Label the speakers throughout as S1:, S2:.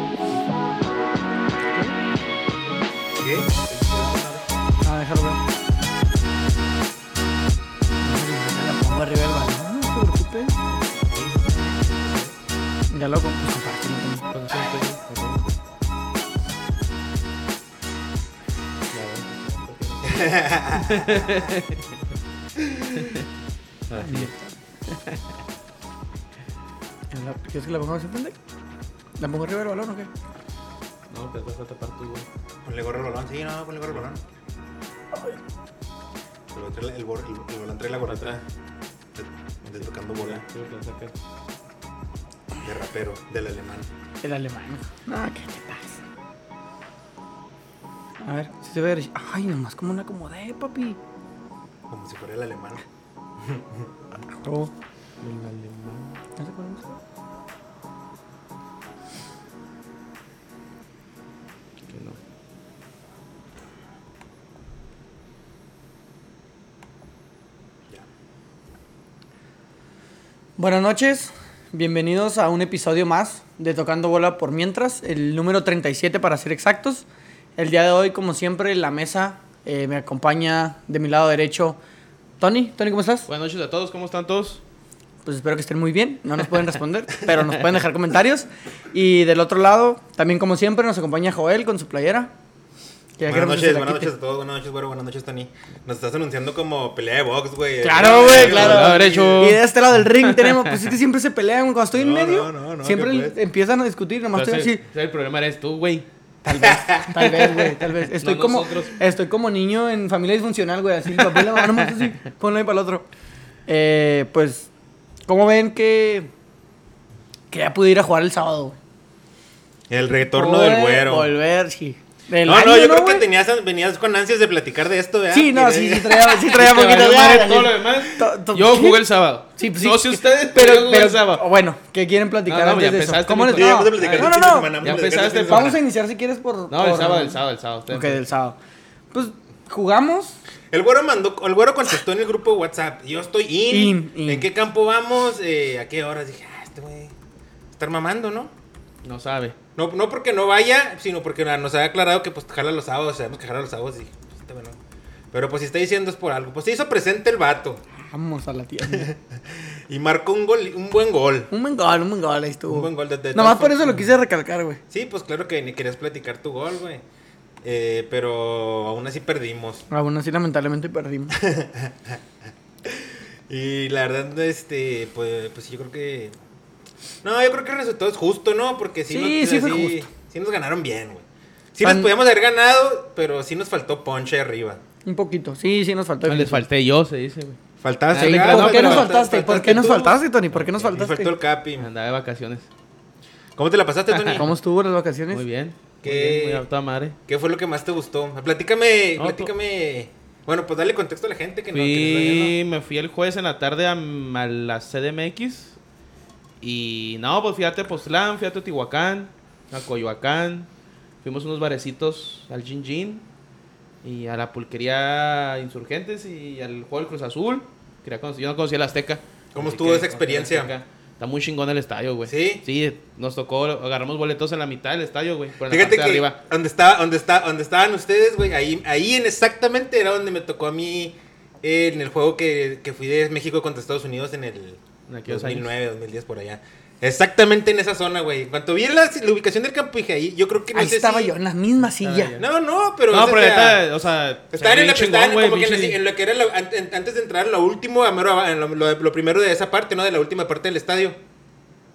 S1: Ah, Ah, loco. Pues, compartir, ¿no?
S2: Consciente, ok. Ya, bueno. Así es.
S1: En la- ¿Quieres que la pongamos en pendejo? ¿La pongo arriba del balón o qué?
S2: No, te vas a tapar tú, güey.
S3: Ponle gorro al balón, sí, no, ponle gorro al balón. Pero trae el, bor- el, el balón trae la gorrita. de- De, tocando bola,
S2: Tú lo sacas.
S3: de rapero, del alemán.
S1: El alemán. No, ¿qué te pasa? A ver, si se ve. derecho. Ay, nomás como la acomodé, papi.
S3: Como si fuera el alemán.
S1: Oh.
S2: El alemán.
S1: ¿No se podemos?
S2: Que no.
S3: Ya.
S1: Buenas noches, bienvenidos a un episodio más de Tocando Bola por Mientras, el número 37 para ser exactos. El día de hoy, como siempre, en la mesa eh, me acompaña de mi lado derecho Tony. Tony, ¿cómo estás?
S2: Buenas noches a todos, ¿cómo están todos?
S1: Pues espero que estén muy bien, no nos pueden responder, pero nos pueden dejar comentarios. Y del otro lado, también como siempre, nos acompaña Joel con su playera. Que ya
S3: Buenas
S1: queremos que se
S3: noches,
S1: la
S3: buenas
S1: quite.
S3: noches a todos, buenas noches, güero, buenas noches, Tony. Nos estás anunciando como pelea de box, güey.
S1: Claro, güey,
S2: Del lado
S1: claro.
S2: derecho.
S1: Y de este lado del ring tenemos, pues es que siempre se pelean, cuando estoy en
S3: No,
S1: medio,
S3: no, Pues no, no,
S1: siempre
S3: ¿qué pues?
S1: empiezan a discutir, nomás estoy
S2: Entonces,
S1: así.
S2: El problema eres tú, güey.
S1: Tal vez, tal vez, güey, tal vez. Estoy,
S2: No
S1: como,
S2: nosotros.
S1: estoy como niño en familia disfuncional, güey, así, el papel la mano, nomás así, ponlo ahí para el otro. Eh, pues, ¿cómo ven que, que ya pude ir a jugar el sábado? güey?
S3: El retorno
S1: Pude
S3: del güero.
S1: Volver, sí. Del
S3: no,
S1: año,
S3: no, yo creo que ¿eh?
S1: güey?
S3: tenías, venías con ansias de platicar de esto, ¿verdad?
S1: Sí, no,
S3: Mira,
S1: sí, sí traía, sí traía
S2: Te
S1: poquito
S2: valió
S1: de
S2: madre
S1: así.
S2: todo lo demás.
S1: To- to-
S2: Yo
S1: ¿sí?
S2: jugué el sábado.
S1: Sí, pues, sí.
S2: No sé ustedes,
S1: pero,
S2: pero yo jugué
S1: pero- Oh,
S2: el sábado.
S1: Bueno, ¿qué quieren platicar
S2: No, no,
S1: antes
S2: ya
S1: de eso?
S2: empezaste,
S1: ¿Cómo
S2: mi
S1: les-
S3: Sí, vamos a
S1: no,
S3: platicar
S1: no,
S3: el
S1: no,
S3: fin de
S1: no.
S3: semana, vamos
S2: Ya
S3: a platicar
S2: empezaste,
S3: el fin de
S1: Vamos a
S3: semana.
S1: iniciar si quieres por...
S2: No, el
S1: por-
S2: sábado, el sábado, el sábado. ustedes.
S1: Ok, del sábado. Pues jugamos
S3: El güero mandó, el güero contestó en el grupo de WhatsApp. Yo estoy in.
S1: In, in.
S3: ¿En qué campo vamos? Eh, ¿A qué horas? Dije, ah, este güey. Estar mamando, ¿no?
S2: No sabe.
S3: No, no porque no vaya, sino porque nos había aclarado que pues jala los sábados, sabemos que jala los sábados, y pues, este, bueno. Pero pues si está diciendo es por algo. Pues se hizo presente el vato.
S1: Vamos a la tienda.
S3: Y marcó un gol, un buen gol.
S1: un buen gol, un buen gol, ahí estuvo.
S3: Un buen gol de- de-
S1: Nomás por eso lo quise recalcar, güey.
S3: Sí, pues claro que ni querías platicar tu gol, güey. Eh, pero aún así perdimos.
S1: Aún así, Ah, lamentablemente perdimos.
S3: Y la verdad, este, pues, pues yo creo que. No, yo creo que el resultado es justo, ¿no? Porque sí,
S1: Sí,
S3: nos,
S1: sí fue justo.
S3: sí nos ganaron bien, güey. Sí
S1: Pan-
S3: nos podíamos haber ganado, pero sí nos faltó ponche arriba.
S1: un poquito. Sí, sí, nos faltó.
S2: No, les falté yo, se dice, güey.
S3: Faltaste,
S2: Ay,
S3: acá,
S2: Ah,
S1: ¿Por
S2: no,
S1: qué
S2: pero
S1: nos
S2: falta-
S1: faltaste? ¿Por qué nos
S3: tú.
S1: faltaste, Tony? ¿Por qué nos
S3: Y faltó el
S1: faltaste?
S3: Capi.
S2: Andaba de vacaciones.
S3: ¿Cómo te la pasaste, Tony?
S1: ¿Cómo estuvo las vacaciones?
S2: Muy bien.
S3: ¿Qué?
S2: Muy bien, muy a toda madre.
S3: ¿Qué fue lo que más te gustó? Platícame,
S2: No,
S3: platícame. Bueno, pues dale contexto a la gente que no.
S2: Fui, me fui el jueves en la tarde a, m- a la CDMX. Y no, pues fui a Tepoztlán, fui a Teotihuacán, a Coyoacán. Fuimos unos barecitos al Jin Jin. Y a la pulquería Insurgentes y al juego del Cruz Azul. Quería conocer- yo no conocía el Azteca.
S3: ¿Cómo
S2: Así
S3: estuvo
S2: que
S3: esa
S2: conocí el
S3: experiencia?
S2: Azteca. Está muy chingón el estadio, güey.
S3: ¿Sí?
S2: Sí, nos tocó, agarramos boletos en la mitad del estadio, güey. Por la
S3: Fíjate
S2: parte
S3: que
S2: de arriba.
S3: donde estaba, donde está, donde estaban ustedes, güey, ahí, ahí en exactamente era donde me tocó a mí eh, en el juego que, que fui de México contra Estados Unidos en el
S2: En aquellos
S3: 2009, 2010 por allá. Exactamente en esa zona, güey. Cuando vi la, la ubicación del campo dije ahí, yo creo que no
S1: Ahí
S3: sé
S1: estaba
S3: si-
S1: yo, en la misma
S2: Estaba
S1: silla.
S2: yo.
S3: No, no, pero
S2: no,
S3: o sea,
S2: pero
S3: sea,
S2: neta, o sea.
S3: Estaba
S2: se
S3: en,
S2: ve
S3: la,
S2: chingón,
S3: estaban
S2: güey,
S3: como que en, la-
S2: pinche-
S3: en lo que era la- an- en- antes de entrar lo último, a mero aba- en lo, lo- lo primero de esa parte, ¿no? De la última parte del estadio.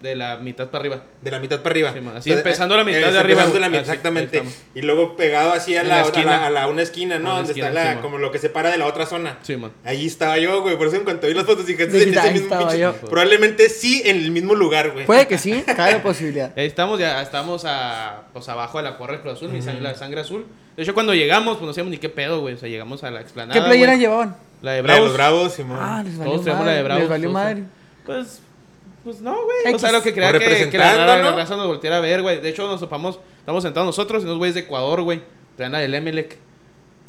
S2: De la mitad para arriba.
S3: De la mitad para arriba. eh,
S2: Sí, man, así empezando la mitad de
S3: empezando
S2: arriba,
S3: la
S2: güey.
S3: mitad,
S2: Así,
S3: exactamente.
S2: ahí estamos.
S3: Y luego pegado así a
S2: En
S3: la,
S2: la
S3: otra- a la-
S2: esquina.
S3: a la- una esquina, ¿no?
S2: A la
S3: Donde
S2: esquina,
S3: está la,
S2: sí, man.
S3: como lo que separa de la otra zona.
S2: Sí, man.
S3: Ahí estaba yo, güey. Por eso en cuanto vi las fotos dije, este,
S1: Dijiste,
S3: ese
S1: ahí
S3: mismo
S1: estaba
S3: pinche-
S1: yo.
S3: Probablemente sí en el mismo lugar, güey.
S1: Puede que sí, cabe la posibilidad.
S2: Ahí estamos, ya estamos a, pues, abajo de la Corre Cruz Azul, mi sang- la sangre azul. De hecho, cuando llegamos, pues no sabíamos ni qué pedo, güey. O sea, llegamos a la explanada.
S1: ¿Qué playera
S2: güey.
S1: llevaban?
S2: La
S3: La
S2: de
S3: de
S2: Bravos.
S3: los bravos, Simón.
S1: Ah, les valió
S2: Todos traemos
S1: madre.
S2: la de Bravos.
S1: Les valió
S2: todos-
S1: madre.
S2: Pues, pues no, güey. O
S1: X.
S2: sea, lo que creía
S3: Pues
S2: que, que la,
S3: representando,
S2: la
S3: ¿no?
S2: raza nos volteara a ver, güey. De hecho, nos topamos, estamos sentados nosotros y unos güeyes de Ecuador, güey. Traen la del Emelec. Y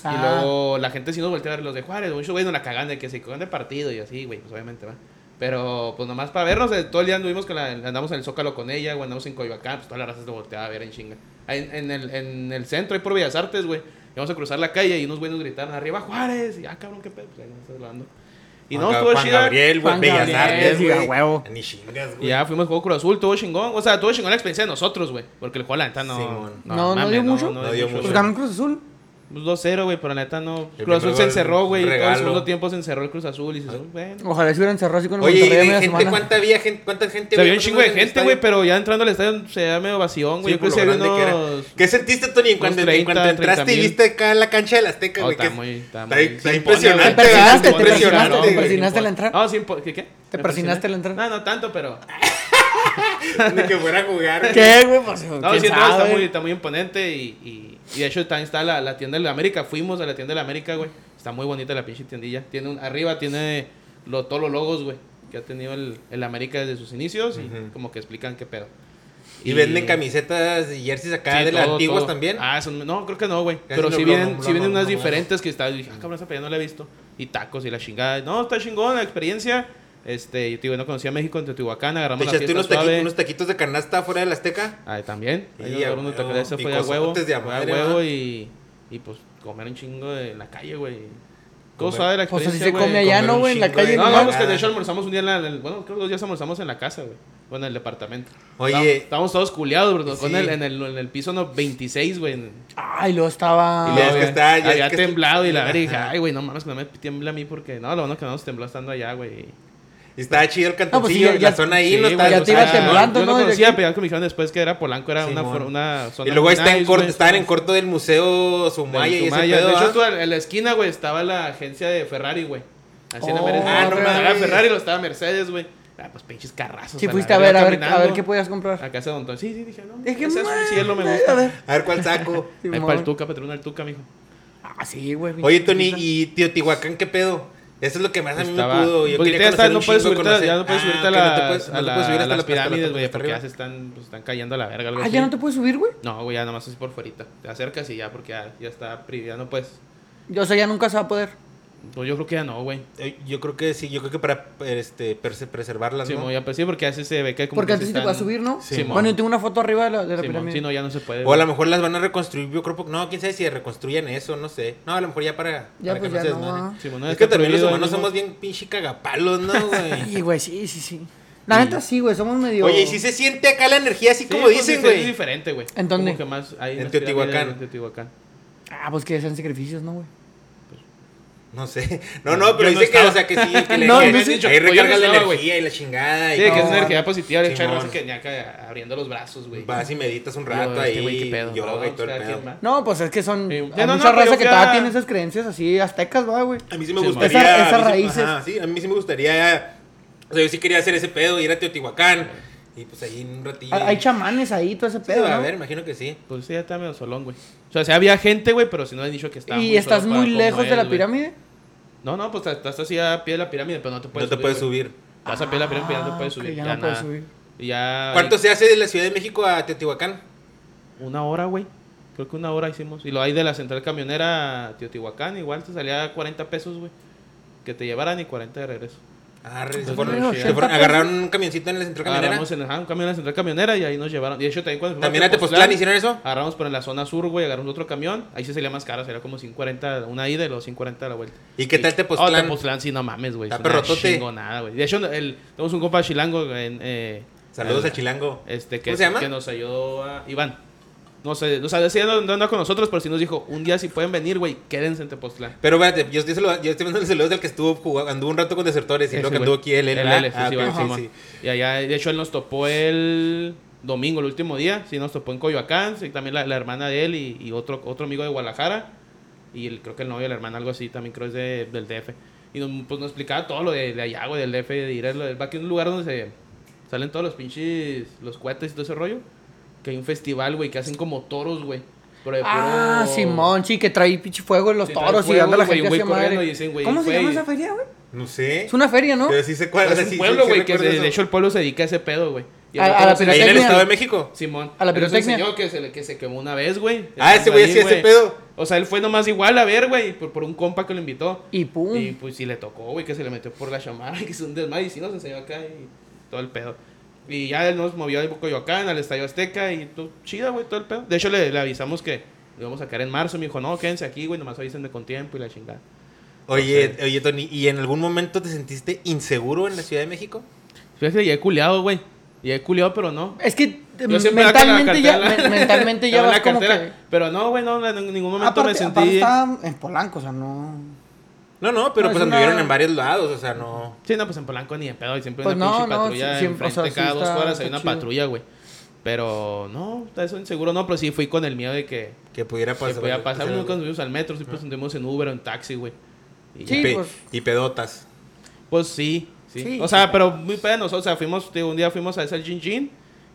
S1: Ah.
S2: luego la gente sí nos voltea a ver los de Juárez. Muchos güeyes nos la cagan de que se cogen de partido y así, güey. Pues obviamente va. Pero pues nomás para vernos, eh, todo el día anduvimos con la, andamos en el Zócalo con ella, güey, andamos en Coyoacán, pues toda la raza se volteaba a ver en chinga. Ahí En, en el, en el centro, ahí por Bellas Artes, güey. Íbamos a cruzar la calle y unos güeyes nos gritaron arriba Juárez. Y ah, cabrón, qué pedo. Pues ahí nos estás hablando. Y
S3: Juan
S2: no,
S3: Ga-
S2: estuvo
S3: Juan
S2: chida.
S3: Gabriel, güey,
S1: Juan
S3: Bellas
S1: Gabriel,
S3: Artes,
S1: sí,
S3: güey.
S1: a huevo.
S3: Ni chingas,
S2: Y
S3: güey.
S2: ya fuimos al juego Cruz Azul, tuvo chingón. O sea, tuvo chingón la experiencia de nosotros, güey. Porque el juego, la neta, no.
S3: Simón.
S1: No, no dio mucho.
S3: No dio mucho.
S1: Pues
S2: güey.
S1: ganó el Cruz Azul.
S2: Pues 2-0, güey, pero la neta no.
S3: El
S2: Cruz
S3: primer
S2: Azul se
S3: gol,
S2: encerró, güey. y Todo el
S3: regalo.
S2: segundo tiempo se encerró el Cruz Azul y se bueno.
S1: Ojalá se hubieran cerrado así con el
S3: Oye, ¿y
S1: Monterrey a
S3: de
S1: media
S3: gente
S1: semana.
S3: cuánta había? Gente, ¿Cuánta gente Pues
S2: Se vio
S3: había?
S2: un chingo de
S3: en el
S2: gente,
S3: estadio?
S2: güey, pero ya entrando al estadio se da medio vacíón, güey.
S3: Sí,
S2: Yo creo
S3: por
S2: que se
S3: lo
S2: vio
S3: grande que era.
S2: unos.
S3: ¿Qué sentiste, Tony, en cuanto, en
S2: 30,
S3: cuanto entraste
S2: 30,000?
S3: y viste acá en la cancha del Azteca,
S2: Oh,
S3: güey?
S2: está
S3: que-
S2: muy- está
S3: está
S2: muy-
S3: está
S2: se impone,
S3: impresionante,
S2: güey.
S1: ¿verdad?
S2: Se impone,
S1: Te impresionaste,
S2: cabrón, güey.
S1: te persinaste al entrar.
S2: No, sí, impo- ¿qué? qué?
S1: Te
S2: Me
S1: persinaste al
S2: persiné.
S1: entrar.
S2: No, no tanto, pero.
S3: Ni que fuera a jugar, güey.
S1: ¿Qué, güey? Pues,
S2: No,
S1: ¿quién
S2: sí, no, está
S1: sabe?
S2: muy, está muy imponente y, y, y de hecho también está la, la tienda de la América. Fuimos a la tienda de la América, güey. Está muy bonita la pinche tiendilla. Tiene un, arriba tiene lo- todos los logos, güey, que ha tenido el, el América desde sus inicios y
S3: Ujú.
S2: como que explican qué pedo.
S3: Y venden camisetas y jerseys acá
S2: Sí,
S3: de las
S2: todo,
S3: antiguas
S2: todo.
S3: también.
S2: Ah, son- no, creo que no, güey. Pero
S3: no
S2: sí
S3: lo-
S2: vienen,
S3: no
S2: sí
S3: lo-
S2: vienen
S3: no
S2: unas
S3: lo-
S2: diferentes que está. Dije, ah, cabrón, esa pelea no la he visto. Y tacos y la chingada. No, está chingón la experiencia. Este, yo te digo, no conocía México en Teotihuacán,
S3: ¿Te
S2: agarramos la
S3: echaste
S2: fiesta
S3: unos, taqui-
S2: suave.
S3: unos taquitos de canasta fuera del Azteca?
S2: Ah, también.
S3: Sí,
S2: Ahí
S3: a
S2: uno
S3: huevo.
S2: te eso
S3: Y
S2: fue a huevo.
S3: cosotes de a
S2: fue a
S3: madre,
S2: huevo
S3: ¿verdad?
S2: y, y pues comer un chingo de, en la calle, güey. ¿Cómo
S3: Comer-
S2: sabe la
S1: Pues
S2: experiencia,
S1: así se
S2: güey?
S1: come allá,
S3: comer
S1: ¿no,
S3: un
S1: güey? En la
S3: chingo de-
S1: calle.
S2: No,
S1: No,
S2: no,
S3: nomás.
S2: pues que de hecho almorzamos un día en la... en el- bueno, creo que dos días almorzamos en la casa, güey. Bueno, en el departamento.
S3: Oye.
S2: Estábamos, estábamos todos culiados, bro.
S3: Sí.
S2: Con el, en, el, en el piso no, 26, güey. en-
S1: Ay, luego estaba...
S3: Y luego- es que
S2: güey,
S3: está- ya es
S2: había
S3: que está-
S2: temblado y la verga. y dije,
S3: Ajá.
S2: Ay, güey, no mames, que no me tiembla a mí porque... No, lo bueno que no nos tembló estando allá, güey.
S3: Y estaba chido el
S1: pues sí,
S3: cantoncillo,
S1: ya- ya-
S3: la zona ahí. no
S2: güey,
S3: estaba-
S1: ya
S2: o
S1: te iba
S2: sea,
S1: temblando,
S2: yo
S1: ¿no?
S2: no
S1: Y de
S2: conocía,
S1: aquí-
S2: pero ya que me dijeron después que era Polanco, era una,
S3: Simón.
S2: for- una zona
S3: Y luego
S2: muy
S3: está en
S2: nice,
S3: corto,
S2: güey.
S3: estaban en corto del museo Sumaya y ese
S2: Sumaya.
S3: pedo.
S2: De hecho,
S3: ¿ah?
S2: tú, en en la esquina, güey, estaba la agencia de Ferrari, güey. Así en
S1: Oh,
S2: América.
S3: ah, no
S2: estaba
S3: mames.
S2: Ferrari, lo estaba Mercedes, güey. Ah, pues pinches carrazos.
S1: Sí,
S2: la
S1: fuiste a ver,
S2: verga,
S1: a ver, a
S2: caminando.
S1: ver qué podías comprar.
S2: A casa de Don Toño. Sí, sí, dije, no.
S1: Es que,
S2: ese es un
S1: man,
S2: cielo, me
S1: A
S2: gusta.
S1: ver.
S3: A ver cuál saco.
S2: Ahí
S1: Simón.
S2: para el Tuca, Petruna el Tuca, mijo.
S1: Ah, sí, güey.
S3: Oye, Tony, ¿y Teotihuacán qué pedo? Eso es lo que más a mí
S2: Estaba-
S3: me Ah, pudo. Yo
S2: porque
S3: quería
S2: ya, está,
S3: conocer
S2: no
S3: un
S2: puedes
S3: chingo,
S2: subirte, a-
S3: conocer-
S2: ya no puedes
S3: Ah,
S2: subirte a
S3: ok,
S2: las,
S3: te puedes-
S2: a
S3: no te
S2: la-
S3: puedes subir
S2: a
S3: hasta
S2: las
S3: la- hasta
S2: pirámides,
S3: la-
S2: güey,
S3: hasta
S2: porque ya
S3: arriba.
S2: se están, pues, están cayendo a la verga. algo
S1: Ah,
S2: así.
S1: ¿ya no te puedes subir, güey?
S2: No, güey, ya nomás es por fuerita. Te acercas y ya, porque ya, ya está, pri- ya no puedes.
S1: Yo, o sea, ya nunca se va a poder.
S2: Pues yo creo que ya no, güey.
S3: Eh, Yo creo que sí, yo creo que para este, perse- preservarlas,
S2: Sí,
S3: ¿no?
S2: mo, ya, pues sí, porque así se ve que como
S1: Porque
S2: que
S1: antes sí te
S2: están-
S1: vas a subir, ¿no?
S2: Sí, mo.
S1: Bueno, yo tengo una foto arriba de la, de la
S2: Simón,
S1: pirámide.
S2: sí, no, ya no se puede.
S3: O a
S2: güey.
S3: lo mejor las van a reconstruir, yo creo, no, quién sabe si reconstruyen eso, no sé. No, a lo mejor ya para,
S1: Ya,
S3: para
S1: pues, ya
S3: se
S1: no,
S3: desmadren.
S1: ah.
S2: Sí, bueno,
S3: Es
S2: está
S3: que también los
S2: prohibido
S3: humanos
S2: ahí mismo.
S3: somos bien pinche cagapalos, ¿no, güey?
S1: Sí, güey, sí, sí, sí. La neta sí, güey, somos medio...
S3: Oye, y si se siente acá la energía así
S2: Sí,
S3: como
S2: pues,
S3: dicen,
S2: sí, Es
S3: güey.
S2: diferente, güey.
S1: ¿En dónde?
S2: Como que más ahí
S3: En
S2: las
S3: Teotihuacán.
S2: pirámides de Teotihuacán.
S1: Ah, pues que sean sacrificios, ¿no, güey?
S3: No sé. No, no, pero
S2: Yo no
S3: dice que,
S2: estaba.
S3: o sea, que sí, que le
S1: No,
S3: que-
S1: no sé.
S3: ahí
S2: Pues yo no
S3: recargas la
S2: estaba, güey.
S3: energía y la chingada.
S2: Sí,
S3: y
S2: que
S3: no,
S2: es
S1: una
S2: energía positiva. De echar
S3: Simón.
S2: raza que ñaca abriendo los brazos, güey.
S3: Vas y meditas un
S2: Yo,
S3: rato
S2: este
S3: ahí,
S2: güey, qué pedo,
S3: yoga
S2: ¿no?
S3: y todo el
S2: Cada quien
S3: pedo.
S2: va.
S1: No, pues es que son...
S2: Sí.
S1: hay
S2: Ya, no, no,
S1: mucha
S2: pero
S1: raza
S2: yo
S1: que
S2: fui
S1: todavía
S2: a-
S1: tiene esas creencias así aztecas, ¿va, güey?
S3: A mí sí me
S2: Sí,
S3: gustaría.
S1: esas- esas
S3: a mí sí-
S1: raíces.
S3: ajá, sí, a mí sí me gustaría. O sea, yo sí quería hacer ese pedo, ir a Teotihuacán. Y pues ahí un ratillo.
S1: Hay chamanes ahí, todo ese
S3: Sí,
S1: pedo,
S3: va a
S1: ¿no?
S3: ver, imagino que sí.
S2: Pues sí, ya está medio solón, güey. O sea, sí había gente, güey, pero si no han dicho que estaba.
S1: ¿Y estás
S2: solo para
S1: muy
S2: cómo
S1: lejos de
S2: es,
S1: la
S2: güey.
S1: pirámide?
S2: No, no, pues estás así a pie de la pirámide, pero no te
S3: No
S2: puedes
S3: te puedes
S2: Pues, güey.
S3: subir.
S2: Vas a pie de la pirámide, ya no
S1: Ah,
S2: puedes
S1: ok,
S2: subir.
S1: ya no puedes
S2: nada.
S1: subir.
S2: Y ya.
S3: ¿Cuánto se hace de la Ciudad de México a Teotihuacán?
S2: Una hora, güey. Creo que una hora hicimos. Y lo hay de la central camionera a Teotihuacán. Igual te salía 40 pesos, güey. Que te llevaran y 40 de regreso.
S3: Arre, Ah, se
S2: Entonces,
S3: fueron,
S2: Pues, no,
S3: se
S2: ochenta
S3: fueron-
S1: pesos.
S3: agarraron un camioncito en el centro camionera.
S2: Agarramos en el, ajá, un camión en la central camionera y ahí nos llevaron. Y de hecho, también cuando fuimos
S3: ¿También a Tepoztlán hicieron eso?
S2: Agarramos por en la zona sur, güey. Agarramos otro camión. Ahí sí salía más caro. Sería como 540 una ida y luego 540 la vuelta.
S3: ¿Y qué tal Tepoztlán?
S2: Oh, Tepoztlán, sí, no mames, güey.
S3: Está
S2: Es una
S3: perrotote.
S2: chingonada, güey. De hecho, el, tenemos un compa chilango en. eh,
S3: Saludos
S2: en-
S3: a Chilango.
S2: Este, que,
S3: ¿Cómo se llama?
S2: que nos ayudó a Iván. No sé, no sabía si no no anda con nosotros, pero si nos dijo, un día si pueden venir, güey, quédense en Tepoztlán.
S3: Pero espérate, yo estoy, saluda- yo estoy mandando saludos del que estuvo jugando, anduvo un rato con desertores y
S2: Ese
S3: luego que
S2: güey.
S3: anduvo aquí él, él,
S2: El
S3: ¿verdad?
S2: L, sí,
S3: Ah,
S2: sí,
S3: ok,
S2: va,
S3: sí,
S2: Simón.
S3: sí.
S2: Y allá, de hecho, él nos topó el domingo, el último día. Sí, nos topó en Coyoacán. sí, también la, la hermana de él y, y otro, otro amigo de Guadalajara. Y el- creo que el novio de la hermana, algo así, también creo es de- del DF. Y nos, pues, nos explicaba todo lo de, de allá, güey, del DF, de ir al del back, un lugar donde se salen todos los pinches, los cohetes y todo ese rollo. Que hay un festival, güey, que hacen como toros, güey. pero de
S1: Ah,
S2: puro-
S1: Simón, sí, que trae pinche fuego en los
S2: Sí, trae
S1: toros y
S2: fuego,
S1: anda la
S2: güey,
S1: gente
S2: güey,
S1: hacia
S2: corriendo
S1: madre.
S2: y dicen, güey,
S1: ¿Cómo se llama
S2: güey.
S1: esa feria, güey?
S3: No sé.
S1: Es una feria, ¿no?
S3: Pero sí se cuadra.
S2: Pues es
S3: sí-
S2: un
S3: sí-
S2: pueblo,
S3: sí
S2: güey, que
S3: recuerdo
S2: de,
S3: eso.
S2: de hecho el pueblo se dedica a ese pedo, güey. Y
S1: A-
S2: luego
S1: a la
S2: se-
S3: Ahí en el
S1: pirotecnia.
S3: Estado de México.
S2: Simón.
S1: A la
S2: Pero es un
S1: pirotecnia.
S2: señor que se, le- que se quemó una vez, güey.
S3: Ah, ese güey
S2: Ahí,
S3: hacía ese pedo.
S2: O sea, él fue nomás igual a ver, güey, por, por un compa que lo invitó.
S1: Y pum.
S2: Y pues sí le tocó, güey, que se le metió por la chamarra, que es un desmadre. Y sí nos enseñó acá y todo el pedo. Y ya él nos movió al Coyoacán, al Estadio Azteca y todo chida, güey, todo el pedo. De hecho, le, le avisamos que lo íbamos a sacar en marzo. Me dijo, no, quédense aquí, güey, nomás avisen de con tiempo y la chingada.
S3: Oye, oye, Tony, ¿y en algún momento te sentiste inseguro en la Ciudad de México?
S2: Fíjate que ya he culeado, güey. Ya he culeado, pero no.
S1: Es que
S2: Yo siempre acá en la
S1: mentalmente ya,
S2: cartera.
S1: men- mentalmente ya
S2: Acá en
S1: vas
S2: la
S1: como
S2: cartera.
S1: que...
S2: Pero no, güey, no, en ningún momento
S1: Aparte,
S2: me
S1: aparte
S2: sentí...
S1: está en Polanco, o sea, no...
S3: No, no, pero
S1: No,
S3: pues
S1: es una-
S3: anduvieron en varios lados, o sea, no.
S2: Sí, no, pues en Polanco ni de pedo, hay siempre
S1: Pues
S2: una
S1: no,
S2: pinche
S1: no,
S2: patrulla
S1: sí, siempre, o
S2: enfrente
S1: sea, sí
S2: cada dos
S1: está-
S2: cuadras
S1: está
S2: hay una
S1: chido.
S2: patrulla, güey. Pero no, está eso inseguro no, pero sí fui con el miedo de que,
S3: Que pudiera pasar.
S2: que podía pasar.
S3: algo.
S2: Nunca nos subimos al metro, siempre nos subimos en Uber o en taxi, güey. Y
S3: Y
S1: Sí,
S2: ya.
S3: pe-
S1: pues.
S3: Y pedotas.
S2: Pues sí, sí.
S1: Sí.
S2: O sea, pero muy pedo de nosotros, o sea, fuimos, digo, un día fuimos a esa Jin Jin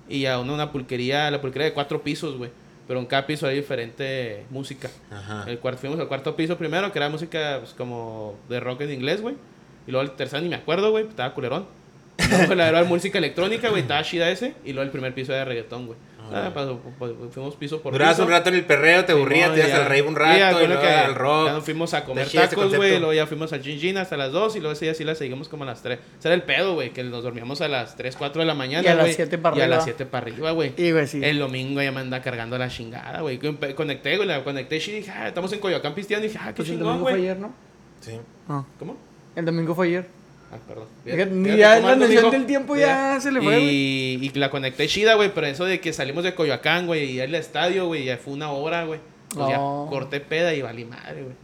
S2: y a una, una pulquería, la pulquería de cuatro pisos, güey. Pero en cada piso hay diferente música.
S3: Ajá.
S2: El cuarto, fuimos al cuarto piso primero, que era música pues, como de rock en inglés, güey. Y luego el tercero, ni me acuerdo, güey, estaba culerón. Y Luego la era música electrónica, güey, estaba chida ese. Y luego el primer piso era de reggaetón, güey.
S3: Ah,
S2: Ah, pasó, pues, fuimos piso por
S3: Durabas
S2: piso.
S3: un rato en el perreo, te aburrías,
S2: Simón,
S3: te ibas
S2: ya.
S3: al rave un
S2: Sí,
S3: rato,
S2: ya,
S3: y
S2: fue lo
S3: luego
S2: que-
S3: al
S2: Ya nos
S3: rock.
S2: fuimos a comer
S3: chido ese
S2: tacos, güey.
S3: concepto.
S2: Luego ya fuimos al Gin Gin hasta las 2 y luego ese día sí la seguimos como a las 3. O sea, era el pedo, güey, que nos dormíamos a las 3, 4 de la mañana.
S1: Y a las
S2: güey,
S1: 7 para
S2: Y a
S1: arriba.
S2: las 7 para arriba, güey.
S1: Y, güey, sí.
S2: El domingo ya me anda cargando la chingada, güey. Que empe- Conecté, güey, la conecté y dije, ah, estamos en Coyoacán pisteando. Y dije, ah, qué
S1: Pues el
S2: chingón,
S1: domingo fue
S2: güey. Ah.
S1: ayer, ¿no?
S3: Sí.
S1: No,
S2: ¿Cómo?
S1: el domingo fue ayer.
S2: Ah, perdón.
S1: Fíjate,
S2: Fíjate,
S1: ni
S2: fíjate
S1: ya
S2: cómo
S1: la
S2: ando,
S1: noción
S2: mijo.
S1: del tiempo ya se le fue,
S2: Y, y la conecté chida, güey, pero eso de que salimos de Coyoacán, güey, y al estadio, güey, ya fue una hora, güey. Pues
S1: No.
S2: ya corté peda y valí madre, güey.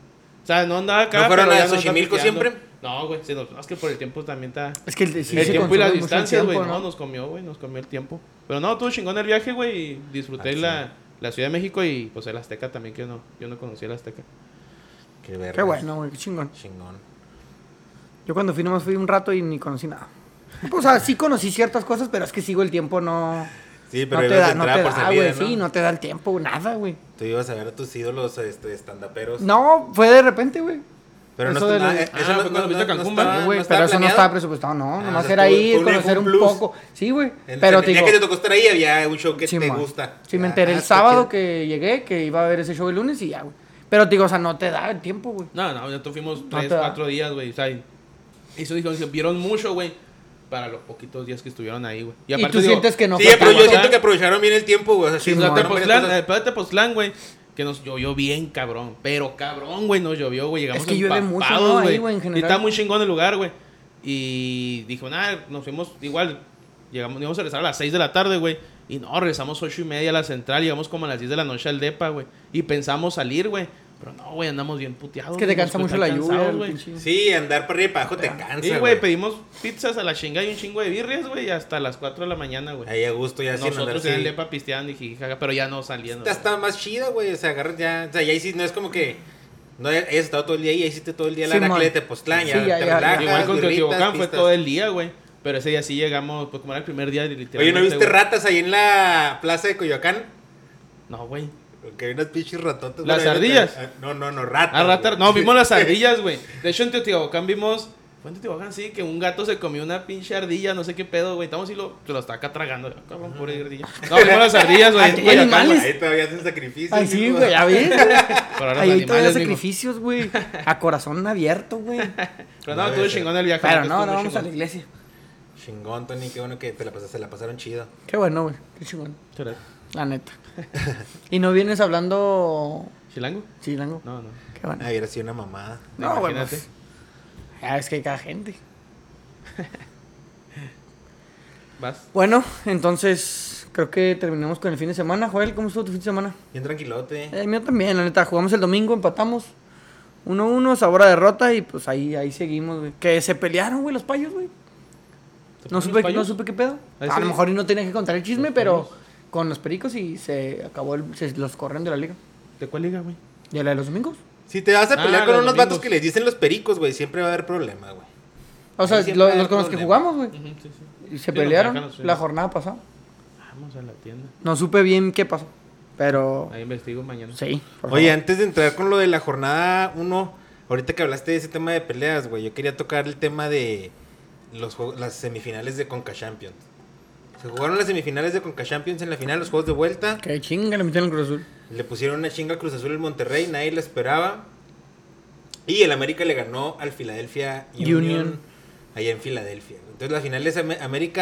S2: O sea, no andaba acá.
S3: ¿No fueron
S2: pero
S3: a
S2: ya andaba
S3: Xochimilco
S2: pisteando.
S3: siempre?
S2: No, güey, se nos- es que por el tiempo también está...
S1: Es que el, sí,
S2: el
S1: se
S2: tiempo y
S1: consume
S2: las
S1: mucho el
S2: distancias, güey,
S1: tiempo,
S2: no, nos comió, güey, nos comió el tiempo. Pero no, tuvo chingón el viaje, güey, y disfruté
S3: Ah, sí.
S2: la, la Ciudad de México y pues el Azteca también, que yo no, yo no conocí el Azteca.
S3: Qué verga.
S1: Qué bueno, güey, qué chingón.
S3: Chingón.
S1: Yo cuando fui nomás fui un rato y ni conocí nada. Pues, o sea, sí conocí ciertas cosas, pero es que sigo el tiempo, no...
S3: Sí,
S1: No
S3: pero
S1: te
S3: ibas a
S1: da, no
S3: entrar
S1: te
S3: por
S1: da, güey,
S3: salida, ¿no?
S1: sí, no te da el tiempo, güey, nada, güey.
S3: Tú ibas a ver a tus ídolos este, estandaperos.
S1: No, fue de repente, güey.
S3: Pero no
S1: Eso
S3: está-
S1: de la-
S3: eh,
S2: Ah,
S3: eso no-
S2: fue cuando
S3: no-
S2: fuiste a
S3: no- no
S2: Cancún,
S3: estaba-
S2: ¿verdad?
S3: Ah, no
S1: Güey,
S3: estaba
S1: pero eso no estaba
S3: planeado.
S1: presupuestado,
S3: Ah,
S1: no,
S3: o
S1: nomás
S3: sea,
S1: era
S3: estuvo-
S1: ir,
S3: fue un- fue un
S1: conocer un
S3: plus.
S1: poco. Sí, güey,
S3: En-
S1: pero
S3: en-
S1: tipo...
S3: ya que te tocó estar ahí, había un show que te
S1: Simón.
S3: gusta.
S1: Sí, me
S3: Ya,
S1: enteré
S3: ah,
S1: el
S3: está
S1: sábado
S3: chido.
S1: que llegué que iba a ver ese show el lunes y ya, güey. Pero te digo, o sea, no te da el tiempo, güey.
S2: No, no, nosotros fuimos
S1: No
S2: tres,
S1: te da.
S2: cuatro días, güey. O sea, y eso dijeron, se vieron mucho, güey, para los poquitos días que estuvieron ahí, güey.
S1: Y, tú sientes que no
S3: Sí,
S1: fue
S3: pero
S1: tan-
S3: yo
S2: Caguaman.
S3: siento que aprovecharon bien el tiempo, güey. O sea, sí,
S2: O
S1: Simón.
S2: sea,
S3: tomaron varias
S2: Tepoztlán,
S3: cosas.
S2: eh, pero Tepoztlán, güey, que nos llovió bien, cabrón. Pero cabrón, güey, nos llovió, güey. Llegamos
S1: Es que llueve mucho,
S2: empapados,
S1: ¿no? Ahí, güey, en
S2: Y
S1: general.
S2: está muy chingón el lugar, güey. Y dijo, nada, nos fuimos igual. Llegamos, íbamos a regresar a las 6 de la tarde, güey. Y no, regresamos ocho y media a la central. Llegamos como a las 10 de la noche al DEPA, güey. Y pensamos salir, güey. Pero no, güey, andamos bien puteados.
S1: Es que te
S2: güey,
S3: pues,
S1: cansa
S2: nos
S1: mucho
S2: está
S1: la lluvia,
S2: cansados,
S1: el
S2: güey.
S1: pinche-
S3: Sí, andar para arriba y para abajo te
S2: Sí,
S3: cansa,
S2: güey,
S3: güey.
S2: pedimos pizzas a la chingada y un chingo de birrias, güey, hasta las 4 de la mañana, güey.
S3: Ahí a gusto, ya sin andar
S2: Nosotros en el
S3: así.
S2: DEPA pisteando y jijijaja, pero ya no saliendo.
S3: Esta está más chida, güey. O sea, agarras ya. O sea, ya hiciste, no es como que. No hayas estado todo el día ahí, ya hiciste todo el día la
S1: Sí, man.
S3: Anaclete de Postlán, ya,
S1: Sí, ya,
S3: te
S1: ya.
S3: relajas,
S2: Igual con
S3: birritas,
S2: Teotihuacán fue
S3: pistas.
S2: todo el día, güey. Pero ese día sí llegamos, pues como era el primer día, literalmente.
S3: Oye, ¿no viste
S2: güey.
S3: ratas ahí en la plaza de Coyoacán?
S2: No, güey.
S3: Que hay unas pinches ratotas.
S2: ¿Las
S3: güey, ahí
S2: ardillas?
S3: detrás. Ah, No, no, no, ratas.
S2: Ah, ratas.
S3: güey.
S2: No, vimos las ardillas, güey. De hecho, en Teotihuacán vimos. Fue en Teotihuacán, sí, que un gato se comió una pinche ardilla, no sé qué pedo, güey. Estamos y lo, se lo está acá tragando. Cabrón, pobre ardilla. No, vimos las ardillas, güey. en
S1: Aquí hay
S2: Coyoacán,
S1: animales.
S2: güey.
S3: Ahí todavía hacen sacrificios.
S1: Ay, sí, güey, ya ves.
S2: Pero ahora
S1: Ahí hay todavía
S2: los animales, mijo.
S1: sacrificios, güey. A corazón abierto, güey.
S2: Pero no, estuvo chingón el viaje. la
S1: Pero
S2: neta,
S1: no,
S2: estuvo
S1: ahora vamos
S2: muy
S1: a la
S2: chingón.
S1: iglesia.
S3: Chingón, Tony, qué bueno que te la pasaste, se la pasaron chido.
S1: Qué bueno, güey. Qué chingón.
S2: Chale.
S1: La neta. Y no vienes hablando
S2: ¿Chilango?
S1: chilango.
S2: No, no.
S1: Qué bueno.
S3: Ay, hubiera sido una mamada.
S1: No, bueno.
S2: imagínate.
S1: Ya es que hay cada gente. pues,
S2: Vas.
S1: Bueno, entonces creo que terminamos con el fin de semana. Joel, ¿cómo estuvo tu fin de semana? Eh,
S3: Bien tranquilote.
S1: El mío también, la neta. Jugamos el domingo, empatamos. 1-1, sabor a derrota y pues ahí, ahí seguimos, güey. Que se pelearon, güey, los payos, güey. No supe, no supe qué pedo.
S2: Ahí
S1: A
S2: sí.
S1: lo mejor y no tenía que contar el chisme,
S2: Los
S1: pero
S2: payos.
S1: con los pericos y se acabó, el- se los corren de la liga.
S2: ¿De cuál liga, güey?
S1: ¿Y la de los domingos?
S3: Si te vas a
S2: Ah,
S3: pelear con
S2: los
S3: unos
S2: domingos.
S3: vatos que les dicen los pericos, güey, siempre va a haber problema, güey.
S1: O sea,
S3: Ahí siempre
S1: lo-
S3: hay
S1: los con los que
S3: problema.
S1: jugamos, güey.
S2: Ujú, sí, sí.
S1: Y
S2: Sí,
S1: se
S2: los
S1: pelearon
S2: mexicanos, sí.
S1: la jornada pasada.
S2: Vamos a la tienda.
S1: No supe bien qué pasó, pero
S2: Ahí investigo mañana.
S1: sí. por
S3: Oye,
S1: favor.
S3: antes de entrar con lo de la jornada 1, ahorita que hablaste de ese tema de peleas, güey, yo quería tocar el tema de los juegos- las semifinales de Conca Champions. Se jugaron las semifinales de Conca Champions en la final, los juegos de vuelta.
S1: Qué chinga, le metieron el Cruz Azul.
S3: Le pusieron una chinga al Cruz Azul el Monterrey, nadie la esperaba. Y el América le ganó al Philadelphia Union,
S1: Union.
S3: allá en Filadelfia. Entonces la final es Am-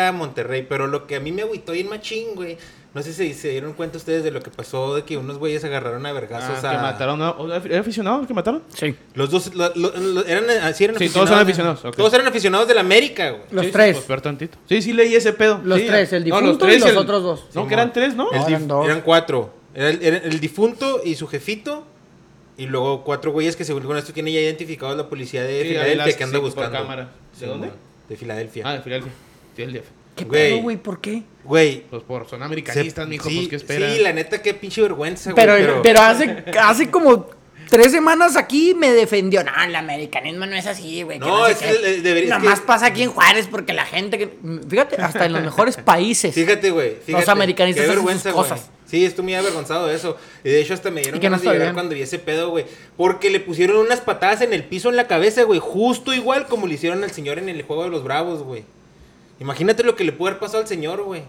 S3: América-Monterrey, pero lo que a mí me agüitó bien machín, güey, no sé si se dieron cuenta ustedes de lo que pasó, de que unos güeyes agarraron a
S2: Ah,
S3: vergazos a...
S2: que mataron. a- ¿o- ¿Era aficionado el que mataron?
S1: Sí.
S3: Los dos, lo- lo- lo- eran, ah, sí, eran
S2: Sí, todos eran aficionados, ok.
S3: Todos eran aficionados del América, güey.
S1: Los
S2: Sí, sí,
S1: tres.
S2: pues, peor tantito. Sí, sí leí ese pedo.
S1: Los
S2: Sí,
S1: tres, el
S2: no,
S1: difunto y
S2: tres
S1: los otros dos.
S2: No, que eran tres, ¿no?
S3: El
S1: No,
S3: dif-
S1: eran
S3: eran,
S1: dos.
S3: cuatro. Era el, era el difunto y su jefito. Y luego cuatro güeyes que según con esto tiene ya identificados la policía de
S2: Sí,
S3: Filadelfia
S2: las-
S3: que anda
S2: sí, por
S3: buscando.
S2: cámara. ¿De
S3: Sí,
S2: dónde?
S3: güey, De Filadelfia.
S2: Ah, de Filadelfia. Sí, el DF.
S1: ¿Qué
S3: Güey.
S1: pedo, güey? ¿Por qué?
S3: Güey.
S2: Pues por, son
S3: se-
S2: americanistas, mijo,
S3: sí,
S2: pues qué esperan.
S3: Sí, la neta, qué pinche vergüenza, güey.
S1: Pero, pero hace, hace como tres semanas aquí me defendió. No, el americanismo no es así, güey.
S3: No,
S1: sé
S3: es
S1: qué".
S3: que, eh, debería- es
S1: Nomás
S3: que-
S1: pasa aquí en Juárez porque la gente que... Fíjate, hasta en los mejores países.
S3: Fíjate, güey. fíjate,
S1: americanistas
S3: qué
S1: hacen sus
S3: vergüenza, güey.
S1: cosas.
S3: Sí, estoy muy avergonzado de eso. Y de hecho hasta me dieron
S1: Y que no
S3: ganas de
S1: está
S3: llorar
S1: bien.
S3: cuando vi ese pedo, güey. Porque le pusieron unas patadas en el piso en la cabeza, güey. Justo igual como le hicieron al señor en el juego de los bravos, güey. Imagínate lo que le pudo haber pasado al señor, güey.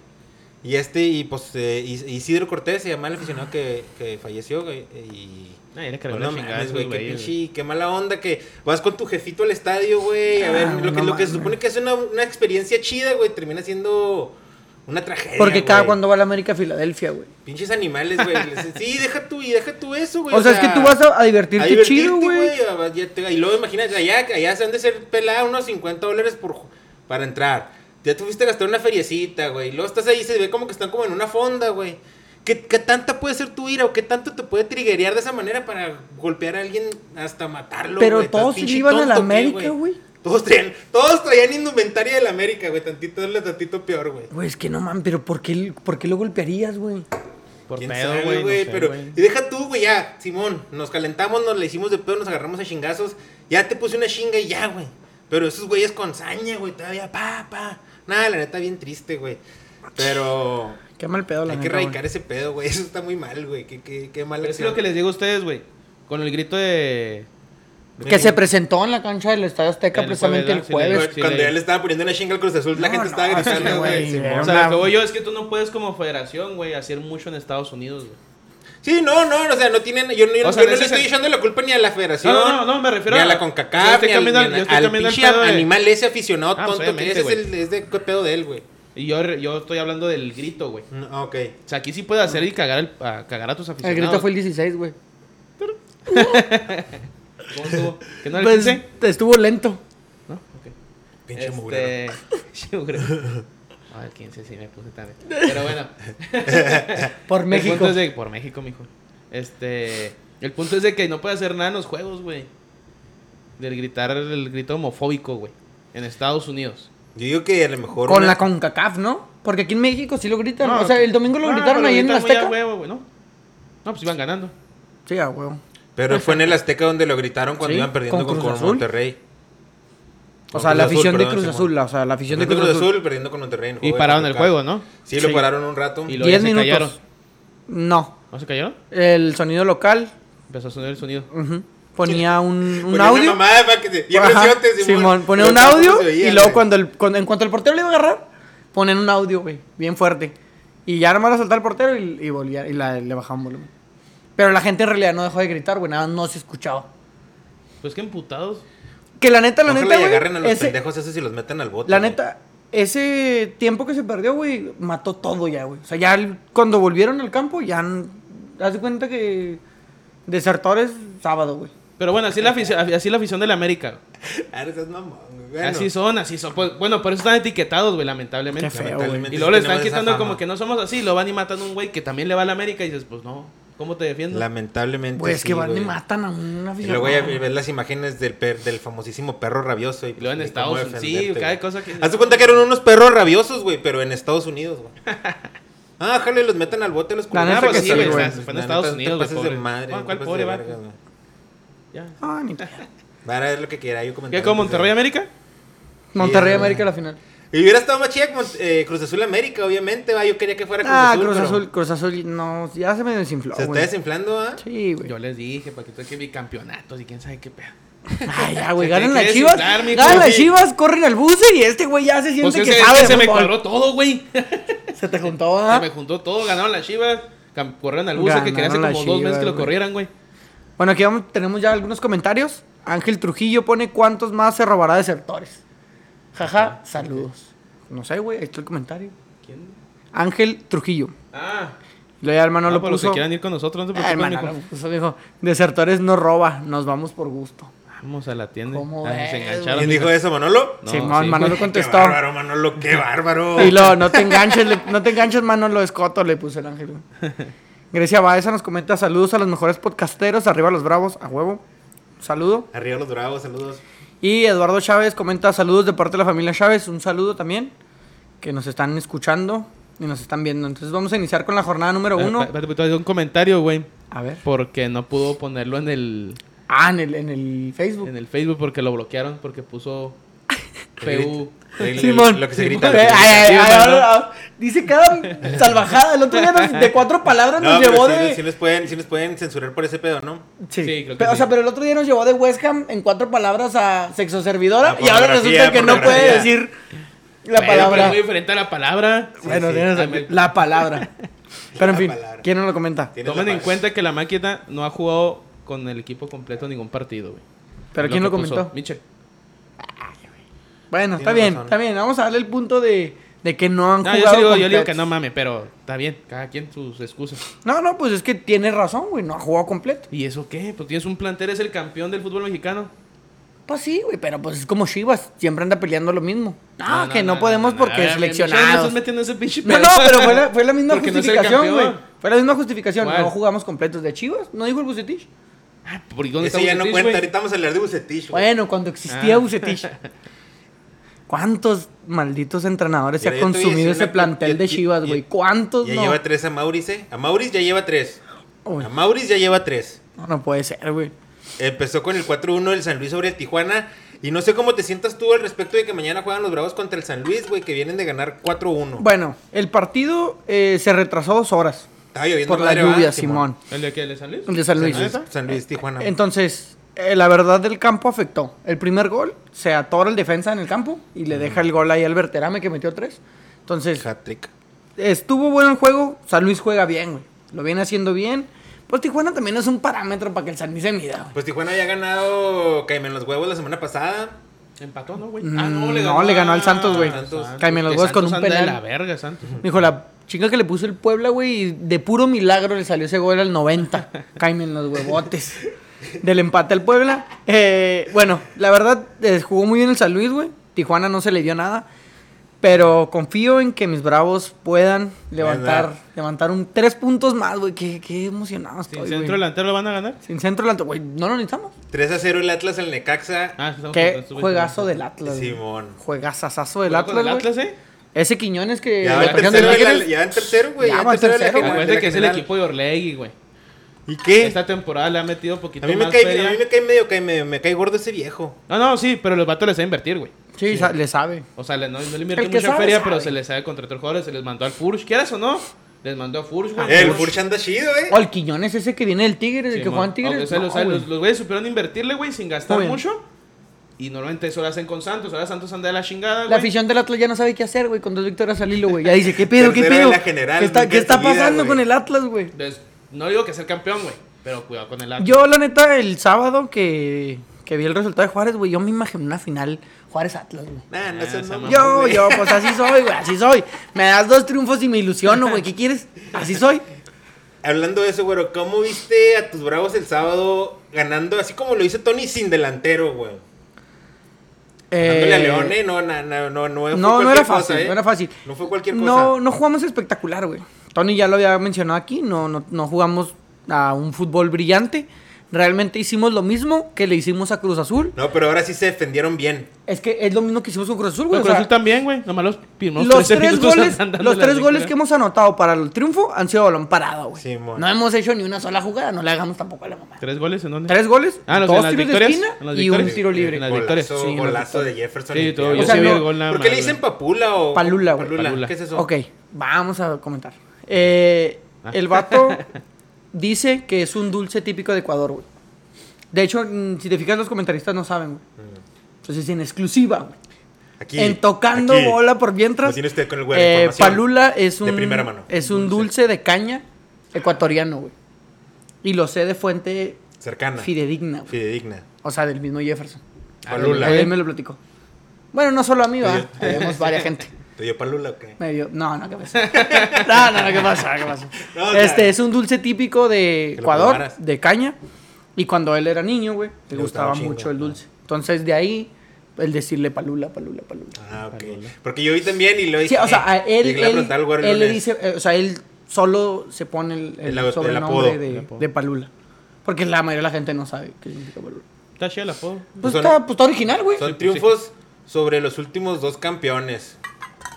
S3: Y este, y pues eh, Is- Isidro Cortés se llama el aficionado que, que falleció, güey. Y.
S2: Ay, Ah, le cargó
S3: Pues
S2: la
S3: No
S2: chingada
S3: mames,
S2: esos
S3: güey, qué
S2: güeyes, güey.
S3: pinche, qué mala onda que vas con tu jefito al estadio, güey. A ver,
S1: Ah,
S3: lo, que,
S1: no
S3: lo que
S1: mames.
S3: se supone que es una, una experiencia chida, güey, termina siendo una tragedia.
S1: Porque cada
S3: güey.
S1: cuando va a la América a Filadelfia, güey.
S3: Pinches animales, güey. les- Sí, deja tú y deja tú eso, güey.
S1: O sea, es que tú vas a, a divertirte, chido, güey.
S3: a- ya te- Y luego imagínate, allá, allá se han de ser pelada unos 50 dólares por, ju- para entrar. Ya tuviste que gastar una feriecita, güey. Y Luego estás ahí, se ve como que están como en una fonda, güey. ¿Qué, qué tanta puede ser tu ira o qué tanto te puede triguerear de esa manera para golpear a alguien hasta matarlo?
S1: Pero
S3: güey? ¿Estás
S1: todos sí
S3: pinche
S1: iban a la
S3: tonto o qué,
S1: América, güey.
S3: Todos traían, todos traían indumentaria de la América, güey. Tantito, tantito peor, güey.
S1: Güey, es que no mames, pero ¿por qué, por qué lo golpearías, güey?
S2: Por
S3: ¿Quién
S2: pedo,
S3: sabe,
S2: güey. no sé,
S3: pero,
S2: güey.
S3: y deja tú, güey, ya, Simón, nos calentamos, nos le hicimos de pedo, nos agarramos a chingazos, ya te puse una chinga y ya, güey. Pero esos güeyes con saña, güey, todavía, pa, pa. Nada, la neta, bien triste, güey. Pero
S1: Qué mal pedo, la
S3: hay que
S1: neta, güey.
S3: erradicar ese pedo, güey, eso está muy mal, güey, qué, qué, qué mala
S2: Pero es que
S3: acción.
S2: lo que les digo a ustedes, güey. Con el grito de.
S1: Que se presentó en la cancha del Estadio Azteca
S2: El
S1: precisamente
S2: jueves,
S1: el
S2: ¿verdad? Sí,
S1: jueves.
S2: sí,
S3: Cuando
S2: le-
S3: ya le estaba poniendo una chinga al Cruz Azul, la
S1: No,
S3: gente
S1: no,
S3: estaba
S1: es que,
S3: gritando, güey.
S1: güey,
S3: Simón.
S1: era
S2: O sea, lo
S1: una-
S2: que voy yo es que tú no puedes como federación, güey, hacer mucho en Estados Unidos, güey.
S3: Sí, no, no, o sea, no tienen, yo, no- yo
S2: O sea,
S3: no le
S2: ese-
S3: estoy echando la culpa ni a la federación.
S2: No, no, no, no, me refiero
S3: ni a
S2: a-
S3: la
S2: yo
S3: CONCACAF,
S2: estoy
S3: ni al,
S2: cambiando-
S3: ni
S2: yo
S3: al-
S2: estoy
S3: al
S2: cambiando el
S3: pinche
S2: pedo de-
S3: animal ese aficionado
S2: Ah, pues,
S3: tonto que ese
S2: obviamente,
S3: es el
S2: güey.
S3: es de qué pedo de él, güey.
S2: Y yo, yo estoy hablando del grito, güey.
S3: Mm, Ok.
S2: O sea, aquí sí puedes hacer y cagar, el- a, cagar a tus
S1: El
S2: aficionados.
S1: grito fue el 16, güey.
S2: ¿Cómo estuvo? ¿Que no era el
S1: Pues,
S2: 15?
S1: estuvo lento.
S2: No, ok.
S3: Pinche
S2: Este,
S3: mugrero.
S2: pinche mugrero. Ah, el 15 sí me puse tarde. Pero bueno.
S1: Por
S2: El
S1: México.
S2: punto es de, por México, mijo. Este. El punto es de que no puede hacer nada en los juegos, güey. Del gritar el grito homofóbico, güey. En Estados Unidos.
S3: Yo digo que a lo mejor.
S1: Con
S3: una-
S1: la CONCACAF, ¿no? Porque aquí en México sí lo gritan.
S2: No,
S1: o sea, el domingo lo
S2: no,
S1: gritaron
S2: Ah, pero
S1: ahí en la
S2: gritan muy a
S1: Azteca.
S2: huevo, güey, ¿no? no, pues iban ganando.
S1: Sí, a huevo.
S3: Pero fue en el Azteca donde lo gritaron cuando
S1: Sí,
S3: iban perdiendo
S1: con
S3: con,
S1: Cruz
S3: con
S1: Azul.
S3: Monterrey.
S1: O
S3: Con
S1: sea,
S3: Cruz
S1: la
S3: Azul,
S1: afición de
S3: perdón,
S1: Cruz
S3: Simón.
S1: Azul. O sea, la afición de
S3: Perdiendo
S1: Cruz Azul.
S3: perdiendo con Monterrey. en
S2: Y
S3: juego de
S2: pararon el
S3: CONCACAF.
S2: juego, ¿no?
S3: Sí, lo
S1: Sí.
S3: pararon un rato.
S2: Y luego ya
S1: Diez
S2: se callaron.
S1: minutos. No.
S2: ¿No se cayeron?
S1: El sonido local
S2: Empezó a sonar el sonido.
S1: ujú, ponía un, un
S3: Ponía
S1: audio.
S3: Una mamada para que se- bien
S1: Ajá,
S3: reciente, Simón.
S1: Simón, pone
S3: Pero
S1: un
S3: tampoco
S1: audio
S3: se veía,
S1: y luego
S3: güey.
S1: cuando el, cuando- en cuanto el portero le iba a agarrar, ponen un audio, güey, bien fuerte. Y ya nomás la soltó el portero y, y volvía, y la- le bajaban volumen. Pero la gente en realidad no dejó de gritar, güey, nada, no se escuchaba.
S2: Pues que emputados.
S1: Que la neta, la
S3: Ojalá
S1: neta,
S3: y
S1: güey,
S3: agarren a los
S1: ese-
S3: pendejos esos y los metan al bote.
S1: la
S3: güey.
S1: neta, ese tiempo que se perdió, güey, mató todo ya, güey. O sea, ya el- cuando volvieron al campo, ya, n- haz de cuenta que desertores sábado, güey.
S2: Pero bueno, así la afición, así la afición del América.
S3: Ah, no seas mamón, güey. Bueno,
S2: Así son, así son. Pues, bueno, por eso están etiquetados, güey, lamentablemente.
S1: Qué feo,
S3: lamentablemente
S2: Y luego le están
S3: tenemos esa
S2: quitando
S3: fama.
S2: como que no somos así, lo van y matan a un güey que también le va a la América y dices, pues no, ¿cómo te defiendo?
S3: Lamentablemente.
S1: Güey, es
S3: sí,
S1: que van y
S3: güey.
S1: matan a un
S3: Y
S1: aficionado.
S3: luego ya ves las imágenes del, per- del famosísimo perro rabioso. Y,
S2: luego en
S3: pues,
S2: Estados
S3: cómo
S2: Unidos, sí,
S3: defenderte,
S2: cada
S3: güey.
S2: cosa que-
S3: Haz de cuenta que eran unos perros rabiosos, güey, pero en Estados Unidos, güey. Ah, jale, los meten al bote los
S1: La neta
S3: culeros,
S1: que sí, güey,
S2: fue
S3: La
S2: en
S3: neta,
S2: Estados
S3: no te
S2: Unidos, güey,
S3: pases de
S2: pobre.
S3: madre,
S2: Ah,
S3: no
S2: ¿cuál
S3: te pases
S2: pobre,
S3: de
S2: va?
S3: verga, güey.
S2: Ya.
S1: Ay, Ah, ni pe-
S3: Vara es lo que quiera, yo comentaba
S2: ¿Qué con
S3: antes de-
S2: Monterrey América?
S1: Monterrey
S3: Sí,
S1: América
S3: güey.
S1: la final.
S3: Y hubiera estado más chida con, eh, Cruz Azul América, obviamente, va. Yo quería que fuera Cruz
S1: Ah,
S3: Azul.
S1: Cruz
S3: pero
S1: Azul, Cruz Azul, no, ya se me desinfló,
S3: Se está
S1: güey.
S3: desinflando, ¿ah?
S1: Sí,
S2: Yo
S1: güey.
S2: les dije, para que toque bicampeonatos y quién sabe qué pedo.
S1: Ay, ya, güey,
S2: Se te
S1: ganan las
S2: quiere
S1: chivas,
S2: desinflar, mijo.
S1: ganan las
S2: Sí.
S1: chivas, corren al buce y este güey ya se siente
S2: Pues es
S1: que
S2: que
S1: sabe
S2: es que se me
S1: fútbol.
S2: cuadró todo, güey.
S1: Se te juntó,
S2: Se
S1: ¿ah?
S2: me juntó todo, ganaron las chivas, cam- corrieron al buce que quería hace
S1: Ganaron
S2: como
S1: las
S2: dos meses
S1: Chivas,
S2: que lo
S1: güey.
S2: corrieran, güey.
S1: Bueno, aquí vamos, tenemos ya algunos comentarios. Ángel Trujillo pone cuántos más se robará desertores. Jaja, saludos. No sé, güey, ahí está el comentario.
S2: Ah, ¿Quién?
S1: Ángel Trujillo.
S2: Ah,
S1: Y luego ya el hermano
S2: no
S1: lo
S2: lo los que
S1: puso.
S2: quieran ir con nosotros, no se
S1: Ah, el
S2: preocupen,
S1: hermano
S2: hijo.
S1: lo puso, dijo, desertores no roba, nos vamos por gusto.
S2: Vamos a la tienda.
S1: ¿Cómo
S2: Ah, se
S1: ves,
S2: engancharon.
S3: ¿Quién
S2: hijo.
S3: dijo eso, Manolo?
S2: No,
S1: Simón,
S2: sí.
S1: Manolo
S3: Qué
S1: contestó.
S3: bárbaro, Manolo, qué bárbaro.
S1: Y luego, no te enganches, le- no te enganches, Manolo Escoto, le puse el ángel. güey. Grecia Baeza nos comenta, saludos a los mejores podcasteros, arriba los bravos, a huevo. Saludo.
S3: Arriba los bravos, saludos.
S1: Y Eduardo Chávez comenta saludos de parte de la familia Chávez, un saludo también, que nos están escuchando y nos están viendo. Entonces vamos a iniciar con la jornada número
S2: Ah,
S1: uno.
S2: espérate, espérate, espérate, Un comentario, güey.
S1: A ver.
S2: Porque no pudo ponerlo en el,
S1: Ah, en el, en el Facebook.
S2: en el Facebook porque lo bloquearon porque puso PU.
S3: El- el-
S1: Simón.
S3: Lo que se
S1: Simón.
S3: grita. lo
S1: Eh,
S3: que se grita.
S1: ay, ay,
S2: Sí,
S1: ay,
S2: mandó.
S1: ahora- dice cada salvajada. El otro día nos- de cuatro palabras
S3: No,
S1: nos
S3: pero
S1: llevó
S3: sí,
S1: de...
S3: sí les pueden, sí les pueden censurar por ese pedo, ¿no?
S1: Sí.
S2: Sí, creo que
S1: Pero, O
S2: sí.
S1: sea, pero el otro día nos llevó de West Ham en cuatro palabras a sexo servidora
S3: Ah,
S1: y ahora
S3: pornografía,
S1: resulta que no puede
S3: pornografía.
S1: decir la
S2: Bueno, pues, Pero
S1: palabra.
S2: es muy diferente a la palabra.
S1: bueno,
S3: sí.
S1: tienes-
S2: Ah, me-
S1: la palabra. Pero en
S3: La
S1: fin,
S3: palabra.
S1: ¿quién nos lo comenta?
S3: Tienes
S2: Tomen
S3: la
S2: en
S3: paz.
S2: cuenta que la máquina no ha jugado con el equipo completo ningún partido, güey.
S1: ¿Pero quién lo
S2: que puso
S1: comentó?
S2: Michel.
S1: Bueno, está
S3: Tienes
S1: bien,
S3: razón.
S1: está bien. Vamos a darle el punto de, de que no han
S2: No, yo,
S1: jugado.
S2: sí digo, yo digo
S1: completos.
S2: que no mame, pero está bien. Cada quien sus excusas.
S1: No, no, pues es que tiene razón, güey. No ha jugado completo.
S2: ¿Y eso qué? Pues tienes un plantel, es el campeón del fútbol mexicano.
S1: Pues sí, güey, pero pues es como Chivas. Siempre anda peleando lo mismo. No,
S2: No, no,
S1: que no,
S2: no,
S1: podemos
S2: no, no,
S1: porque
S2: no, no,
S1: es
S2: no, Michel, no
S1: seleccionados.
S2: estás metiendo ese pinche
S1: No,
S2: pedo.
S1: no, pero fue la, fue la misma
S2: Porque no es el
S1: justificación, güey.
S2: campeón.
S1: fue la misma justificación.
S2: ¿Cuál?
S1: No jugamos completos de Chivas. No dijo el Bucetich.
S2: Ah, ¿por dónde
S3: Ese
S2: está
S3: ya no
S2: Bucetich,
S3: cuenta,
S2: güey?
S3: ahorita vamos a hablar de Bucetich. güey.
S1: Bueno, cuando existía
S2: Ah.
S1: Bucetich. ¿Cuántos malditos entrenadores se ha
S3: Mira, yo te voy a
S1: consumido
S3: decir
S1: ese
S3: una-
S1: plantel
S3: yo-
S1: de
S3: yo-
S1: Chivas,
S3: yo-
S1: güey? ¿Cuántos
S3: Ya
S1: no?
S3: lleva tres a Maurice. A Maurice ya lleva tres.
S1: Uy,
S3: A Maurice ya lleva tres.
S1: no, no puede ser, güey.
S3: Empezó con el 4-1 del San Luis sobre el Tijuana. Y no sé cómo te sientas tú al respecto de que mañana juegan los Bravos contra el San Luis, güey, que vienen de ganar 4-1.
S1: Bueno, el partido eh, se retrasó dos horas
S3: Estaba lloviendo
S1: por la
S3: madre, ¿va,
S1: lluvia, Simón.
S2: ¿El de qué? ¿El de San Luis?
S1: El de San Luis.
S2: ¿Ah, esa?
S3: San Luis, Tijuana.
S1: Entonces, eh, la verdad del campo afectó. El primer gol se atora el defensa en el campo y le deja el gol ahí al Berterame que metió tres. Entonces,
S3: Hat-trick.
S1: estuvo bueno el juego. San Luis juega bien, güey. Lo viene haciendo bien. Pues Tijuana también es un parámetro para que el San Luis se mida, güey.
S3: Pues Tijuana ya ha ganado Caimen los Huevos la semana pasada.
S2: Empató, ¿no, güey?
S1: Mm, no, le ganó al Santos, güey. Cáeme los
S2: Que
S1: huevos con un
S2: Santos anda de
S1: penal.
S2: la verga, Santos.
S1: Dijo, la chinga que le puso el Puebla, güey, y de puro milagro le salió ese gol al 90. Caen en los huevotes. Del empate al Puebla. Eh, bueno, la verdad, eh, jugó muy bien el San Luis, güey. Tijuana no se le dio nada. Pero confío en que mis bravos puedan levantar,
S3: ¿Verdad?
S1: levantar un tres puntos más, güey. Qué, qué emocionado estoy,
S2: Sin
S1: güey.
S2: centro delantero lo van a ganar.
S1: Sin centro delante, güey. No lo necesitamos.
S3: 3 a 0 el Atlas al Necaxa.
S2: Ah, estamos con
S1: Qué
S2: estos, güey.
S1: juegazo del Atlas. güey.
S3: Simón.
S1: Juegazazazo del
S2: Juega
S1: Atlas,
S2: con el
S1: güey.
S2: Atlas, ¿eh?
S1: Ese Quiñones que...
S3: Ya
S1: lo
S3: va en
S1: trajeron
S3: tercero,
S1: del
S3: el-
S1: Tigres.
S3: ya va en tercero, güey.
S1: Ya va
S3: Ya en
S1: en
S3: tercero, de la
S1: tercero,
S3: general-
S2: Acuérdate que es
S3: de
S2: el
S3: la
S2: equipo de Orlegui, güey.
S3: general. ¿Y qué?
S2: Esta temporada le ha metido poquito
S3: A mí, me
S2: más
S3: cae,
S2: feria.
S3: a mí me cae medio, cae medio- me cae gordo ese viejo.
S2: No, no, sí, pero los vatos les sabe invertir, güey.
S1: Sí, sa- le sabe.
S2: O sea, le- no, no le invirtió
S1: El que
S2: mucha
S1: sabe,
S2: feria,
S1: sabe.
S2: pero se les sabe contratar jugadores. Se les mandó al Furch, quieras o no. Les mandó a Furch, güey.
S3: El Furch anda chido, eh.
S1: O al Oh, Quiñones ese que viene del Tigre, el que
S2: Simón.
S1: juega en
S2: Aunque
S1: Tigres.
S2: sea,
S1: no,
S2: los, los-
S1: güey.
S2: los güeyes supieron invertirle, güey, sin gastar
S1: Muy bien.
S2: mucho. Y normalmente eso lo hacen con Santos. Ahora Santos anda de la chingada, güey.
S1: la afición del Atlas ya no sabe qué hacer, güey, con dos victorias al hilo, güey. Ya dice, ¿qué pedo, qué
S3: Tercero
S1: pedo?
S3: de la general,
S1: ¿Qué está,
S3: nunca
S1: qué
S3: en
S1: está
S3: su vida,
S1: pasando
S3: güey.
S1: con el Atlas, güey?
S2: Entonces, no digo que ser campeón, güey. Pero cuidado con el Atlas.
S1: Yo, la neta, el sábado que, que vi el resultado de Juárez, güey, yo me imaginé una final Juárez-Atlas, güey.
S3: Nah, no
S2: Ah,
S3: seas
S2: esa
S3: mamón,
S1: Yo,
S3: güey.
S1: yo, pues así soy, güey, así soy. Me das dos triunfos y me ilusiono, güey, ¿qué quieres? Así soy.
S3: Hablando de eso, güero, ¿cómo viste a tus bravos el sábado ganando así como lo hizo Tony sin delantero, güey? Dándole a León, eh. No, na- na- no, no, fue
S1: No, no
S3: cualquier
S1: era fácil,
S3: cosa, eh.
S1: no era fácil.
S3: No fue cualquier cosa.
S1: No, no jugamos espectacular, güey. Tony ya lo había mencionado aquí, no, no, no jugamos a un fútbol brillante. Realmente hicimos lo mismo que le hicimos a Cruz Azul.
S3: No, pero ahora sí se defendieron bien.
S1: Es que es lo mismo que hicimos con Cruz Azul, güey. o
S2: Pero Cruz
S1: sea,
S2: Azul también, güey. Nomás los primeros
S1: los
S2: 13
S1: tres
S2: minutos
S1: goles,
S2: andan dando
S1: los
S2: la
S1: tres goles
S2: victoria.
S1: que hemos anotado para el triunfo han sido balón parado, güey.
S3: Sí, mon.
S1: no hemos hecho ni una sola jugada, no le hagamos tampoco a la mamá.
S2: ¿Tres goles en dónde?
S1: Tres goles,
S2: Ah, los- en
S1: dos
S2: las
S1: tiros de
S2: victorias,
S1: esquina
S2: en las
S1: y un
S2: victorias.
S1: tiro libre.
S2: En las victorias.
S3: Golazo,
S1: Sí, en las
S3: golazo
S1: victorias.
S3: de Jefferson.
S2: Sí,
S3: y
S2: todo.
S3: Thiago.
S2: Yo
S1: O sea,
S2: sí vi
S1: no-
S2: el gol nada
S3: ¿Por qué le
S2: más,
S3: dicen
S2: güey.
S3: Papula o...?
S1: Palula, güey.
S3: Palula.
S2: Palula.
S3: ¿Qué es eso? Ah.
S1: Ok, vamos a comentar. Eh, El vato dice que es un dulce típico de Ecuador, güey. De hecho, mm, si te fijas, los comentaristas no saben, güey. Entonces, en exclusiva, güey.
S3: Mm. Aquí,
S1: en tocando
S3: aquí.
S1: bola por mientras.
S3: Lo tiene usted con el güey, la
S1: eh,
S3: información.
S1: Palula es
S3: De
S1: un,
S3: primera mano.
S1: es un dulce de caña ecuatoriano, güey. Y lo sé de fuente
S3: Cercana.
S1: fidedigna, güey.
S3: Fidedigna.
S1: O sea, del mismo Jefferson.
S2: Ah,
S3: Palula.
S1: Él me lo platicó. Bueno, no solo a mí, va.
S3: Oye,
S1: Habíamos varias gente.
S3: ¿Te dio palula o qué?
S1: Me dio- No, no, ¿qué pasa? No, no, no, ¿qué pasa? ¿Qué pasa?
S3: No, o sea,
S1: este es un dulce típico de
S3: lo
S1: Ecuador,
S3: probaras.
S1: de caña. Y cuando él era niño, güey, le
S3: Le
S1: gustaba,
S3: gustaba un chingo,
S1: mucho el
S3: ah.
S1: dulce. Entonces, de ahí, el decirle palula, palula, palula.
S3: Ah, ok. Porque yo vi también y lo
S1: Sí,
S3: dije.
S1: o sea, a
S3: eh,
S1: él,
S3: llegué a
S1: él,
S3: preguntar al güero el
S1: él le
S3: lunes.
S1: dice, eh, o sea, él solo se pone el, el
S3: El ag- el
S1: sobrenombre
S3: apodo.
S1: de,
S2: El apodo.
S1: de palula. Porque la mayoría de la gente no sabe qué significa palula.
S2: Está chida el apodo.
S1: Pues,
S3: son-
S1: está, pues está original, güey.
S3: Son
S2: Sí, pues, sí.
S3: triunfos sobre los últimos dos campeones.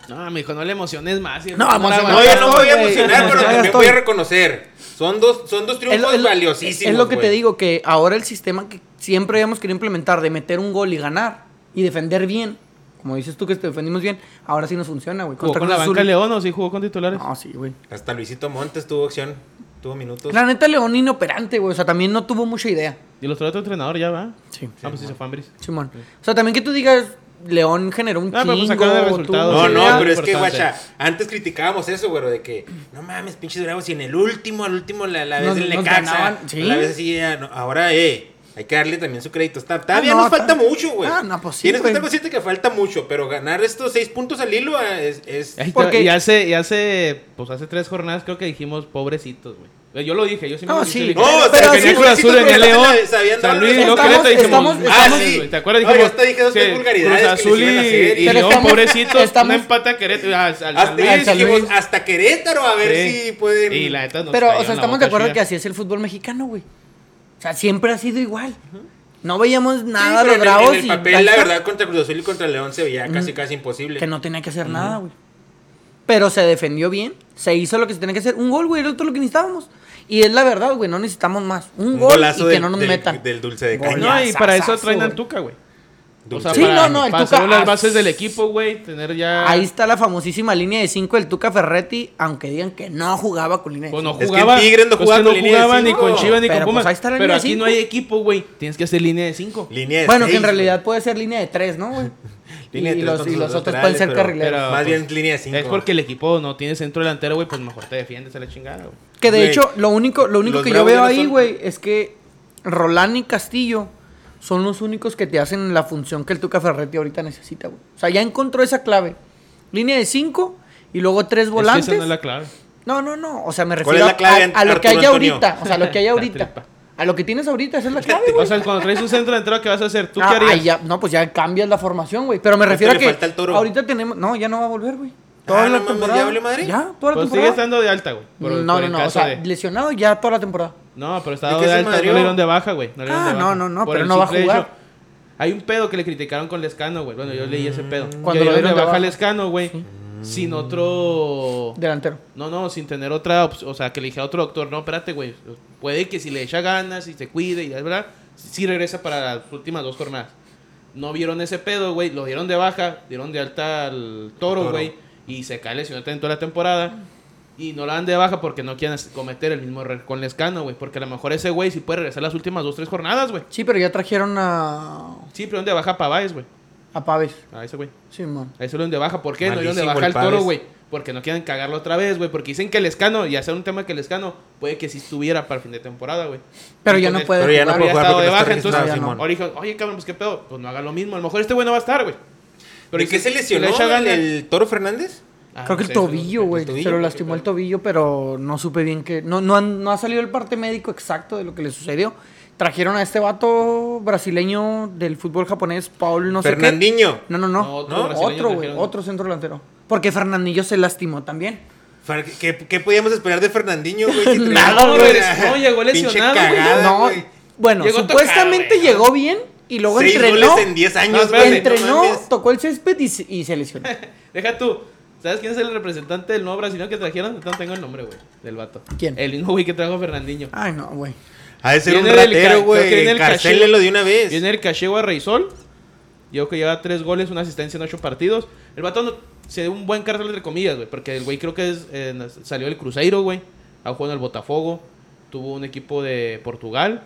S2: No, mijo, no le emociones más.
S1: No, emocionado.
S3: No, yo no me voy a
S1: Güey,
S3: emocionar,
S1: no,
S3: pero
S1: ya
S3: también
S1: estoy.
S3: voy a reconocer. Son dos, son dos triunfos valiosísimos.
S1: es lo que te
S3: güey.
S1: digo, que ahora el sistema que siempre habíamos querido implementar de meter un gol y ganar y defender bien, como dices tú que te defendimos bien, ahora sí nos funciona, güey.
S2: ¿Jugó
S1: Contra
S2: con la
S1: Cruz
S2: banca
S1: Azul-
S2: León o sí jugó con titulares?
S1: No, sí, güey.
S3: Hasta Luisito Montes tuvo acción, tuvo minutos.
S1: La neta, León inoperante, güey. O sea, también no tuvo mucha idea.
S2: Y los trae otro entrenador ya, ¿va?
S1: Sí.
S2: ah, pues sí se fue Ambris.
S1: Simón. O sea, también que tú digas, León generó un
S2: Ah, pero pues
S1: chingo,
S2: sacaron el
S1: tuvo
S2: resultado.
S3: No,
S1: mucha
S3: no,
S1: idea.
S3: pero es que,
S2: Importante.
S3: guacha, antes criticábamos eso, güero, de que, no mames, pinches bravos, y en el último, al último, la, la vez
S1: Nos-
S3: del
S1: nos
S3: Necaxa,
S1: ganaban, sí.
S3: la vez así, ya, no, ahora, eh, hay que darle también su crédito. Está, todavía
S1: Ah, no,
S3: nos falta
S1: está-
S3: mucho, güey.
S1: Ah, no, pues sí,
S3: Tienes
S1: güey.
S3: que estar consciente que falta mucho, pero ganar estos seis puntos al hilo ah, es... es-
S2: Ahí está,
S1: Porque-
S2: Y hace, y hace, pues hace tres jornadas creo que dijimos, pobrecitos, güey. Eh, Yo lo dije, yo sí me
S1: No,
S2: lo
S1: sí.
S2: dije.
S1: No,
S2: Pero
S1: pero sí,
S2: venía Cruz
S3: pobrecitos,
S2: Azul, venía
S3: pero
S2: León,
S3: sabían- sabían
S2: San
S3: dar
S2: Luis,
S3: los
S2: lo
S1: resultados.
S2: Querétaro, y
S1: Estamos-
S2: dijimos, ah,
S3: estamos-
S2: sí, güey, ¿te acuerdas?
S3: No, yo
S2: Dijimos,
S3: hasta dije dos,
S2: que
S3: tres vulgaridades
S2: Cruz
S3: que les
S2: Azul
S3: iban a
S2: y,
S3: hacer.
S2: y
S1: Pero
S2: León,
S1: estamos-
S2: pobrecitos,
S1: estamos-
S2: una empata a Querétaro, a- al San
S3: Hasta,
S2: Luis,
S1: al San
S3: dijimos,
S1: Luis.
S3: hasta Querétaro, a ver
S2: sí.
S3: si pueden...
S2: Y la neta nos
S1: Pero, o
S2: cayeron
S1: sea,
S2: la
S1: estamos de
S2: boca
S1: acuerdo
S2: chida.
S1: que así es el fútbol mexicano, güey. O sea, siempre ha sido igual. No veíamos nada de
S3: Sí, pero
S1: los
S3: en el-
S1: bravos
S3: en el
S1: y
S3: papel,
S1: ahí
S3: la
S1: está,
S3: verdad, contra Cruz Azul y contra León se veía casi, casi imposible.
S1: que no tenía que hacer nada, güey. Pero se defendió bien, se hizo lo que se tenía que hacer. Un gol, güey, era todo lo que necesitábamos. Y es la verdad, güey, no necesitamos más. Un,
S3: Un
S1: gol y
S3: golazo
S1: que
S3: del-
S1: no nos
S3: del-
S1: metan.
S3: Del dulce de
S1: Gol.
S3: caña.
S2: No, y para eso
S1: Sasazo,
S2: traen a
S1: güey.
S2: Antuca, güey. O
S3: Dulce
S2: sea,
S1: Sí,
S2: para,
S1: no, no, el
S2: para
S1: Tuca-
S2: hacer las
S1: ah,
S2: bases del equipo, güey, tener ya...
S1: Ahí está la famosísima línea de 5 del Tuca Ferretti, aunque digan que no jugaba con línea de
S2: Pues no
S1: cinco.
S3: Es que en
S2: jugaba.
S3: Tigres no
S2: pues que
S3: jugaba
S2: no
S3: con línea de
S2: jugaba ni
S3: cinco.
S2: con Chivas ni
S1: Pero,
S2: con Pumas.
S1: pues, ahí está la
S2: pero
S1: línea de
S2: aquí no
S1: cinco.
S2: hay equipo, güey. Tienes que hacer línea de 5.
S3: Línea de
S1: Bueno,
S3: seis,
S1: que en realidad
S3: güey.
S1: puede ser línea de 3, ¿no, güey?
S3: Línea de
S1: y
S3: tres
S1: los,
S3: con
S1: y
S3: sus
S1: los otros
S3: laterales,
S1: pueden ser
S3: pero-
S1: carrileros.
S2: pero-
S3: Más bien línea de 5.
S2: Es porque el equipo no tiene centro delantero, güey, pues mejor te defiendes a la chingada, güey.
S1: Que de
S3: Güey,
S1: hecho, lo único, lo único
S3: los
S1: que yo
S3: Bravos ya
S1: veo
S3: no
S1: ahí,
S3: son-
S1: güey, es que Rolán y Castillo son los únicos que te hacen la función que el Tuca Ferretti ahorita necesita, güey. O sea, ya encontró esa clave. Línea de cinco y luego tres volantes.
S2: Es que esa no es la clave.
S1: no, no, no. O sea, me
S3: ¿Cuál
S1: refiero
S3: es la clave,
S1: a, a lo que hay
S3: Arturo Antonio?
S1: ahorita. O sea, a lo que hay
S2: La
S1: ahorita.
S2: tripa.
S1: A lo que tienes ahorita, esa es la clave,
S2: O
S1: güey.
S2: sea, cuando traes un centro delantero, ¿qué vas a hacer? ¿Tú
S1: Ah,
S2: qué harías?
S1: ay, ya- no, pues ya cambias la formación, güey. Pero me
S3: Ahorita
S1: refiero a
S3: le
S1: que
S3: falta el toro.
S1: ahorita tenemos... No, ya no va a volver, güey. Toda
S3: Ah,
S1: la
S3: no mames,
S1: temporada.
S3: ¿ya valió madre?
S1: Ya, toda la
S2: Pues sigue
S1: temporada.
S2: estando de alta, güey. por-
S1: no,
S2: por
S1: no,
S2: el
S1: no. O
S2: caso
S1: sea,
S2: de-
S1: lesionado ya toda la temporada.
S2: No, pero
S3: ¿De
S2: estaba
S3: qué
S2: de
S3: se
S2: alta, no
S3: madrió?
S2: le dieron de baja, güey. No le dieron
S1: Ah,
S2: de baja.
S1: no, no, no,
S2: Por
S1: pero
S2: el
S1: no va a
S2: simple
S1: jugar.
S2: hecho- Hay un pedo que le criticaron con Lescano, güey. Bueno, yo leí ese pedo.
S1: Mm, Cuando
S2: Que
S1: lo
S2: dieron
S1: dieron de
S2: de baja
S1: baja.
S2: a Lescano, güey. Sin otro...
S1: Delantero.
S2: No, no, sin tener otra, op- o sea, que le dije a otro doctor, no, espérate, güey, puede que si le echa ganas y se cuide y verdad, sí regresa para las últimas dos jornadas. No vieron ese pedo, güey, lo dieron de baja, dieron de alta al toro,
S3: Toro.
S2: güey, y se cae lesionado en toda la temporada. Y no la dan de baja porque no quieren as- cometer el mismo error con Lescano, güey, porque a lo mejor ese güey sí puede regresar las últimas dos, tres jornadas, güey.
S1: Sí, pero ya trajeron a.
S2: Sí, pero de baja para Páez, güey,
S1: A Paves.
S2: a ese güey.
S1: Sí, man.
S2: Ahí solo donde baja. ¿Por qué? no
S3: Malísimo
S2: donde baja
S3: el
S2: el toro,
S3: Paves.
S2: güey. Porque no quieren cagarlo otra vez, güey. Porque dicen que el escano, y hacer un tema que el escano, puede que sí estuviera para el fin de temporada, güey.
S1: Pero ya no
S2: Entonces,
S1: puede
S3: pero ya no
S1: jugar.
S2: Había
S3: puede jugar
S2: estado
S3: porque
S2: de
S3: no está
S2: baja, entonces.
S1: registrado,
S3: Simón.
S2: Ahora dijeron, oye, cabrón, pues qué pedo. Pues no haga lo mismo. A lo mejor este güey no va a estar, güey.
S3: ¿Pero
S2: si-
S3: qué se
S2: si le
S3: lesionó
S2: echa
S3: el,
S2: ganas-
S3: el Toro Fernández?
S2: Ah,
S1: Creo que el
S2: no sé,
S1: tobillo,
S2: no sé.
S1: güey.
S3: tobillo,
S1: Se lo
S3: porque
S1: lastimó el
S3: creo-
S1: tobillo, pero no supe bien que. No, no, han- no ha salido el parte médico exacto de lo que le sucedió. Trajeron a este vato brasileño del fútbol japonés, Paul, no sé qué.
S3: Fernandinho.
S1: No, no, no.
S2: No, otro
S1: No,
S2: brasileño
S1: otro, güey.
S2: trajeron.
S1: Otro centro delantero. Porque Fernandillo se lastimó también.
S3: Fer- ¿Qué, qué podíamos esperar de Fernandinho, güey? Si traía-
S1: Nada, güey.
S2: No, llegó
S3: Pinche
S2: lesionado, güey.
S3: cagada,
S1: no,
S3: Ah, güey.
S1: bueno,
S2: Llegó tocado,
S1: supuestamente
S2: güey.
S1: llegó bien y luego
S3: Seis
S1: entrenó.
S3: goles en 10
S2: No,
S3: años, güey.
S2: espérate.
S3: no
S1: Entrenó,
S3: mames.
S1: tocó el césped y, se- y se lesionó.
S2: Deja tú. ¿Sabes quién es el representante del nuevo brasileño que trajeron? No tengo el nombre, güey, del vato.
S1: ¿Quién?
S2: El mismo güey que trajo a Fernandinho.
S1: Ay, no, güey.
S3: Ha de ser un
S2: Viene del ca- creo
S3: ratero,
S2: que viene
S3: güey.
S2: del
S3: Encarcélenlo
S2: Cachiva.
S3: de una vez.
S2: Viene el Cachewa Reisol. Yo que lleva tres goles, una asistencia en ocho partidos. El vato no- se dio un buen cartel entre comillas, güey. Porque el güey creo que es, eh, nas- salió del Cruzeiro, güey. Ha jugado en el Botafogo. Tuvo un equipo de Portugal.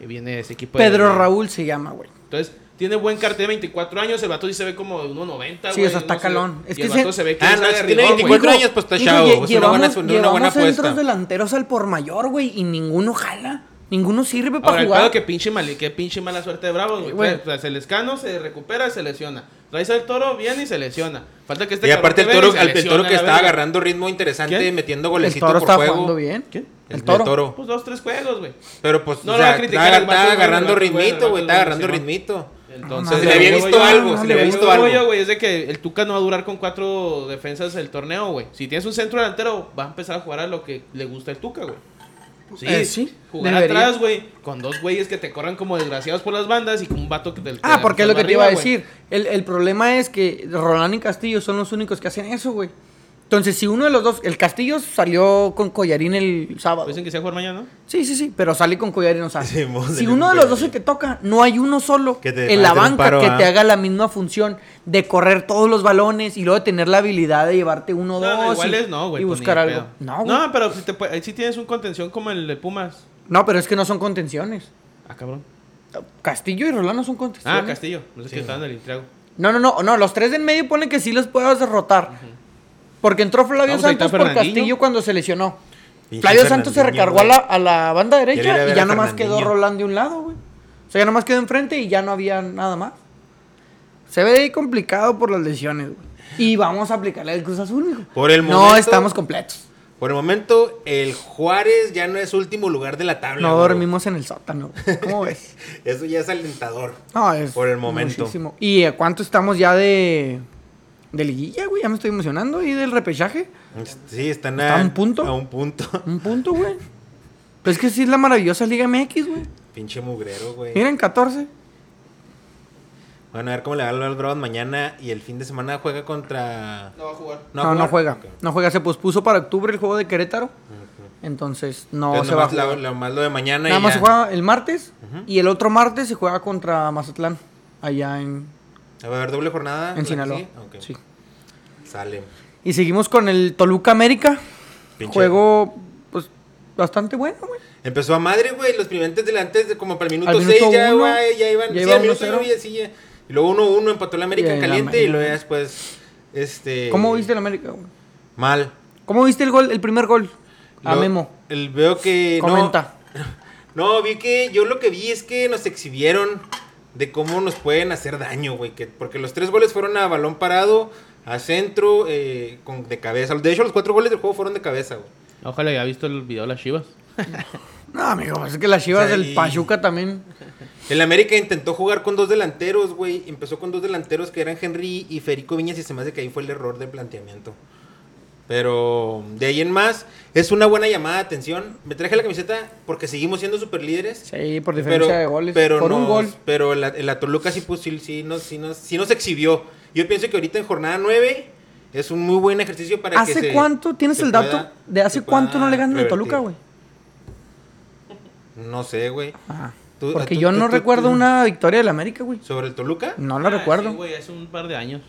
S2: Y viene ese equipo de-
S1: Pedro Raúl se llama, güey.
S2: Entonces, tiene buen cartel, 24 años. El vato sí se ve como de 1.90,
S1: Sí,
S2: güey.
S1: o sea, está
S2: no sé.
S1: calón.
S2: Y
S1: Es que
S2: el vato
S1: se-
S2: se, ve que
S3: Ah,
S2: es
S3: no,
S2: de
S3: si
S2: rigor,
S3: tiene
S2: güey.
S3: 24 años, pues está
S1: Digo,
S3: chavo.
S1: lle-
S3: Es una buena,
S1: llevamos-
S3: una buena
S1: llevamos centros
S3: apuesta.
S1: delanteros al por mayor, güey, y ninguno jala. Ninguno sirve para
S2: Ahora, el
S1: jugar.
S2: pedo que pinche, mal, que pinche mala suerte de Bravos, güey.
S1: güey.
S2: O sea, se les cano, se recupera, se lesiona. Traes al toro, viene y se lesiona. Falta que este
S3: Y aparte el
S2: cabrón que
S3: toro,
S2: venga y
S3: al-
S2: se
S3: el toro
S2: lesiona,
S3: que
S2: la
S3: estaba
S2: verga.
S3: agarrando ritmo interesante,
S2: ¿Quién?
S3: metiendo
S1: el
S3: golecito
S1: toro
S3: por
S1: está jugando
S3: juego.
S1: bien.
S2: ¿Quién?
S1: El toro.
S2: Pues dos, tres juegos, güey.
S3: Pero pues,
S2: No
S3: o
S2: lo
S3: sea,
S2: voy a criticar,
S3: estaba,
S2: el vato
S3: estaba
S2: es bueno,
S3: agarrando
S2: el vato es bueno,
S3: ritmito,
S2: el
S3: güey.
S2: vato
S3: Estaba
S2: es
S3: agarrando
S2: bueno,
S3: ritmito.
S2: Entonces,
S1: Se le había visto algo, se le había
S3: visto
S2: algo.
S3: algo.
S2: güey, es de que el Tuca no va a durar con cuatro defensas el torneo, güey. Si tienes un centro delantero, va a empezar a jugar a lo que le gusta al Tuca, güey. Sí,
S1: Eh, sí,
S2: Jugar
S1: debería.
S2: atrás, güey, con dos güeyes que te corran como desgraciados por las bandas y con un vato que te
S3: Eh,
S1: Ah, porque
S3: pues,
S1: es lo que te iba a
S2: arriba, güey.
S1: decir. El, el problema es que Rolán y Castillo son los únicos que hacen eso, güey. Entonces, si uno de los dos, el Castillo salió con Collarín el sábado.
S2: Dicen que se va a jugar mañana, ¿no?
S1: Sí, sí, sí, pero sale con collarín, o sea,
S3: Sí, mo,
S1: si
S3: salió
S1: uno
S3: con
S1: de los dos
S3: collarín.
S1: se te toca, no hay uno solo
S3: Que te
S1: en
S3: va a
S1: la
S3: hacer un
S1: banca
S3: paro,
S1: que
S3: ¿ah?
S1: te haga la misma función de correr todos los balones y luego de tener la habilidad de llevarte uno o
S2: No, no,
S1: dos
S2: igual
S1: y,
S2: es no, güey.
S1: y
S2: pues, ni
S1: buscar
S2: de
S1: algo.
S2: pedo.
S1: No, güey.
S2: No, pero si, te, pue- ahí sí tienes un contención como el de Pumas.
S1: no, pero es que no son contenciones.
S2: Ah, cabrón.
S1: Castillo y Rolando son
S2: Ah,
S1: contenciones.
S2: Castillo. No sé qué estaban en el intriago.
S1: No, no, no, no, los tres de en medio ponen que sí los puedas derrotar. Porque entró Flavio
S2: Vamos, ahí está
S1: Santos por
S2: Fernandinho.
S1: Castillo cuando se lesionó.
S3: Pinche
S1: Flavio Santos se
S3: Fernandinho,
S1: recargó a la,
S3: güey.
S1: a la banda
S3: Ya le iba a
S1: derecha y
S3: ver
S1: ya
S3: a
S1: nomás quedó
S3: Fernandinho.
S1: Roland de un lado, güey. O sea, ya nomás quedó enfrente y ya no había nada más. Se ve ahí complicado por las lesiones, güey. Y vamos a aplicarle el Cruz Azul, hijo.
S3: Por el
S1: No
S3: momento-
S1: estamos completos.
S3: Por el momento, el Juárez ya no es último lugar de la tabla.
S1: No
S3: güey.
S1: dormimos en el sótano. güey. ¿Cómo ves?
S3: Eso ya es alentador.
S1: No, es
S3: Por el momento.
S1: muchísimo. ¿Y a cuánto estamos ya de, de liguilla, güey? Ya me estoy emocionando. ¿Y del repechaje?
S3: Sí, están
S1: ¿Está a un punto?
S3: A un punto.
S1: Un punto, güey. Pues es que sí es la maravillosa Liga MX, güey.
S3: Pinche mugrero, güey.
S1: Miren, 14.
S3: Bueno, a ver cómo le va a los Bravos mañana y el fin de semana juega contra.
S2: No va a jugar.
S1: No, no, juega.
S3: Ok.
S1: No juega. Se pospuso para octubre el juego de Querétaro. Entonces no
S3: Entonces,
S1: se va a
S3: nomás la-
S1: jugar.
S3: la- más lo de mañana.
S1: Nada
S3: y
S1: más
S3: ya.
S1: se juega el martes y el otro martes se juega contra Mazatlán. Allá en,
S3: Va a haber doble jornada. ¿la
S1: en
S3: que
S1: Sinaloa.
S3: sigue? Ah, Ok.
S1: Sí.
S3: Sale.
S1: Y seguimos con el Toluca América.
S3: Pinche-
S1: Juego pues bastante bueno, güey.
S3: Empezó a madre, güey. Los primeros delantes, de como para el minuto
S1: Al minuto
S3: 6 ya,
S1: uno,
S3: güey, ya iban.
S1: ya
S3: sí,
S1: iba
S3: al minuto
S1: 1-0.
S3: uno ya, sí, ya. Y luego 1-1 empató el
S1: Y
S3: América en
S1: en la
S3: caliente y
S1: mañana.
S3: luego ya después. Este,
S1: ¿Cómo viste el América? güey?
S3: Mal.
S1: ¿Cómo viste el gol, el primer gol? A
S3: Lo-
S1: Memo.
S3: El, veo que. no-
S1: Comenta.
S3: No, vi que yo lo que vi es que nos exhibieron de cómo nos pueden hacer daño, güey. que- Porque los tres goles fueron a balón parado, a centro, eh, con, de cabeza. De hecho, los cuatro goles del juego fueron de cabeza, güey.
S2: Ojalá haya visto el video de las chivas.
S1: No, amigo, pues es que las chivas
S3: O sea,
S1: del
S3: y-
S1: Pachuca también.
S3: El América intentó jugar con dos delanteros, güey. Empezó con dos delanteros que eran Henry y Federico Viñas y se me hace que ahí fue el error del planteamiento. Pero de ahí en más, es una buena llamada de atención. Me traje la camiseta porque seguimos siendo superlíderes.
S1: Sí, por diferencia de goles. por un
S3: nos-
S1: gol.
S3: Pero el, At- el Atoluca sí, pues, sí, sí nos, sí nos- sí nos exhibió. Yo pienso que ahorita en jornada 9 es un muy buen ejercicio para que
S1: ¿Hace
S3: se-
S1: cuánto? ¿Tienes
S3: se
S1: el dato
S3: pueda-
S1: de hace
S3: se pueda
S1: cuánto no le ganan al
S3: revertir.
S1: Toluca, güey?
S3: No sé, güey.
S1: Ajá.
S3: Tú- ah,
S1: Porque
S3: tú-
S1: yo
S3: tú-
S1: no
S3: tú-
S1: recuerdo
S3: tú-
S1: una victoria del América, güey.
S3: ¿Sobre el Toluca?
S1: No la
S2: Ah,
S1: recuerdo.
S2: sí, güey, hace un par de años.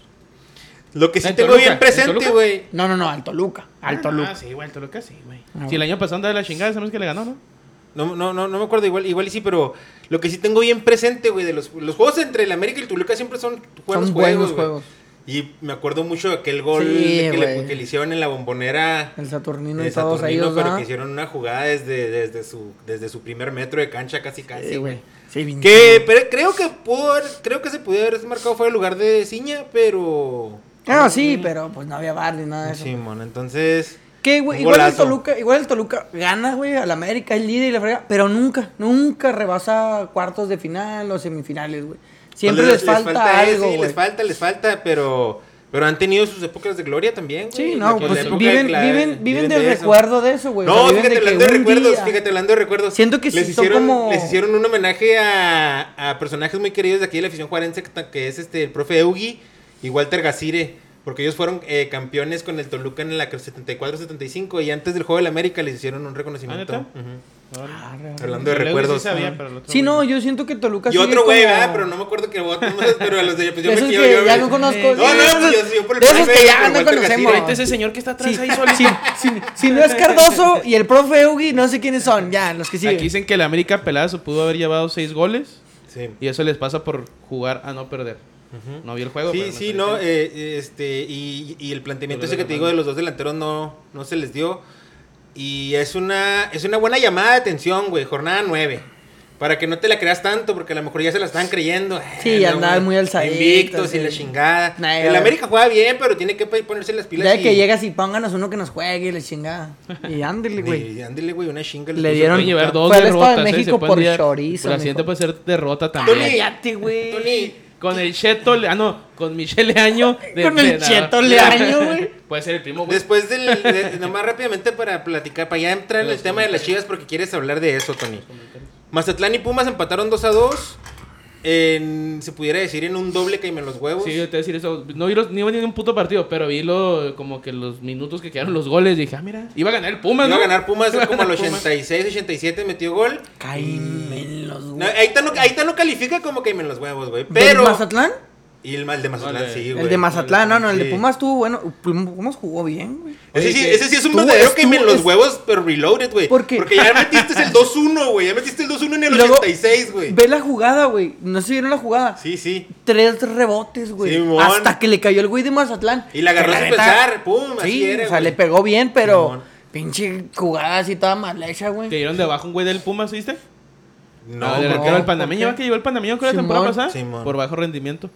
S3: Lo que sí
S2: ¿El
S3: tengo
S2: Toluca?
S3: bien
S2: ¿El
S3: presente,
S2: Toluca?
S3: güey.
S1: no, no, no, al Toluca. Al Toluca.
S2: Ah, sí, güey, el Toluca sí, güey.
S1: Ah,
S2: Si el año pasado andaba de la chingada, sabemos que le ganó, ¿no?
S3: No, no, no, no me acuerdo igual, igual y sí, pero lo que sí tengo bien presente, güey, de los, los juegos entre el América y el Toluca siempre son buenos
S1: Son
S3: juegos.
S1: buenos
S3: güey.
S1: juegos.
S3: Y me acuerdo mucho de aquel gol
S1: Sí,
S3: de que, le,
S1: güey.
S3: que le hicieron en la bombonera.
S1: El Saturnino
S3: de
S1: y todos
S3: Saturnino,
S1: ellos,
S3: pero
S1: ¿verdad?
S3: que hicieron una jugada desde, desde, su, desde su primer metro de cancha casi casi.
S1: Sí, güey. Sí, bien
S3: Que pero creo que pudo haber- creo que se pudiera haber marcado fuera el lugar de Ciña, pero
S1: Ah, sí, pero pues no había bar ni nada de eso.
S3: Simón, entonces
S1: Que, güey,
S3: Un
S1: igual el
S3: golazo.
S1: Toluca, igual el Toluca gana, güey, al América, el líder y la frega, pero nunca, nunca rebasa cuartos de final o semifinales, güey. Siempre
S3: pues,
S1: les, falta,
S3: eso
S1: algo,
S3: y
S1: güey.
S3: les falta, les falta, pero pero han tenido sus épocas de gloria también, güey.
S1: Sí,
S3: La-
S1: no,
S3: la
S1: pues
S3: época
S1: viven,
S3: de la-
S1: viven, viven
S3: de
S1: del
S3: eso.
S1: recuerdo de eso, güey. O
S3: No,
S1: sea, viven
S3: fíjate,
S1: de que
S3: hablando de
S1: un
S3: recuerdos,
S1: día-
S3: fíjate, hablando de recuerdos.
S1: Siento que
S3: les
S1: sí son
S3: hicieron,
S1: como-
S3: Les hicieron un homenaje a, a personajes muy queridos de aquí de la afición juarense, que ta- que es este, el profe Eugi y Walter Gacire, porque ellos fueron eh, campeones con el Toluca en la 74-75 y antes del Juego del América les hicieron un reconocimiento.
S2: ¿Ah, neta?
S3: Ujú.
S1: Ah,
S3: Hablando de
S2: El Lewis
S3: recuerdos.
S2: Sí, sabía, pero el otro
S1: Sí, no,
S2: güey
S1: yo siento que Toluca
S3: y
S1: sigue
S3: otro güey,
S1: como-
S3: ¿verdad? Pero no me acuerdo que voto, pero a los de pues yo
S1: de
S3: me
S1: esos
S3: quiero
S1: que
S3: yo,
S1: ya
S3: güey.
S1: no conozco.
S3: No, no,
S1: de esos-
S3: pues, yo- yo por el
S1: de esos
S3: profe,
S1: que ya
S3: por
S1: no
S3: Walter
S1: conocemos.
S3: Gacire.
S2: Ahorita ese señor que está atrás
S1: Sí,
S2: ahí solito.
S1: sí, sí, si no es Cardoso y el profe Eugi, no sé quiénes son, ya, los que siguen.
S2: Aquí dicen que el América pelada se pudo haber llevado seis goles.
S3: Sí.
S2: Y eso les pasa por jugar a no perder. No vi el juego. pero
S3: Sí,
S2: me
S3: sí,
S2: estoy
S3: no,
S2: diciendo.
S3: eh, este, y, y el planteamiento
S2: Pero
S3: ese que te
S2: de
S3: digo de los dos delanteros no, no se les dio. Y es una, es una buena llamada de atención, güey. Jornada 9. Para que no te la creas tanto, porque a lo mejor ya se la están creyendo.
S1: Sí,
S3: ya
S1: andaban muy alzaditos,
S3: Invictos y
S1: sí.
S3: la chingada.
S1: Nah,
S3: el
S1: ya-
S3: América juega bien, pero tiene que pe- ponerse las pilas.
S1: Ya
S3: y-
S1: que llegas y pónganos uno que nos juegue y le chingada. Y ándele, güey.
S3: Y ándele, güey, una chinga.
S1: Le
S3: puso-
S1: dieron-
S2: Pueden llevar dos
S1: Fue al Estado de
S2: derrotas. ¿eh?
S1: México
S2: Se pueden
S1: por
S2: llevar-
S1: chorizo,
S2: La siguiente
S1: mijo.
S2: puede ser derrota
S3: Tony.
S2: también.
S1: Cállate,
S3: Tony,
S1: güey.
S2: Con el Cheto, Le- ah, no, con Michelle Leaño. de
S1: Con el
S2: entrenador.
S1: Cheto Leaño, güey.
S3: Mm.
S2: Puede ser el primo, güey.
S3: Después del. de- nomás rápidamente para platicar, para ya entrar en el tema de las chivas, porque quieres hablar de eso, Tony. Mazatlán y Pumas empataron 2 a 2. En, se pudiera decir en un doble que me los huevos.
S2: Sí, yo te voy a decir eso. No vi los, ni iba ni un puto partido, pero vi lo, como que los minutos que quedaron los goles. Dije, ah, mira, iba a ganar el Pumas,
S3: Iba
S2: ¿no?
S3: a ganar Pumas
S2: Iba a
S3: como al
S2: ganar Pumas.
S3: 86, 87, metió gol.
S1: Cálmenlos,
S3: No,
S1: güey.
S3: ahí está no, ahí está no califica como que me los huevos, güey.
S1: ¿Del
S3: Pero.
S1: Mazatlán?
S3: Y el mal de Mazatlán,
S2: Vale.
S3: sí,
S2: El
S3: güey.
S1: El de Mazatlán, no, no, el de
S3: Sí.
S1: Pumas estuvo bueno. Pumas jugó bien, güey.
S3: Ese sí,
S2: Oye,
S3: ese sí es un
S1: estuvo-
S3: verdadero que me
S1: estuvo-
S3: los
S1: es-
S3: huevos, pero reloaded, güey.
S1: ¿Por qué?
S3: Porque ya metiste el 2-1, güey. Ya metiste el 2-1 en el
S1: Y luego,
S3: 86, güey.
S1: Ve la jugada, güey. No se vieron la jugada.
S3: Sí, sí.
S1: Tres rebotes, güey.
S3: Simón.
S1: Hasta que le cayó el güey de Mazatlán.
S3: Y la agarró
S1: Que
S3: sin
S1: neta-
S3: pensar. Pum, así
S1: Sí,
S3: era,
S1: o sea,
S3: güey.
S1: le pegó bien, pero
S3: Simón.
S1: pinche jugada así toda mal hecha,
S2: Que
S1: güey.
S2: dieron de abajo un güey del Pumas, ¿viste?
S3: No,
S2: Ah,
S1: no,
S3: güey.
S2: del arquero del
S1: ¿por
S2: panameño,
S1: qué?
S2: que llegó el panameño que la temporada
S1: Simón.
S2: pasada
S3: Simón.
S2: por bajo rendimiento.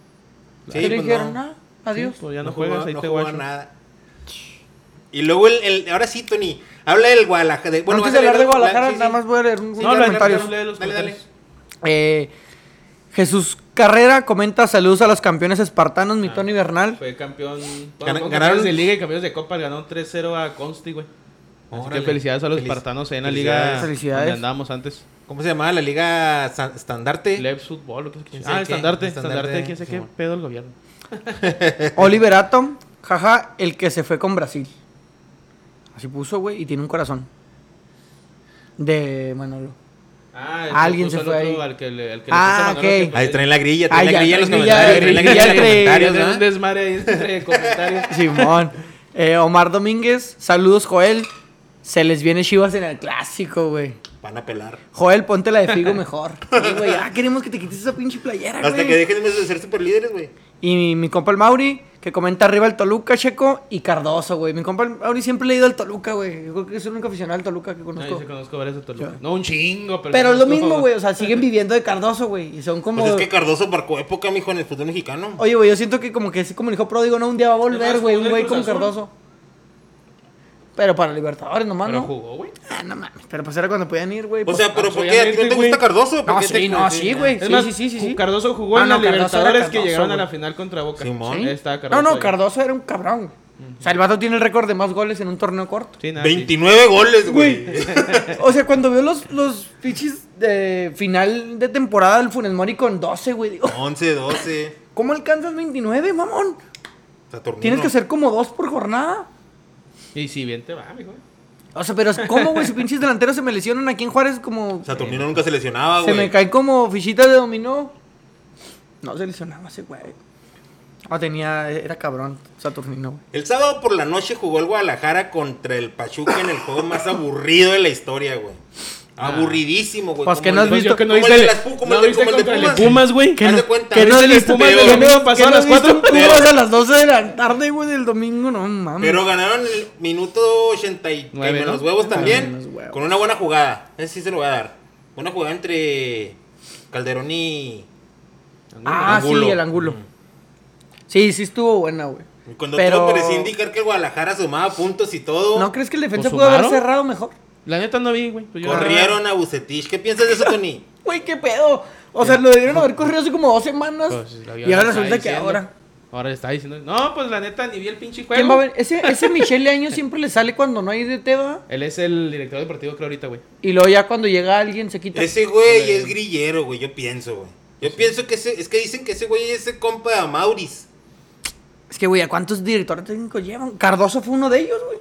S3: Sí,
S1: Y le
S3: pues
S1: dijeron,
S3: no.
S1: ah, adiós.
S2: Sí, pues ya no,
S3: No
S2: juegas,
S3: jugó-
S2: ahí
S3: no
S2: te
S3: jugó
S2: guacho.
S3: nada. Y luego el, el- Ahora sí, Tony. Habla del Guadalajara. de-
S1: Antes
S3: vas
S1: de
S3: a leer
S1: hablar de
S3: los-
S1: Guadalajara,
S3: sí, sí.
S1: nada más voy a leer un-
S3: Sí,
S1: unos
S2: No,
S3: dale,
S2: lo
S1: comentarios.
S2: dale, los
S3: Dale, dale.
S2: comentarios.
S1: Eh, Jesús Carrera comenta saludos a los campeones espartanos,
S3: Ah,
S1: mi Tony Bernal.
S3: pues,
S2: Fue campeón.
S3: Gan-
S2: bueno,
S3: ganaron-
S2: ganaron de liga y campeones de copa. Ganaron 3-0 a Consti, güey. Así
S3: Órale.
S2: pues, que felicidades a los
S3: Felic-
S2: espartanos ahí en la
S3: felicidades.
S2: liga
S1: Felicidades.
S2: donde andábamos antes.
S3: ¿Cómo se llamaba la liga San- estandarte?
S2: Lev Fútbol. o qué sé qué.
S3: ¿Quién sabe
S2: Ah,
S3: qué?
S2: estandarte,
S3: Estandarte,
S2: estandarte. ¿Quién sabe qué
S3: Simón.
S2: pedo el gobierno?
S3: este.
S1: Oliver Atom, jaja, el que se fue con Brasil. Así puso, güey, y tiene un corazón. De Manolo.
S2: Ah,
S1: Alguien
S2: puso
S1: se
S2: el
S1: fue
S2: otro
S1: ahí.
S2: al que le- al que
S1: Ah,
S2: le puso pues. a Manolo
S1: ok.
S2: que-
S3: Ahí traen la grilla,
S1: Ah,
S3: traen la
S1: ya,
S3: grilla en los
S1: grilla,
S3: comentarios, traen
S1: grilla
S3: la grilla en los
S1: entre-
S3: comentarios,
S2: Tiene un
S3: ¿verdad?
S2: desmadre ahí entre comentarios.
S1: Simón. Eh, Omar Domínguez, saludos, Joel. Se les viene Chivas en el clásico, güey.
S3: Van a pelar.
S1: Joel, ponte la de Figo mejor. Sí, güey, ah, queremos que te quites esa pinche playera,
S3: Hasta
S1: güey.
S3: que dejen de ser superlíderes, güey.
S1: Y mi, mi compa el Mauri, que comenta arriba el Toluca, Checo y Cardoso, güey. Mi compa el Mauri siempre le ha ido al Toluca, güey. Yo creo que es el único aficionado al Toluca que
S2: No, yo
S1: conozco.
S2: sí conozco varios de Toluca.
S1: Yo.
S2: No, un chingo, pero.
S1: pero es lo
S2: conozco-
S1: mismo, güey. O sea, siguen viviendo de Cardoso, güey. Y son como.
S3: Pues es que Cardoso marcó época, mijo, en el fútbol mexicano.
S1: Oye, güey, yo siento que como que sí, como el hijo pródigo, no, un día va a volver,
S2: Además,
S1: güey.
S2: jugó
S1: Un
S2: en
S1: güey
S2: el
S1: como
S2: Cruz Azul.
S1: Cardoso. Pero para Libertadores nomás,
S2: Pero
S1: ¿no?
S2: jugó, güey.
S1: Ah, no mames. Pero pues era cuando podían ir, güey.
S3: O
S1: pues.
S3: sea, pero ¿por
S2: pues,
S3: qué a ti no te
S2: obviamente,
S3: gusta
S2: güey.
S3: Cardoso? ¿Por
S1: No,
S3: qué te-
S1: sí, no, sí, güey.
S2: Es
S1: Sí,
S2: más,
S1: sí, sí, sí,
S2: Ju-
S1: sí.
S2: Cardoso jugó
S1: Ah,
S2: en
S1: no,
S2: la
S1: Cardoso
S2: Libertadores
S1: era
S2: que
S1: Cardoso,
S2: llegaron a
S1: güey.
S2: la final contra Boca.
S3: Simón.
S2: Ahí estaba
S1: No,
S2: Cardoso.
S1: no,
S2: ahí.
S1: Cardoso era un cabrón, güey. O sea, el vato tiene el récord de más goles en un torneo corto.
S2: Sí, nada, sí.
S3: 29 goles, güey.
S1: Güey, o sea, cuando veo los, los pinches de final de temporada del Funes Mori con 12, güey, digo,
S3: 11, 12.
S1: ¿cómo alcanzas 29, mamón?
S3: Saturnino.
S1: Tienes que hacer como dos por jornada.
S2: Y si bien te va, mijo.
S1: O sea, pero ¿cómo, güey? Si pinches delanteros se me lesionan aquí en Juárez, como.
S3: Saturnino nunca se lesionaba,
S1: se me
S3: güey.
S1: caen como fichitas de dominó. No se lesionaba ese güey. No tenía. Era cabrón, Saturnino, güey.
S3: El sábado por la noche jugó el Guadalajara contra el Pachuca en el juego más aburrido de la historia, güey. Aburridísimo, güey.
S1: Pues
S3: Como
S1: que
S3: el-
S1: no has
S2: Pues
S1: visto-
S2: yo que Ah. no
S3: como
S2: viste
S3: el
S2: el,
S3: de las Pu- como
S2: no
S3: el de-
S2: viste
S3: como el de
S2: contra el de
S3: Pumas.
S2: Pumas, güey.
S3: Haz de cuenta.
S2: que
S3: Haz
S2: no
S3: de
S2: es el
S3: cuenta,
S2: Pumas,
S3: pero-
S2: que no pasó a las cuatro.
S1: Pumas a las 12 de la tarde, güey, del domingo, no mames.
S3: Pero ganaron el minuto 89
S2: Nueve,
S3: en
S2: ¿no?
S3: los huevos también.
S1: Menos huevos.
S3: Con una buena jugada. Ese sí se lo voy a dar. Una jugada entre Calderón y.
S1: Ah,
S3: Angulo.
S1: sí, el ángulo. Sí, sí estuvo buena, güey.
S3: y Cuando
S1: Pero-
S3: todo parecía indicar que el Guadalajara sumaba puntos y todo.
S1: ¿No crees que el defensa
S2: ¿O
S1: pudo haber
S2: sumaron?
S1: cerrado mejor?
S2: La neta no vi, güey. Pues yo-
S3: corrieron a Bucetich. ¿Qué piensas de eso, Tony?
S1: Güey, qué pedo. O sea, lo debieron haber corrido hace como dos semanas.
S2: Pues, la vida
S1: y ahora
S2: lo está
S1: resulta que
S2: diciendo.
S1: ahora.
S2: Ahora le está diciendo. No, pues la neta ni vi el pinche juego.
S1: ¿Quién va a ver? Ese, ese Michelle Año siempre le sale cuando no hay de Teba.
S2: Él es el director deportivo, creo, ahorita, güey.
S1: Y luego ya cuando llega alguien se quita.
S3: Ese güey es grillero, güey. Yo pienso, güey. Yo pienso que ese. Es que dicen que ese güey es ese compa de Amauris.
S1: Es que, güey, ¿a cuántos directores técnicos llevan? Cardoso fue uno de ellos, güey.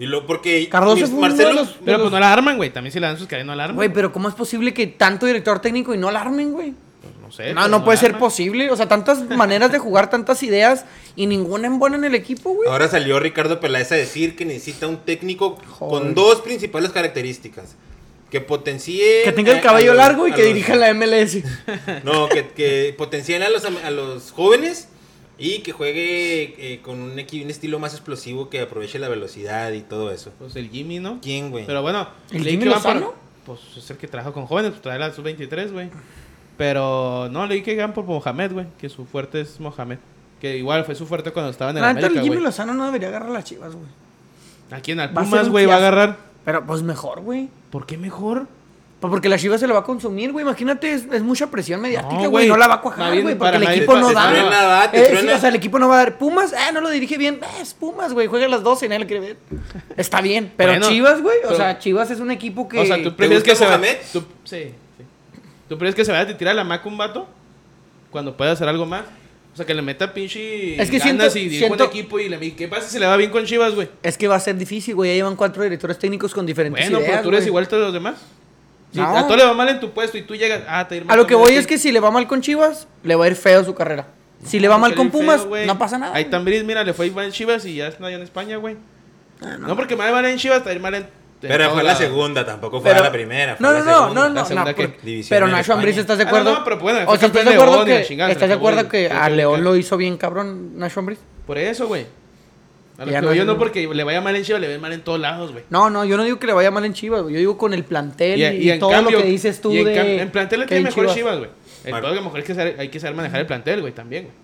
S3: Y lo porque.
S1: Cardoso
S3: mis-
S1: fue uno de
S3: Marcelo.
S1: los-
S2: Pero pues no la arman, güey. También si le dan sus cadenas Ah, no la arman.
S1: Güey, pero ¿cómo es posible que tanto director técnico y no alarmen, güey?
S2: Pues, no sé.
S1: No,
S2: pues,
S1: no puede
S2: la
S1: ser
S2: arman.
S1: posible. O sea, tantas maneras de jugar, tantas ideas y ninguna embona en el equipo, güey.
S3: Ahora salió Ricardo Peláez a decir que necesita un técnico
S1: Joder.
S3: con dos principales características. Que
S2: Ah,
S3: potencie...
S1: Que
S2: eh,
S1: tenga el cabello largo y que dirija la MLS.
S3: No, que, que potencien a los, am- a los jóvenes Y que juegue eh, con un, equi- un estilo más explosivo que aproveche la velocidad y todo eso.
S2: Pues el Jimmy, ¿no?
S3: ¿Quién, güey?
S2: Pero bueno,
S1: ¿El
S2: leí
S1: Jimmy
S2: que van por-
S1: Lozano?
S2: Pues es el que trabaja con jóvenes, pues trae la sub-23, güey. Pero no, leí que van por Mohamed, güey. Que su fuerte es Mohamed. Que igual fue su fuerte cuando estaba en el
S1: La neta, el
S2: América,
S1: Jimmy
S2: güey.
S1: Lozano no debería agarrar las chivas, güey.
S2: Aquí en el
S1: Va a ser
S2: Pumas,
S1: un
S2: güey, va a
S1: fiasco.
S2: agarrar.
S1: Pero pues mejor, güey.
S2: ¿Por qué mejor?
S1: Pues porque la Chivas se la va a consumir, güey. Imagínate, es, es mucha presión mediática,
S2: No,
S1: güey.
S2: güey.
S1: No, la va a
S2: Más
S1: cuajar,
S2: bien
S1: güey.
S2: para
S1: Porque el
S2: nadie
S1: equipo
S2: te
S1: no da.
S2: truena,
S3: va, te
S1: Eh, sí,
S3: truena.
S1: o sea, el equipo no va a dar. Pumas, ah, no lo dirige bien. Eh, Es Pumas, güey. Juega a las 12 y nadie lo quiere ver. Está bien. Pero
S2: Bueno,
S1: Chivas, güey. O
S2: pero-
S1: sea, Chivas es un equipo que.
S2: O sea, ¿tú prefieres
S3: gusta
S2: que se vaya?
S3: Mohamed?
S2: ¿Tú, sí, sí. ¿Tú prefieres que se vaya a tirar la maca un vato? Cuando pueda hacer algo más. O sea, que le meta pinche
S1: Es que
S2: ganas
S1: siento-
S2: y dirija
S1: siento-
S2: un equipo y le ¿qué pasa si le va bien con Chivas, güey?
S1: Es que va a ser difícil, güey. Ya llevan cuatro directores técnicos con diferentes
S2: Bueno,
S1: ideas,
S2: pero tú eres
S1: güey.
S2: igual que los demás. Si
S1: No.
S2: a todo le va mal en tu puesto y tú llegas ah, te ir
S1: A
S2: mal
S1: lo que
S2: con
S1: voy
S2: este.
S1: es que si le va mal con Chivas, le va a ir feo su carrera. Si le va mal
S2: Porque
S1: con
S2: bien
S1: Pumas,
S2: feo, güey.
S1: no pasa nada.
S2: Ahí también, mira, le fue mal en Chivas y ya está allá en España, güey.
S1: Ah,
S2: no. porque mal mal en Chivas, está ir mal en. en
S3: Pero
S2: todo
S3: fue la
S2: lado.
S3: segunda, tampoco fue la primera. fue
S1: No,
S3: la
S1: no, no, no,
S3: segunda.
S2: La
S1: no,
S2: segunda
S1: no,
S2: que-
S1: por-
S3: División
S1: Pero
S3: en
S1: Nacho
S3: España.
S1: Ambriz, ¿estás de
S2: Ah,
S1: acuerdo?
S2: no, pero bueno,
S1: o
S2: fue
S1: sea, ¿estás
S2: campeón
S1: de
S2: de
S1: acuerdo
S2: gol y la
S1: que,
S2: chingada,
S1: ¿estás de
S2: acabó
S1: acuerdo
S2: el-
S1: que
S2: el
S1: a León
S2: Toluca?
S1: lo hizo bien, cabrón, Nacho Ambriz?
S2: Por eso, güey. A lo
S1: Ya
S2: que
S1: no
S2: voy yo
S1: hay-
S2: no porque le vaya mal en Chivas, le ve mal en todos lados, güey.
S1: No, no, yo no digo que le vaya mal en Chivas, güey. yo digo con el plantel y, todo lo que dices tú
S2: y en,
S1: de...
S2: cam- en plantel le
S1: que
S2: tiene
S1: en
S2: mejor Chivas, güey. El
S3: Mar-
S2: pedo que mejor es que saber- hay que saber manejar el plantel, güey, también, güey.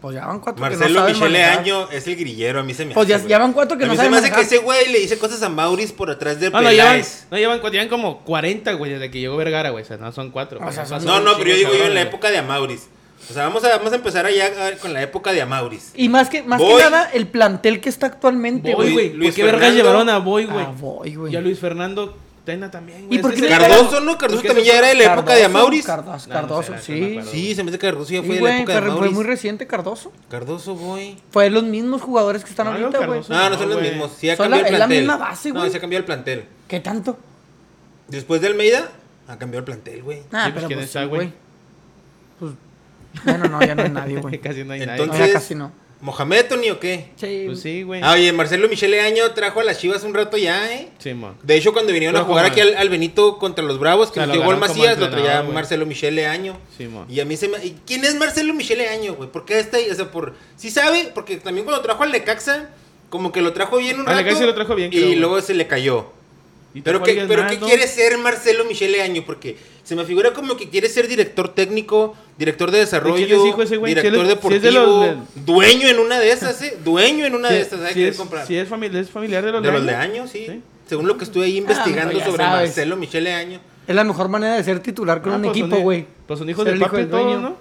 S1: Pues ya van cuatro que no
S3: Marcelo
S1: saben
S3: Michele
S1: manejar.
S3: Año es el grillero, a mí se me
S1: Pues
S3: hace.
S1: ya-
S3: güey.
S1: ya van cuatro que
S3: a
S1: no
S3: mí
S1: saben
S3: Se me hace que
S1: manejar. Ah,
S3: ese güey le dice cosas a Mauris por atrás de
S2: No, no, llevan,
S3: Peláez.
S2: no llevan, cu- llevan como 40, güey, desde que llegó Vergara, güey. O sea, no son cuatro.
S1: O
S2: güey,
S1: sea,
S2: son-
S1: son-
S3: No, no, pero yo
S2: chicos,
S3: digo yo en la
S2: cabrones,
S1: eh.
S3: época de Amauris. O sea, vamos a, vamos a empezar allá a ver, con la época de Amauris.
S1: Y más que, más que
S3: Voy.
S1: nada, el plantel que está actualmente,
S2: güey. Boy,
S1: güey.
S2: güey.
S3: Luis
S2: ¿Por qué vergas
S3: Fernando.
S2: llevaron a Boy, güey?
S1: Ah, voy, güey.
S2: Y a Luis Fernando Tena también, güey.
S1: ¿Y por
S2: Ese
S1: qué
S2: es
S1: no
S2: el-
S1: llegaron?
S3: Cardoso, ¿no? Cardoso también ya era de la época de Amauris.
S1: Cardoso,
S2: No, no
S1: Cardoso,
S2: será, no me
S1: sí.
S2: acuerdo.
S3: Sí, se me hace que Cardoso ya
S1: Sí,
S3: fue de la
S1: güey,
S3: época de
S1: pero fue muy
S3: Amauris.
S1: reciente Cardoso.
S3: Cardoso, güey. Ah,
S1: Fue los mismos jugadores que están
S2: No,
S1: ahorita, güey.
S2: Cardoso.
S3: No, no
S2: No,
S3: son los
S2: güey.
S3: mismos. Sí ha
S1: Son
S3: cambiado
S1: la-
S3: el
S1: es la
S3: plantel.
S1: misma base,
S3: No,
S1: güey.
S3: se ha cambiado el plantel.
S1: ¿Qué tanto?
S3: Después de Almeida, ha cambiado el plantel, güey.
S1: Ah,
S2: Sí, pues,
S1: pero
S2: ¿quién
S1: pues,
S2: está,
S1: sí,
S2: güey?
S1: güey. Pues, bueno, no, ya no hay nadie, güey.
S2: Casi no hay nadie.
S3: Entonces-
S1: Ya casi no.
S3: ¿Mohamed, Tony, o qué?
S1: Sí,
S2: Pues sí, güey.
S3: Ah, oye, Marcelo Michele Año trajo a las Chivas un rato ya, ¿eh?
S2: Simón.
S3: De hecho, cuando vinieron a
S2: Trajo
S3: jugar
S2: mal.
S3: aquí al, al Benito contra los Bravos, que
S2: O sea,
S3: nos
S2: lo
S3: llegó el
S2: agarraron como
S3: Macías, lo traía
S2: entrenador, güey.
S3: Marcelo Michele Año.
S2: Simón.
S3: Y a mí se me... ¿y ¿Quién es Marcelo Michele Año, güey? ¿Por qué está ahí? O sea, por... Sí sabe, porque también cuando trajo al Necaxa, como que lo trajo bien un
S2: Al
S3: rato.
S2: Necaxa lo trajo bien,
S3: Y
S2: creo, güey.
S3: luego se le cayó.
S2: Y
S3: Pero,
S2: trajo
S3: qué,
S2: a alguien
S3: pero
S2: más,
S3: ¿qué
S2: ¿no?
S3: quiere ser Marcelo Michele Año? Porque se me figura como que quiere ser director técnico, director de desarrollo,
S2: quién es hijo ese güey?
S3: director
S2: ¿Quién es- si
S3: deportivo,
S2: es de los de-
S3: dueño en una de esas, ¿eh? Dueño en una de
S2: Si-
S3: esas, ¿sabes?
S2: si
S3: Quiere
S2: es,
S3: comprar.
S2: si es familiar, es familiar de los
S3: De los de
S2: Leaños.
S3: Año, sí.
S2: Sí.
S3: Según lo que estuve ahí investigando
S1: pues ya
S3: sobre
S1: sabes.
S3: Marcelo Michele Año.
S1: Es la mejor manera de ser titular con
S2: Ah,
S1: un
S2: pues son
S1: equipo,
S2: hij-
S1: güey.
S2: Pues son hijos
S1: Ser
S2: de
S1: el hijo
S2: papi
S1: del dueño.
S2: todos, ¿no?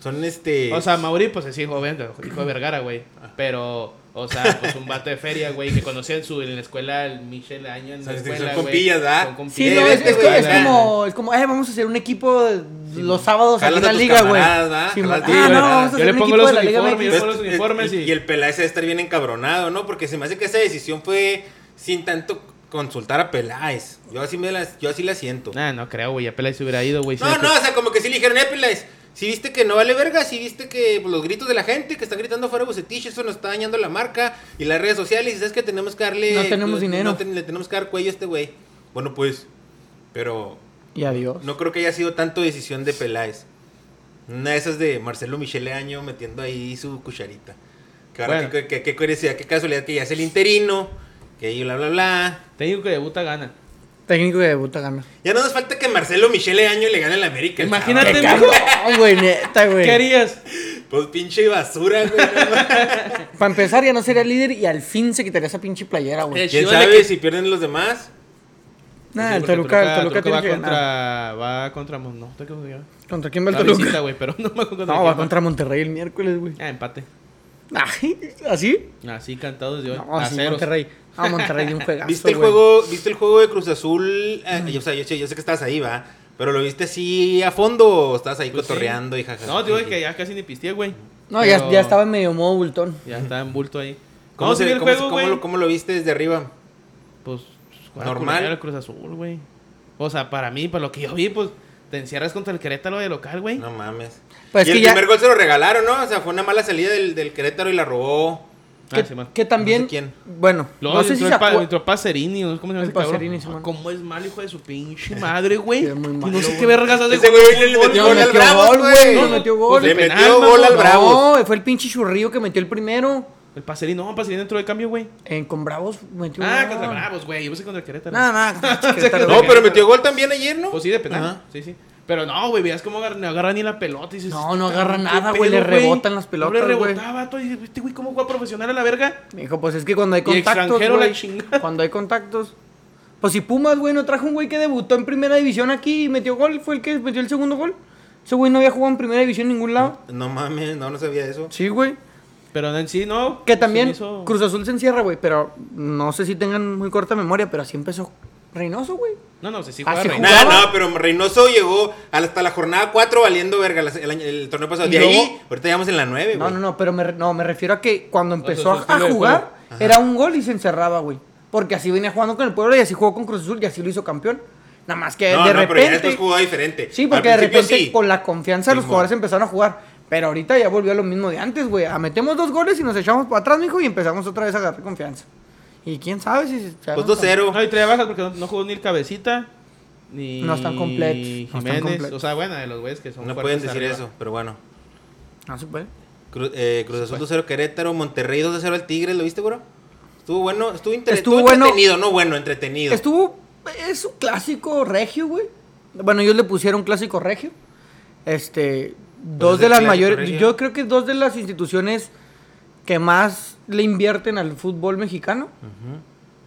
S3: Son este.
S2: O sea, Mauri, pues es hijo, ven, hijo de Vergara, güey. Pero, o sea, pues un vato de feria, güey, que conocía en, su, en la escuela, el Michel Año en la
S3: Son- son
S2: escuela, güey.
S3: compillas, ¿ah?
S2: Son
S1: Sí,
S3: Eh,
S2: compillas,
S1: no, es,
S3: vete,
S1: es-
S3: güey,
S1: es
S3: ya.
S1: como, es como, eh, vamos a hacer un equipo de- los sábados aquí
S3: Jalas
S1: en
S3: a
S1: la
S3: tus
S1: liga, güey.
S3: camaradas, ¿va?
S1: Sí,
S3: Jalas
S1: ma-
S3: a tus
S1: ah, no,
S3: camaradas.
S1: vamos a
S2: Yo
S1: hacer
S2: le
S1: un
S2: pongo
S1: equipo de
S2: los
S1: la liga
S2: uniformes,
S1: MX.
S2: yo- los uniformes
S3: pues, y,
S2: y-
S3: y el Peláez debe estar bien encabronado, ¿no? Porque se me hace que esa decisión fue sin tanto consultar a Peláez. Yo así me las, yo así la siento.
S2: Nah, no creo, güey. Ya Peláez se hubiera ido, güey. si
S3: no,
S2: era que-
S3: no, o sea, como que sí le dijeron, eh, Peláez. Si viste que no vale verga, si viste que pues, los gritos de la gente que están gritando fuera de Bucetich, eso nos está dañando la marca y las redes sociales, y sabes que tenemos que darle.
S1: No tenemos
S3: no
S1: dinero.
S3: ten- le tenemos que dar cuello a este güey. Bueno, pues. Pero
S1: Y adiós.
S3: No creo que haya sido tanto decisión de Peláez. Una de esas de Marcelo Michele Año metiendo ahí su cucharita. Que ahora
S2: Bueno.
S3: qué, qué- qué curiosidad, qué casualidad que ya es el interino, que ahí bla bla bla.
S2: Técnico que debuta gana.
S1: Técnico que debuta gana.
S3: Ya no nos falta que Marcelo Michele Año le gane al América. el
S2: Imagínate,
S3: cabrón.
S2: mijo.
S1: Ay, güey, neta, güey.
S2: ¿Qué harías?
S3: Pues pinche basura, güey.
S1: Para empezar, ya no sería líder y al fin se quitaría esa pinche playera, güey.
S2: El
S3: ¿Quién
S2: Chivas le
S3: sabe
S2: quit-
S3: si pierden los demás?
S1: Nah,
S2: Sí,
S1: el
S2: porque
S1: Toluca, el Toluca, tiene
S2: va
S1: que
S2: contra.
S1: ganar.
S2: Va contra. Mon- No, ¿tú qué se llama?
S1: ¿Contra quién va el
S2: Va a
S1: Toluca?
S2: visita, güey, pero no me acuerdo.
S1: No,
S2: quién
S1: va contra Monterrey el miércoles, güey.
S2: Ah, empate.
S1: Ay, ¿Así?
S2: Así cantados de hoy.
S1: No,
S2: a
S1: sí,
S2: ceros.
S1: Monterrey. Ah, Monterrey de un juegazo,
S3: ¿Viste el,
S1: güey.
S3: juego, ¿Viste el juego de Cruz Azul? Eh, yo, o sea, yo, sé- yo sé que estabas ahí, va. Pero lo viste así a fondo o estabas ahí
S2: Pues sí.
S3: cotorreando y jajaja.
S2: No, digo que ya casi ni pisteé, güey.
S1: No, ya,
S2: Pero
S1: ya estaba en medio modo bultón.
S2: Ya estaba en bulto ahí.
S3: ¿Cómo,
S2: Vamos a
S3: se,
S2: ver el
S3: cómo, se-
S2: juego,
S3: cómo
S2: güey.
S3: lo, cómo lo viste desde arriba?
S2: Pues,
S3: Normal.
S2: normal. Era Cruz Azul, güey. O sea, para mí, para lo que yo vi, pues, te encierras contra el Querétaro de local, güey. Ah,
S3: No mames.
S1: Pues
S3: y
S1: que
S3: el
S1: ya-
S3: primer gol se lo regalaron, ¿no? O sea, fue una mala salida del, del Querétaro y la robó.
S2: Ah,
S1: Que,
S2: Simón.
S1: que también.
S3: No sé quién.
S1: Bueno,
S2: Luego
S1: no sé si
S2: entró,
S1: se
S2: el pa-
S1: acuer-
S2: entró Pacerini, ¿no? ¿cómo se llama
S1: El
S2: ese cabrón?
S1: Pacerini,
S2: Ah,
S1: Simón.
S2: ¿Cómo es mal, hijo de su pinche madre, güey?
S1: Sí, es muy
S2: Y
S1: malo,
S2: No sé
S1: güey.
S2: qué vergas hace
S3: Ese
S2: con
S3: güey le
S2: el fútbol.
S3: metió
S1: No,
S3: gol al
S1: metió
S3: Bravos,
S1: gol,
S3: güey.
S1: güey, no metió gol.
S3: Le
S2: Penal,
S3: metió
S2: ¿no?
S3: gol al
S2: No,
S3: Bravos.
S1: No, fue el pinche churrillo que metió el primero.
S2: El Pacerini, no, Pacerini entró de cambio, güey.
S1: En, con Bravos metió
S2: Ah,
S1: gol.
S2: contra Bravos, güey. Yo pensé contra Querétaro.
S1: No, no, contra Querétaro.
S3: No, pero metió gol también ayer, ¿no?
S2: Pues sí, de penal.
S3: Ajá.
S2: Sí, sí. Pero no, güey, veías cómo agar- no agarra ni la pelota. Y dices,
S1: No, no
S2: "Qué
S1: agarra
S2: pedo,
S1: nada, güey, le rebotan las pelotas,
S2: No le
S1: güey.
S2: rebotaba, todo. Y dices, este güey, ¿cómo juega profesional a la verga?
S1: Me dijo, pues es que cuando hay
S2: Y
S1: contactos,
S2: extranjero la
S1: güey,
S2: chingada.
S1: cuando hay contactos. Pues si Pumas, güey, no trajo un güey que debutó en primera división aquí y metió gol, fue el que metió el segundo gol. Ese güey no había jugado en primera división en ningún lado.
S3: No mames, no, no sabía eso.
S1: Sí, güey.
S2: Pero en sí, no.
S1: Que
S2: se me
S1: también
S2: hizo-
S1: Cruz Azul se encierra, güey, pero no sé si tengan muy corta memoria, pero así empezó Reynoso, güey.
S2: No, no, se sí
S1: Ah,
S2: juega
S1: se
S2: Reynoso.
S3: Nah,
S1: ¿Jugaba?
S3: no, pero Reynoso llegó hasta la jornada 4 valiendo verga las- el, año- el torneo pasado.
S1: Y
S3: De ahí,
S1: luego-
S3: ahorita llegamos en la 9, güey.
S1: No, no, no, pero me, re- no, me refiero a que cuando
S2: sea,
S1: empezó
S2: su
S1: a- a
S2: estilo de
S1: jugar, era un gol y se encerraba, güey. Porque así venía jugando con el pueblo y así jugó con Cruz Azul y así lo hizo campeón. Nada más que
S3: No,
S1: de
S3: no, pero ya después
S1: repente.
S3: jugó diferente.
S1: Sí,
S3: Al
S1: porque de
S3: principio
S1: repente
S3: sí.
S1: con la confianza los
S3: Simón.
S1: jugadores empezaron a jugar. Pero ahorita ya volvió a lo mismo de antes, güey. A metemos dos goles y nos echamos para atrás, mijo, y empezamos otra vez a agarrar confianza. Y quién sabe si se. se
S3: Pues
S1: hagan
S3: 2-0.
S2: No, y trae bajas porque no, no jugó ni el Cabecita. Ni
S1: No están completos, no
S2: Jiménez.
S1: están completos.
S2: O sea, bueno, de los güeyes que son
S3: No pueden
S2: fuertes
S3: decir
S2: arriba.
S3: eso, pero bueno.
S1: tan- No Ah, se puede.
S3: Cru- eh, Cruz Azul 2-0 Querétaro, Monterrey 2-0 al Tigre, ¿lo viste, bro? Estuvo bueno, estuvo, inter-
S1: Estuvo
S3: estuvo
S1: bueno.
S3: entretenido, no bueno, entretenido.
S1: Estuvo. Es un clásico regio, güey. Bueno, ellos le pusieron clásico regio. Este. Dos
S3: Pues es
S1: de
S3: el
S1: las
S3: clásico
S1: mayores.
S3: regio.
S1: Yo creo que dos de las instituciones que más le invierten al fútbol mexicano.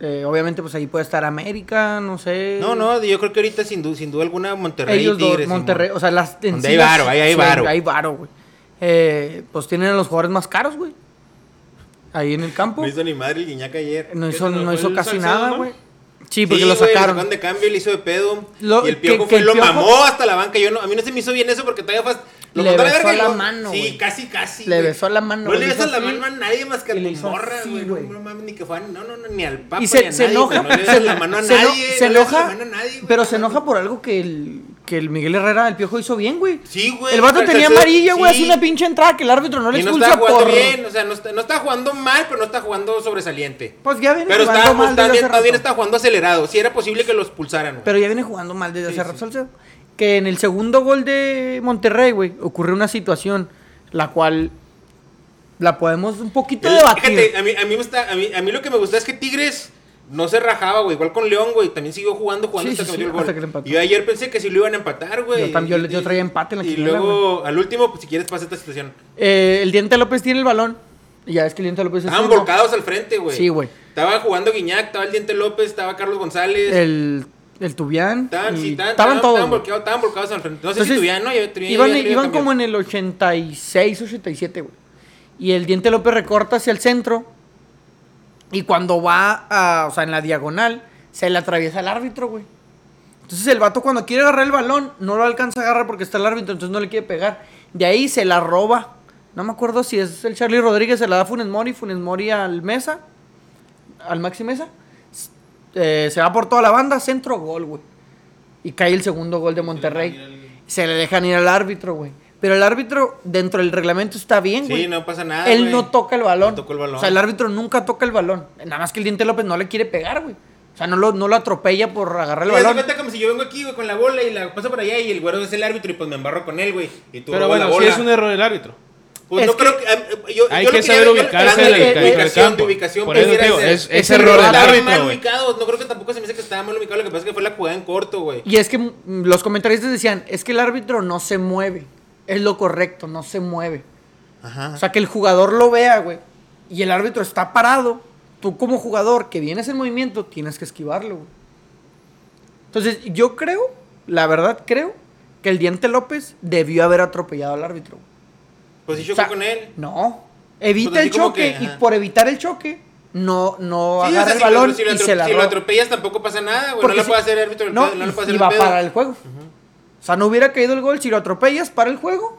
S1: Eh, obviamente, pues ahí puede estar América, no sé.
S3: No, no, yo creo que ahorita sin, du- sin duda alguna Monterrey
S1: Ellos
S3: y Tigres.
S1: dos, Monterrey, o sea, las en
S3: Donde
S1: sí
S3: hay
S1: las-
S3: varo, ahí hay
S1: sí,
S3: varo.
S1: Hay varo, güey. Eh, pues tienen a los jugadores más caros, güey. Ahí en el campo.
S3: No hizo ni madre el Guiñac ayer.
S1: No
S2: ¿Qué
S1: hizo,
S2: se nos
S1: no
S2: fue
S1: hizo
S2: el
S1: casi
S2: Salcedo,
S1: nada,
S2: no?
S1: güey. Sí, porque lo
S3: güey,
S1: sacaron.
S3: de cambio y le hizo de pedo.
S1: Lo-
S3: y el
S1: que-
S3: piojo
S1: que
S3: fue y
S1: el
S3: lo
S1: Piojo-
S3: mamó hasta la banca. Yo no, a mí no se me hizo bien eso porque todavía fue. Lo
S1: Le
S3: mandó
S1: besó
S3: y
S1: la
S3: luego-
S1: mano,
S3: Sí,
S1: güey.
S3: casi, casi.
S1: Le
S3: güey.
S1: besó la mano,
S3: No
S1: güey,
S3: le
S1: le hizo
S3: besas la
S1: así.
S3: mano a nadie más que a
S1: Y le
S3: tu
S1: hizo
S3: morra,
S1: así,
S3: güey.
S1: güey.
S3: No, no mames, ni que fue a- No, no, no, ni al papa.
S1: Y
S3: ni a
S1: se, se
S3: nadie, güey.
S1: enoja.
S3: No le besas
S1: se-
S3: la mano a
S1: se eno-
S3: nadie.
S1: se
S3: no le besas
S1: enoja.
S3: la mano a nadie, güey.
S1: pero se enoja por algo que el, que el Miguel Herrera, el piojo, hizo bien, güey.
S3: Sí, güey.
S1: El vato
S3: Pero
S1: tenía
S3: Salcedo-
S1: amarilla, güey.
S3: sí.
S1: Hace una pinche entrada que el árbitro no le
S3: Y no
S1: expulsa
S3: está jugando
S1: por.
S3: bien. O sea, no está, no está jugando mal, pero no está jugando sobresaliente.
S1: Pues ya viene
S3: Pero
S1: jugando
S3: está,
S1: mal
S3: está
S1: desde
S3: bien,
S1: hace
S3: más bien
S1: rato.
S3: está jugando acelerado. Si era posible que lo expulsaran, güey.
S1: Pero ya viene jugando mal desde hace rato Salcedo. Que en el segundo gol de Monterrey, güey, ocurrió una situación la cual la podemos un poquito
S3: El-
S1: debatir.
S3: Fíjate, a mí, a, mí me está- a, mí, a mí lo que me gusta es que Tigres no se rajaba, güey. Igual con León, güey. También siguió jugando, jugando
S1: Sí,
S3: hasta
S1: sí,
S3: que
S1: sí,
S3: metió el gol.
S1: hasta que le empató.
S3: yo ayer pensé que sí lo iban a empatar, güey.
S1: Yo también- yo-
S3: Y-
S1: yo traía empate en la
S3: Y
S1: quiniela,
S3: luego, al último, pues, si quieres, pasa esta situación.
S1: Eh, el Diente López tiene el balón. Y ya ves que el Diente López es
S3: Estaban
S1: zurdo.
S3: volcados al frente, güey.
S1: Sí, güey.
S3: Estaba jugando Guiñac, estaba el Diente López, estaba Carlos
S1: Eh,
S3: González.
S1: El, el Tubián.
S3: Estaban,
S1: y
S3: sí, estaban,
S1: estaban
S3: estaban-
S1: todos.
S3: estaban
S1: güey.
S3: volcados, estaban volcados al frente. No sé
S1: Entonces,
S3: si Tubiano, ya- Tubiano ya
S1: iban
S3: había
S1: iban
S3: cambiado.
S1: como en el 86, 87, güey. Y el Diente López recorta hacia el centro. Y cuando va, a, o sea, en la diagonal, se le atraviesa el árbitro, güey. Entonces el vato cuando quiere agarrar el balón, no lo alcanza a agarrar porque está el árbitro, entonces no le quiere pegar. De ahí se la roba. No me acuerdo si es el Charlie Rodríguez, se la da a Funes Mori, Funes Mori al Mesa, al Maxi Mesa. S- eh, se va por toda la banda, centro gol, güey. Y cae el segundo gol de Monterrey. Se le dejan ir al árbitro, güey. Pero el árbitro dentro del reglamento está bien, güey.
S3: Sí, no pasa nada.
S1: Él
S3: güey.
S1: no toca el balón.
S3: No tocó el balón.
S1: O sea, el árbitro nunca toca el balón. Nada más que el Diente López no le quiere pegar, güey. O sea, no lo, no lo atropella por agarrar el
S3: Sí, haz de
S1: balón.
S3: cuenta como si yo vengo aquí, güey, con la bola y la paso para allá y el güero es el árbitro y pues me embarro con él, güey. Y tú
S2: Pero
S3: robas la
S2: bueno, sí
S3: bola.
S2: es un error el árbitro.
S3: Pues
S1: Es
S3: no
S1: que-
S3: creo que. eh, Yo,
S2: Hay
S3: yo lo
S2: que
S3: quería-
S2: saber
S3: yo-
S2: ubicarse
S3: ándale,
S2: en el-
S1: en el
S3: ubicación,
S2: campo.
S3: de ubicación.
S2: Por eso
S3: pues,
S2: digo,
S3: era
S2: es-
S3: ese-
S2: es
S1: ese error
S3: estaban
S1: del
S2: árbitro,
S3: mal
S2: güey.
S3: ubicados. No creo que tampoco se me dice que estaba mal ubicado. Lo que pasa es que fue la jugada en corto, güey.
S1: Y es que mm, los comentaristas decían, es que el árbitro no se mueve. Es lo correcto, no se mueve. O
S3: Ajá.
S1: sea, que el jugador lo vea, güey. Y el árbitro está parado. Tú como jugador que vienes en movimiento, tienes que esquivarlo, güey. Entonces, yo creo, la verdad creo, que el Diente López debió haber atropellado al árbitro. güey.
S3: Pues sí,
S1: O
S3: chocó
S1: sea,
S3: con él.
S1: No.
S3: Pues
S1: Evita
S3: así
S1: el
S3: como
S1: choque
S3: que,
S1: y
S3: ajá.
S1: por evitar el choque, no, no
S3: Sí, o sea,
S1: agarra
S3: si
S1: el
S3: lo-
S1: balón
S3: si lo
S1: y
S3: atro-
S1: se la
S3: si lo
S1: roba.
S3: atropellas tampoco pasa nada, güey. No
S1: Porque
S3: le
S1: si-
S3: puede hacer el árbitro. el
S1: no,
S3: pedo, No le
S1: y-
S3: puede
S1: y
S3: hacer
S1: va a
S3: pedo.
S1: parar el juego. O sea, no hubiera caído el gol. Si lo atropellas, para el juego.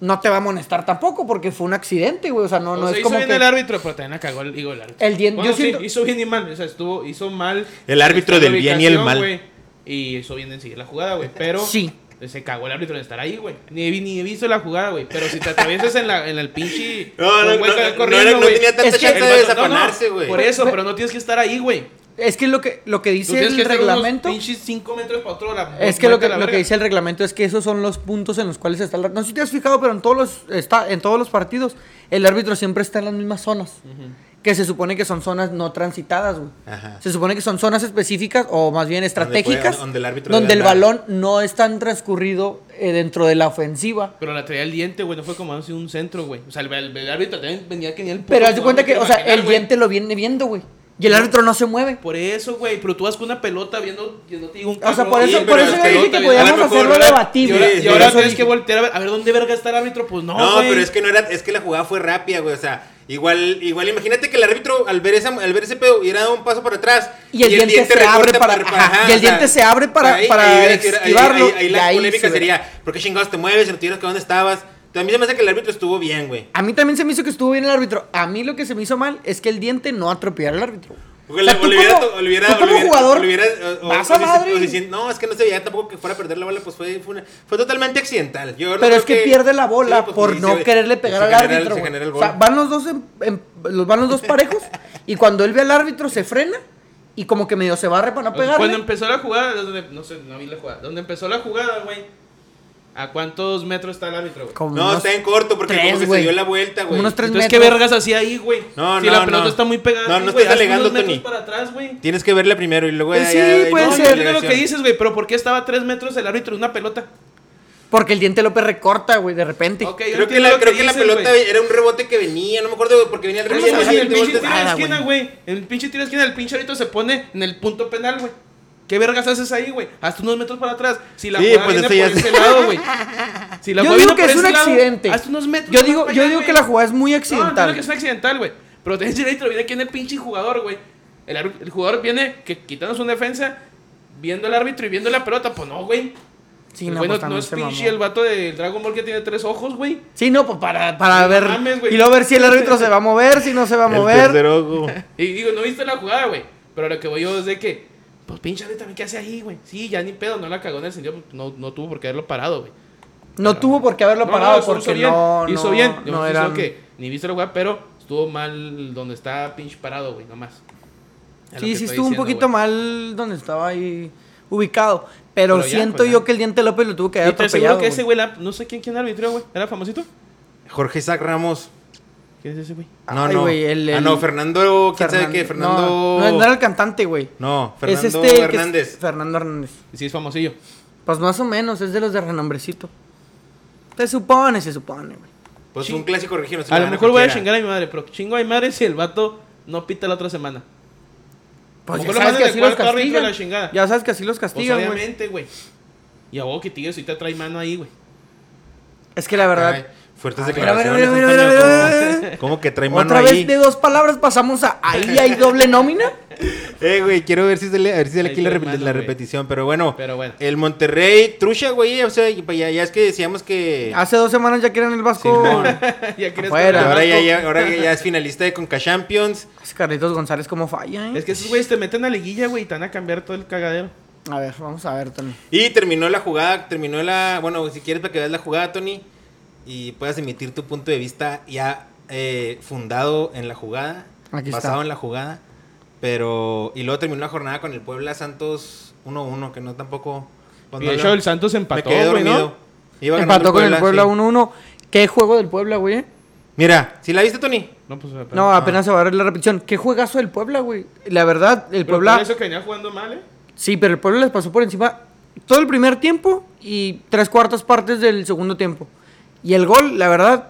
S1: No te va a amonestar tampoco porque fue un accidente, güey. O sea, no,
S2: O
S1: no
S2: sea,
S1: es
S2: hizo
S1: como
S2: bien el
S1: que...
S2: árbitro, pero también la cagó el, digo, el árbitro.
S1: El dien-
S2: Bueno,
S1: yo
S2: sí,
S1: siento-
S2: hizo bien y mal. O sea, estuvo, hizo mal.
S3: El árbitro
S2: esta
S3: del bien y el
S2: ubicación,
S3: mal.
S2: güey, y hizo bien en seguir la jugada, güey. Pero
S1: Sí.
S2: Se cagó el árbitro en estar ahí, güey. Ni, vi- ni he visto la jugada, güey. Pero si te atraviesas en, la, en el pinche.
S3: No,
S2: un
S3: no,
S2: güey
S3: no,
S2: ca-
S3: no, no, no tenía tanta
S1: Es que-
S3: chance de
S2: el vato- no, no,
S3: desafanarse, güey.
S2: Por eso, pero no tienes que estar ahí, güey.
S1: Es que lo que, lo que
S2: Tú
S1: dice
S2: tienes
S1: el
S2: que estar unos
S1: reglamento.
S2: pinches 5 metros para otro. la-
S1: Es que lo, que
S2: la
S1: lo que
S2: verga.
S1: dice el reglamento es que esos son los puntos en los cuales está el árbitro. No sé si te has fijado, pero en todos los, está, en todos los partidos el árbitro siempre está en las mismas zonas. Que se supone que son zonas no transitadas, güey.
S3: Ajá.
S1: Se supone que son zonas específicas o más bien
S3: puede-
S1: estratégicas.
S3: donde el árbitro
S1: donde
S3: debe
S1: el
S3: andar.
S1: balón no es tan transcurrido eh, dentro de la ofensiva.
S2: Pero la traía el diente, güey. No fue como hace un centro, güey. O sea, el, el- el árbitro también venía que ni el puto
S1: Pero haz de cuenta que,
S2: jugador te
S1: o sea,
S2: imaginar,
S1: el
S2: güey.
S1: diente lo viene viendo, güey. Y el árbitro no se mueve.
S2: Por eso, güey. Pero tú vas con una pelota viendo. que no te digo un
S1: O sea,
S2: cabrón,
S1: por
S2: güey,
S1: eso,
S3: Sí,
S1: por
S3: pero
S1: eso
S3: es
S1: yo
S3: que
S1: dije
S3: no
S1: que
S3: te- a
S1: podíamos
S3: lo mejor
S1: hacerlo
S3: era-
S2: Y
S1: debatible.
S2: ahora,
S3: Sí,
S2: y
S3: sí,
S2: ahora
S3: sí,
S2: tienes
S1: sí.
S2: que voltear a ver, a ver dónde verga está el árbitro. Pues no,
S3: No,
S2: güey.
S3: pero es que no era, es que la jugada fue rápida, güey, o sea, igual, igual imagínate que el árbitro al ver esa, al ver ese pedo hubiera dado un paso para atrás
S1: Y el diente se
S3: recorta
S1: abre para- ajá, y el diente se abre para- para
S3: hubiera sido-
S1: esquivarlo,
S3: Ahí, ahí
S1: y
S3: la
S1: ahí
S3: polémica
S1: se ve.
S3: sería, ¿por qué chingados te mueves? ¿No te dijeron que dónde estabas? También se me hace que el árbitro estuvo bien, güey.
S1: A mí también se me hizo que estuvo bien el árbitro. A mí lo que se me hizo mal es que el diente no atropellara al árbitro.
S3: Porque
S1: O sea,
S3: le-
S1: tú
S3: o le hubiera-
S1: como-
S3: o le hubiera-
S1: tú
S3: o le
S1: como
S3: hubiera-
S1: jugador
S3: o le hubiera- o- o-
S1: vas
S3: eh, o
S1: a
S3: dici-
S1: madre.
S3: o diciendo, no, es que no se veía tampoco que fuera a perder la bola, pues fue, fue, una- fue totalmente accidental. Yo
S1: Pero
S3: creo
S1: es que, pierde la bola
S3: sí, pues,
S1: por
S3: sí,
S1: no
S3: se-
S1: quererle
S3: se
S1: pegar al
S3: genera el-
S1: árbitro.
S3: se
S1: güey.
S3: genera el
S1: O sea,
S3: gol.
S1: van los dos en- en- los van los dos parejos y cuando él ve al árbitro se frena y como que medio se barre para no pegarle.
S2: Cuando empezó la jugada, es donde- no sé, no vi la jugada. Donde empezó la jugada, güey. ¿A cuántos metros está el árbitro, güey?
S1: Como
S3: No,
S1: unos-
S3: está en corto porque
S1: tres,
S3: como que
S1: güey.
S3: se dio la vuelta,
S1: Como
S3: güey.
S1: unos tres
S2: Entonces, ¿qué
S1: metros.
S2: vergas hacía ahí, güey?
S3: No,
S2: si
S3: no,
S2: la pelota
S3: no.
S2: está muy pegada.
S3: No,
S2: a ti,
S3: no
S2: güey,
S3: estás
S2: hazte unos
S3: alegando, Tony.
S2: metros para atrás, güey.
S3: Tienes que verla primero y luego
S1: Pues
S3: ya-
S1: sí,
S3: ya- ya-
S1: puede
S2: No,
S3: ya-
S1: ser.
S2: yo
S3: ya-
S2: entiendo lo
S3: ya-
S2: que dices, güey, pero ¿por qué estaba a tres metros el árbitro de una pelota?
S1: Porque el diente López recorta, güey, de repente.
S2: Ok, yo
S3: Creo que
S2: entiendo
S3: la,
S2: lo
S3: creo que la
S2: dices,
S3: pelota
S2: güey.
S3: era un rebote que venía, no me acuerdo güey, porque venía el
S2: ¿Cómo
S3: rebote.
S1: Pero ya no
S2: sabes si el
S1: tiene
S2: pinche tiro
S1: nada,
S2: de
S1: güey.
S2: esquina, güey? El pinche tiro de esquina, el pinche árbitro se pone en el punto penal, güey. ¿Qué vergas haces ahí, güey? Hasta unos metros para atrás. Si la
S3: Sí,
S2: jugada
S3: pues,
S2: viene
S3: eso
S2: por
S3: ya
S2: ese lado, güey. Si la
S1: Yo digo
S2: jugada viene
S1: que
S2: por
S1: es un
S2: ese lado,
S1: accidente.
S2: Hasta unos metros.
S1: Yo
S2: más
S1: digo,
S2: para
S1: yo
S2: allá,
S1: digo que
S2: güey.
S1: la jugada es muy
S2: No, entiendo
S1: accidental.
S2: que es un accidental, güey. Pero tenés el árbitro, viene aquí en el pinche jugador, güey. El, ar- el jugador viene que quitándose una defensa, viendo al árbitro y viendo la pelota. Pues no, güey.
S1: Sí,
S2: El
S1: no,
S2: güey no,
S1: pues,
S2: no
S1: también
S2: es
S1: se
S2: pinche
S1: mamó.
S2: el vato de Dragon Ball que tiene tres ojos, güey.
S1: Sí, no, pues para, para
S2: No
S1: ver.
S2: mames, güey.
S1: y luego ver si el árbitro se va a mover, si no se va a
S3: El
S1: mover.
S3: tercer ojo.
S2: Y digo, no viste la jugada, güey. Pero lo que voy yo es de que, pues pinche árbitro, ¿qué hace ahí, güey? Sí, ya ni pedo, no la cagó en el sentido, pues, no, no tuvo por qué haberlo parado, güey.
S1: No tuvo por qué haberlo
S2: No,
S1: parado
S2: no, hizo-
S1: porque
S2: hizo bien,
S1: no.
S2: hizo
S1: no-
S2: bien. Yo
S1: no
S2: no
S1: eran-
S2: que ni viste la jugada, pero estuvo mal donde está pinche parado, güey, nomás. Es lo
S1: Sí,
S2: que
S1: sí
S2: estoy
S1: estuvo un
S2: diciendo,
S1: poquito
S2: güey.
S1: mal donde estaba ahí ubicado. Pero,
S2: Pero ya,
S1: siento
S2: pues, ya.
S1: yo que el diente López lo tuvo que
S2: Y
S1: haber
S2: te aseguro
S1: atropellado.
S2: que ese
S1: güey.
S2: güey, la- no sé quién, quién arbitró, güey. ¿Era famosito?
S3: Jorge Isaac Ramos.
S2: ¿Quién es ese, güey?
S3: No,
S1: Ay,
S3: no.
S1: güey, el-
S3: Ah,
S1: el-
S3: no, Fernando, ¿quién sabe qué? Fernando.
S1: No, no, no era el cantante, güey.
S3: No,
S1: Es
S3: Fernando
S1: este. el que es-
S3: Hernández.
S1: Fernando Hernández.
S2: Sí, es famosillo.
S1: Pues más o menos, es de los de renombrecito. Se supone, se supone, güey.
S3: Pues
S2: Sí.
S3: un clásico regio.
S2: A lo mejor voy a chingar a mi madre, pero chingo a mi madre si el vato no pita la otra semana.
S1: Pues
S2: Como
S1: ya
S2: que lo
S1: sabes
S2: mandan
S1: que
S2: de
S1: así los
S2: cuarto árbitro a la
S1: castigan.
S2: chingada.
S1: Ya sabes que así los
S2: Pues
S1: castigan, güey.
S2: obviamente, güey. Y a vos que Tigres ahorita trae mano ahí, güey.
S1: Es que la verdad.
S3: Fuertes
S1: A ver, a ver,
S3: declaraciones.
S1: a ver, a ver, a ver, a ver,
S3: Antonio,
S1: a ver.
S3: ¿cómo- ¿Cómo que trae mano
S1: Otra vez
S3: ahí?
S1: de dos palabras pasamos a ahí hay doble nómina.
S3: Eh, güey, quiero ver si sale, a ver si sale
S2: Ahí
S3: aquí la,
S2: trae
S3: rep-
S2: mano,
S3: la
S2: güey.
S3: repetición. Pero bueno,
S2: Pero bueno.
S3: el Monterrey, trucha, güey. O sea, y pa- ya, ya es que decíamos que.
S1: Hace dos semanas ya quieren el Vasco.
S3: Simón.
S2: ya quieres
S1: Afuera.
S2: que-
S3: ahora, ya, ya- ahora ya es finalista de Conca Champions.
S1: Ese Pues, Carlitos González cómo falla, ¿eh?
S2: Es que esos güeyes te meten a liguilla, güey, y te van a cambiar todo el cagadero.
S1: A ver, vamos a ver, Tony.
S3: Y terminó la jugada, terminó la. Bueno, si quieres para que veas la jugada, Tony, y puedas emitir tu punto de vista ya eh, fundado en la jugada,
S1: Aquí está.
S3: basado en la jugada. Pero. Y luego terminó la jornada con el Puebla Santos 1-1, que no tampoco. pues,
S2: Y de hecho, el Santos
S3: me
S2: empató,
S3: quedé
S2: güey,
S3: dormido.
S2: ¿no?
S3: Iba ganando
S1: Empató con el Puebla
S3: sí.
S1: 1-1. ¿Qué juego del Puebla, güey? eh.
S3: Mira, si la viste, Tony?
S2: No, pues... pero-
S1: No, apenas se va a ver la repetición. ¿Qué juegazo del Puebla, güey? La verdad, el
S2: Pero
S1: Puebla.
S2: por eso que venía jugando mal, ¿eh?
S1: Sí, pero el Puebla les pasó por encima todo el primer tiempo y tres cuartas partes del segundo tiempo. Y el gol, la verdad,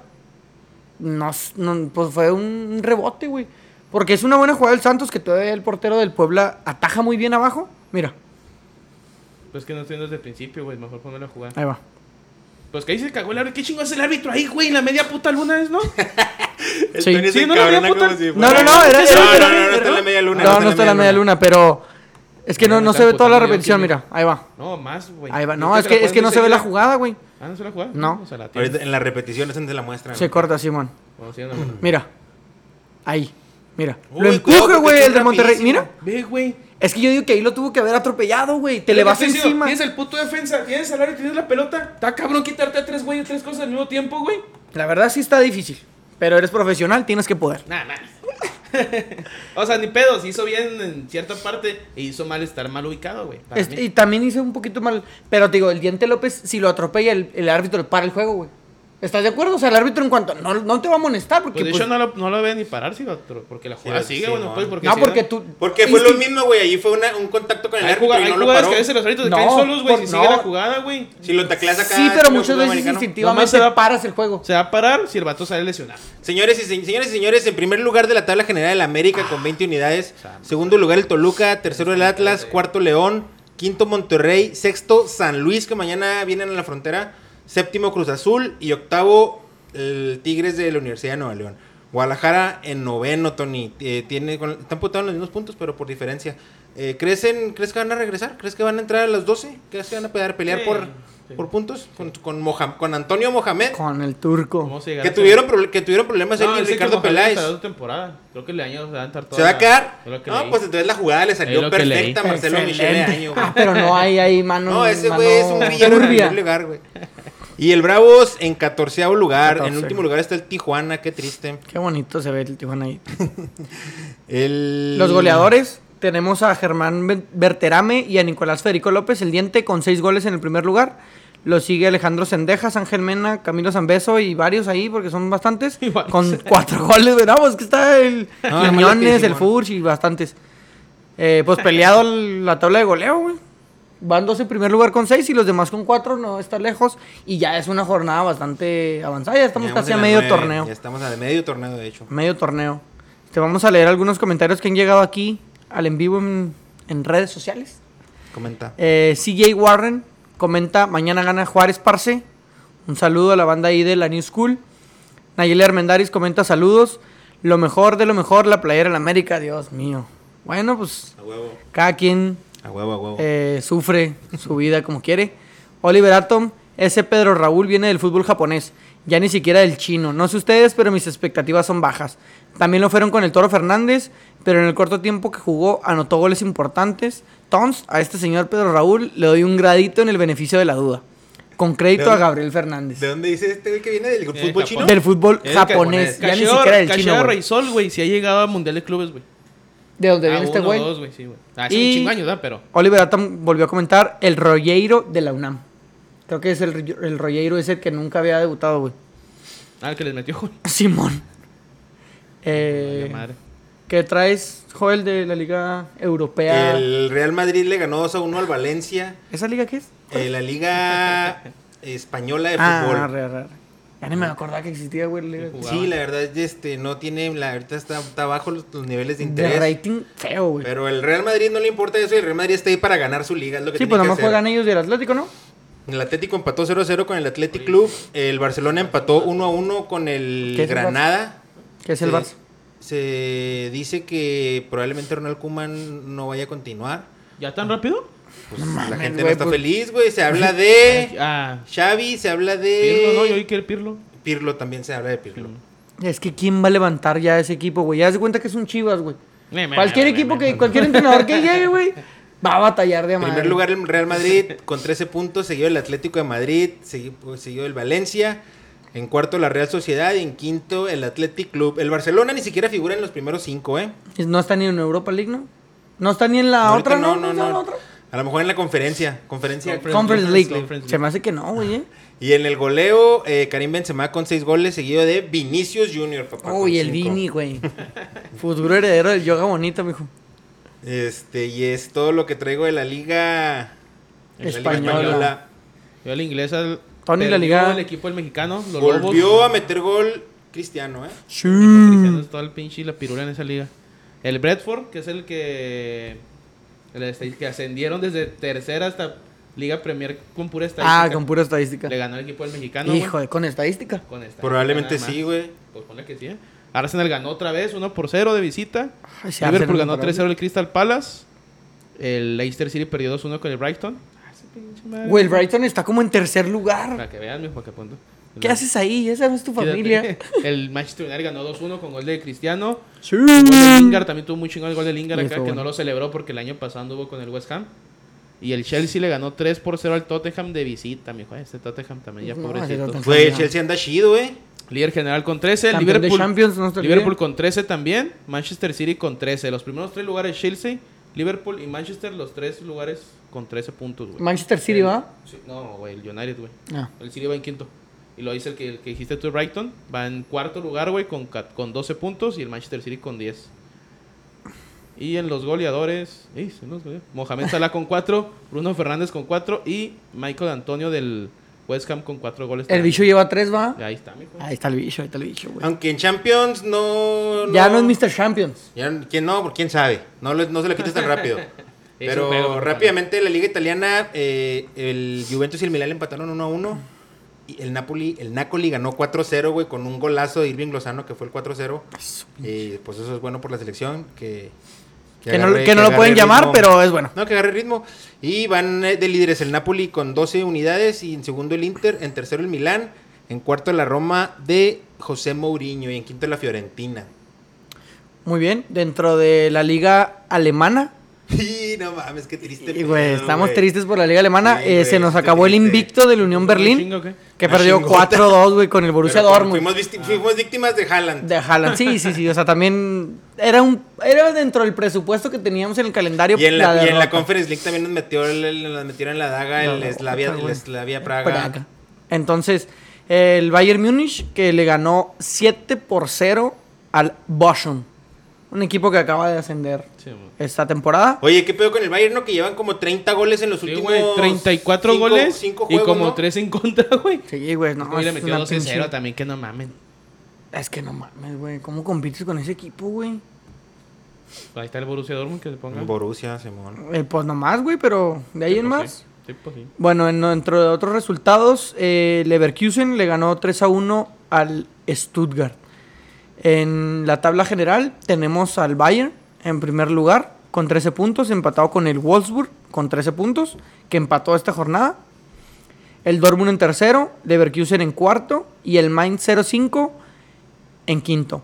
S1: no, s- no- pues fue un rebote, güey. Porque es una buena jugada del Santos que todavía el portero del Puebla ataja muy bien abajo. Mira,
S2: Pues que no estoy viendo desde el principio, güey. Mejor ponerlo a jugar.
S1: ahí va.
S2: Pues que ahí se cagó el árbitro. ¿Qué chingo hace el árbitro ahí, güey? La media puta luna es, ¿no?
S3: El
S1: Sí.
S3: Tony se
S2: Sí, no la vi,
S3: encabrona
S2: puta.
S3: como si
S1: No,
S3: fuera-
S1: no, no, era,
S3: no,
S1: era- era-
S3: no, no, no está en la media luna.
S1: No, no está en la media luna, pero es que
S2: Mira,
S1: no,
S2: me
S1: no
S2: está
S1: se ve toda la
S2: emputando,
S1: repetición,
S2: yo quiero-
S1: mira, ahí va.
S2: No, más, güey.
S1: Ahí va.
S2: Yo
S1: No,
S2: creo
S1: es que
S2: la
S1: es que
S2: ponen
S1: no
S2: muy
S1: se ve la
S2: seguida.
S1: jugada, güey.
S2: Ah, ¿no se la jugada?
S1: No.
S2: O sea, la tiene.
S3: Ahorita en la repetición es donde la muestran.
S1: Se corta Simón.
S2: Bueno, sí, no, no.
S1: Mira. Ahí. Mira.
S3: Uy,
S1: Lo
S3: cuidado,
S1: empuje,
S3: porque
S1: güey,
S3: es
S1: el de Monterrey.
S3: rapidísimo.
S1: Mira.
S2: Ve, güey.
S1: Es que yo digo que ahí lo tuvo que haber atropellado, güey. Te
S2: Es
S1: le
S2: lo que
S1: vas
S2: estoy diciendo,
S1: encima.
S2: Tienes el puto defensa, tienes al área, tienes la pelota. Está cabrón quitarte a tres güeyes, tres cosas al mismo tiempo, güey.
S1: La verdad sí está difícil. Pero eres profesional, tienes que poder.
S2: Nada más. o sea, ni pedo, se hizo bien en cierta parte e hizo mal estar mal ubicado, güey. para
S1: Es-
S2: mí. Pues,
S1: y también hice un poquito mal. Pero te digo, el diente López, si lo atropella, el, el árbitro le para el juego, güey. ¿Estás de acuerdo? O sea, el árbitro en cuanto. No, no te va a amonestar porque.
S2: Pues de
S1: pues,
S2: hecho no lo, no lo ve ni parar, sí, otro, porque la jugada
S3: Sí,
S2: sigue,
S3: sí,
S2: güey, no
S3: no.
S2: puedes, porque
S1: no,
S2: si
S1: porque tú.
S3: Porque fue
S1: es que-
S3: lo mismo, güey. Allí fue una- un contacto con el
S2: Hay,
S3: árbitro
S2: jugada-
S3: y
S2: hay
S3: no lo
S2: jugadas
S3: paró.
S2: que a veces los árbitros
S1: No,
S2: caen solos, güey,
S1: por-
S2: si sigue
S1: no.
S2: la jugada, güey.
S3: Si lo tacleas acá.
S1: Sí,
S3: es
S1: pero
S3: como
S1: muchas
S3: fútbol
S1: veces
S3: americano.
S2: Nomás se
S1: instintivamente
S2: va-
S1: paras el juego.
S2: Se va a parar si el vato sale lesionado.
S3: Señores y se- señores y señores, en primer lugar de la tabla general el América con
S2: Ah,
S3: 20 unidades,
S2: pues,
S3: segundo lugar el Toluca, tercero el Atlas, cuarto León, quinto Monterrey, sexto San Luis que mañana vienen a la frontera, séptimo Cruz Azul y octavo el Tigres de la Universidad de Nueva León. Guadalajara en noveno, Tony. eh, tiene, con- están putados en los mismos puntos, pero por diferencia. Eh, ¿crees, en- ¿Crees que van a regresar? ¿Crees que van a entrar a las 12? ¿Crees que van a poder pelear
S2: Sí,
S3: por,
S2: sí.
S3: por puntos? Con, con, Moham- con Antonio Mohamed.
S1: Con el turco.
S2: Vamos a llegar
S3: Que
S2: a-
S3: tuvieron, proble- que tuvieron problemas él
S2: No,
S3: y
S2: él sí que
S3: Ricardo
S2: Mohamed
S3: Peláez.
S2: estará dos temporadas. Creo que el año se va a entrar toda
S3: Se va a
S2: la-
S3: quedar.
S2: es lo que
S3: No,
S2: leí.
S3: pues entonces la jugada le
S2: Es
S3: salió
S2: lo que
S3: perfecta a Marcelo
S1: Excelente.
S3: Michel de año, güey.
S1: Ah, pero no hay ahí mano.
S3: No, ese
S1: mano
S3: güey es un villano en
S1: turbia.
S3: primer lugar, güey. Y el Bravos en catorceavo lugar. En
S1: 14.
S3: último lugar está el Tijuana, qué triste.
S1: Qué bonito se ve el Tijuana ahí.
S3: El...
S1: Los goleadores. Tenemos a Germán Ben- Berterame y a Nicolás Federico López, el diente, con seis goles en el primer lugar. Lo sigue Alejandro Sendejas, Ángel Mena, Camilo Zambeso y varios ahí, porque son bastantes.
S2: Y varios.
S1: Con cuatro goles, veramos que está el
S3: No, nomás los
S1: Quiñones,
S3: que
S1: el
S3: Simón.
S1: Furch y bastantes. Eh, pues peleado el- la tabla de goleo, güey. Van dos en primer lugar con seis y los demás con cuatro, no está lejos. Y ya es una jornada bastante avanzada, ya estamos
S3: Llegamos
S1: casi a
S3: en las
S1: medio
S3: nueve,
S1: torneo.
S3: Ya estamos a medio torneo, de hecho.
S1: Medio torneo. Te vamos a leer algunos comentarios que han llegado aquí al en vivo en, en redes sociales.
S3: Comenta.
S1: Eh, CJ Warren comenta, mañana gana Juárez Parce. Un saludo a la banda ahí de la New School. Nayeli Armendaris comenta saludos. Lo mejor de lo mejor, la playera en América, Dios mío. Bueno, pues
S3: A huevo.
S1: cada quien
S3: A huevo, a huevo.
S1: eh, sufre su vida como quiere. Oliver Atom, ese Pedro Raúl viene del fútbol japonés, ya ni siquiera del chino. No sé ustedes, pero mis expectativas son bajas. También lo fueron con el Toro Fernández, pero en el corto tiempo que jugó anotó goles importantes. Tons, a este señor Pedro Raúl le doy un gradito en el beneficio de la duda. Con crédito a
S3: dónde-
S1: Gabriel Fernández.
S3: ¿De dónde dice este güey que viene? ¿Del
S2: Eh,
S3: fútbol
S2: Japón.
S3: chino?
S1: Del fútbol
S3: Es
S1: japonés,
S3: japonés.
S1: ya ni
S2: Cacheo-
S1: siquiera del
S2: Cacheo
S1: chino. güey.
S2: Raizol, güey, si ha llegado a Mundial de Clubes, güey.
S1: De donde
S2: Ah,
S1: viene este
S2: uno,
S1: güey.
S2: dos, güey, sí, güey. Ah,
S1: Y-
S2: sí, un chingo años, ¿verdad? Pero.
S1: Oliver Atom volvió a comentar el Rolleiro de la UNAM. Creo que es el, el Rolleiro ese que nunca había debutado, güey.
S2: Ah, el que les metió, güey.
S1: Simón. Eh,
S2: Vale, madre.
S1: ¿Qué traes, Joel, de la Liga Europea?
S3: El Real Madrid le ganó 2 a 1 al Valencia.
S1: ¿Esa liga qué es?
S3: eh, la Liga Española de
S1: ah,
S3: Fútbol.
S1: arre, arre, arre. Ya ni me acordaba que existía, güey. la liga.
S2: Sí,
S3: Sí, la verdad es este no tiene, la ahorita está, está bajo los, los niveles de
S1: De
S3: interés.
S1: rating feo, güey.
S3: pero el Real Madrid no le importa eso y el Real Madrid está ahí para ganar su liga, es lo que
S1: Sí,
S3: tiene
S1: pues
S3: que
S1: nomás
S3: hacer.
S1: juegan ellos del Atlético, ¿no?
S3: El Atlético empató 0-0 con el Athletic Club, el Barcelona empató 1-1 con el
S1: ¿Qué es el
S3: Granada.
S1: Que es el
S3: Se-
S1: Barça.
S3: Se dice que probablemente Ronald Koeman no vaya a continuar.
S2: ¿Ya tan rápido?
S3: Pues la
S1: mames,
S3: gente no
S1: güey,
S3: está
S1: pues-
S3: feliz, güey. Se habla de
S2: Ah,
S3: Xavi, se habla de
S2: Pirlo, ¿no? Yo oí que el Pirlo.
S3: Pirlo también se habla de Pirlo.
S1: Es que ¿quién va a levantar ya ese equipo, güey? Ya se cuenta que es un Chivas, güey.
S2: Eh, Me, me,
S1: Cualquier
S2: me, me,
S1: equipo
S2: me,
S1: que,
S2: me.
S1: cualquier entrenador que llegue, güey, va a batallar de
S3: En
S1: madre.
S3: primer lugar el Real Madrid con 13 puntos, seguido el Atlético de Madrid, segui- pues, seguido el Valencia, en cuarto la Real Sociedad y en quinto el Athletic Club. El Barcelona ni siquiera figura en los primeros cinco, ¿eh?
S1: No está ni en Europa League, ¿no? No está ni en la
S3: Ahorita
S1: otra, ¿no?
S3: no,
S1: está
S3: no,
S1: en la
S3: no.
S1: otra.
S3: A lo mejor en la conferencia, conferencia.
S2: Conference
S1: Conference
S2: League,
S1: League.
S2: Conference
S1: Se
S2: League.
S1: me hace que no, güey. ¿eh?
S3: Y en el goleo, eh, Karim Benzema con seis goles, seguido de Vinicius Junior, papá. con
S1: Uy, el
S3: cinco.
S1: Vini, güey. Futuro heredero del yoga bonito, mijo.
S3: Este, y es todo lo que traigo de la liga, de la liga
S1: Española.
S2: Yo a la inglesa. el-
S1: Tony, la
S2: perdió
S1: liga-
S2: El equipo del mexicano. Los
S3: Volvió
S2: lobos.
S3: a meter gol Cristiano, ¿eh?
S2: Cristiano es todo el pinche y la pirula en esa liga. El Bradford, que es el que. El este- que ascendieron desde tercera hasta Liga Premier con pura estadística.
S1: Ah, con pura estadística.
S2: Le ganó el equipo del mexicano. güey,
S1: Hijo, de- con estadística.
S2: con estadística
S3: Probablemente
S2: nada más.
S3: sí, güey.
S2: Pues ponle que sí. ¿eh? Arsenal ganó otra vez, 1 por 0 de visita.
S1: Ay, se
S2: Liverpool
S1: hacen
S2: ganó
S1: memorables.
S2: 3-0 el Crystal Palace. El Leicester City perdió 2-1 con el Brighton. Ah, esa pinche madre.
S1: Güey, el Brighton está como en tercer lugar.
S2: Para que vean, mijo, para que punto.
S1: ¿Qué haces ahí? Esa no es tu familia.
S2: El Manchester United ganó 2-1 con gol de Cristiano.
S1: Sí.
S2: El gol de Lingard también tuvo muy chingón el gol de Lingard
S1: Sí,
S2: acá, que
S1: estuvo
S2: no
S1: bueno.
S2: lo celebró porque el año pasado anduvo con el West Ham. Y el Chelsea le ganó 3 por 0 al Tottenham de visita, mijo. Este Tottenham también ya
S1: No,
S2: pobrecito.
S1: ese Tottenham.
S3: Güey, el Chelsea anda chido, güey.
S2: Líder general con 13,
S1: Campeón de
S2: Liverpool,
S1: Champions, no se te olvide.
S2: Liverpool con 13 también, Manchester City con 13. Los primeros tres lugares Chelsea, Liverpool y Manchester, los tres lugares con 13 puntos, güey.
S1: Manchester City,
S2: El-
S1: ¿va?
S2: Sí, no, güey, el United, güey.
S1: Ah.
S2: El City va en quinto. Y lo dice el que, el que dijiste tú, Brighton. Va en cuarto lugar, güey, con, ca- con 12 puntos. Y el Manchester City con 10. Y en los goleadores. ¡Ey, se nos goleó! Mohamed Salah con 4. Bruno Fernández con 4. Y Michael Antonio del West Ham con 4 goles.
S1: El
S2: también.
S1: bicho lleva tres, ¿va?
S2: Ahí está, mijo.
S1: Ahí está el bicho, ahí está el bicho, güey.
S3: Aunque en Champions no.
S1: Ya no es Mr. Champions.
S3: Ya, ¿Quién no? ¿Por quién sabe? No, lo- no se lo quites tan rápido.
S2: Es un pedo,
S3: Pero rápidamente la Liga Italiana, eh, el Juventus y el Milan empataron 1 a 1. Y el Napoli, el Napoli ganó 4-0, güey, con un golazo de Irving Lozano que fue el 4-0.
S1: Ah,
S3: Y pues eso es bueno por la selección. Que,
S1: Que no,
S3: agarre-
S1: que no lo
S3: agarre
S1: pueden llamar,
S3: ritmo.
S1: pero es bueno.
S3: No, que agarre ritmo. Y van eh, de líderes el Napoli con 12 unidades. Y en segundo el Inter. En tercero el Milán. En cuarto la Roma de José Mourinho. Y en quinto la Fiorentina.
S1: Muy bien. Dentro de la liga alemana.
S3: Y no mames, qué triste.
S1: Y, güey,
S3: pedo,
S1: estamos
S3: güey.
S1: tristes por la liga alemana.
S3: Sí,
S1: Eh,
S3: güey,
S1: se nos
S3: está
S1: acabó el
S3: triste.
S1: invicto del Unión Berlín,
S2: Chingo, ¿qué?
S1: que
S3: Una
S1: perdió
S3: chingota.
S1: 4-2, güey, con el Borussia
S3: Pero, pero
S1: Dortmund. Ah.
S3: Fuimos, visti- fuimos víctimas de Haaland.
S1: De Haaland, sí, sí, sí. O sea, también era un era dentro del presupuesto que teníamos en el calendario.
S3: Y en la, y en la
S1: derrota.
S3: Conference League también nos metió el- el- nos metieron la daga
S1: No,
S3: el
S1: no,
S3: Slavia,
S1: otra,
S3: el
S1: güey.
S3: Slavia
S1: Praga.
S3: Praga.
S1: Entonces, el Bayern Múnich que le ganó 7 por 0 al Bochum. Un equipo que acaba de ascender
S2: Sí, güey.
S1: esta temporada.
S3: Oye, ¿qué pedo con el Bayern? No, que llevan como 30 goles en los
S2: Sí,
S3: últimos.
S2: güey, 34
S3: cinco-
S2: goles
S3: cinco
S2: y
S3: juegos,
S2: como
S3: ¿no?
S2: 3 en contra, güey.
S1: Sí, güey, no.
S2: No, le
S1: es
S2: metió
S1: una
S2: 12
S1: pinche-
S2: 0 también, que no mamen.
S1: Es que no mames, güey. ¿Cómo compites con ese equipo, güey?
S2: Ahí está el Borussia Dortmund que le ponga.
S3: Borussia, Simón.
S1: Eh, pues nomás, güey, pero de ahí
S2: Sí,
S1: en
S2: pues,
S1: más.
S2: sí. Sí, pues sí.
S1: Bueno, en- dentro de otros resultados, eh, Leverkusen le ganó 3 a 1 al Stuttgart. En la tabla general tenemos al Bayern en primer lugar con 13 puntos, empatado con el Wolfsburg con 13 puntos, que empató esta jornada. El Dortmund en tercero, Leverkusen en cuarto y el Mainz 05 en quinto.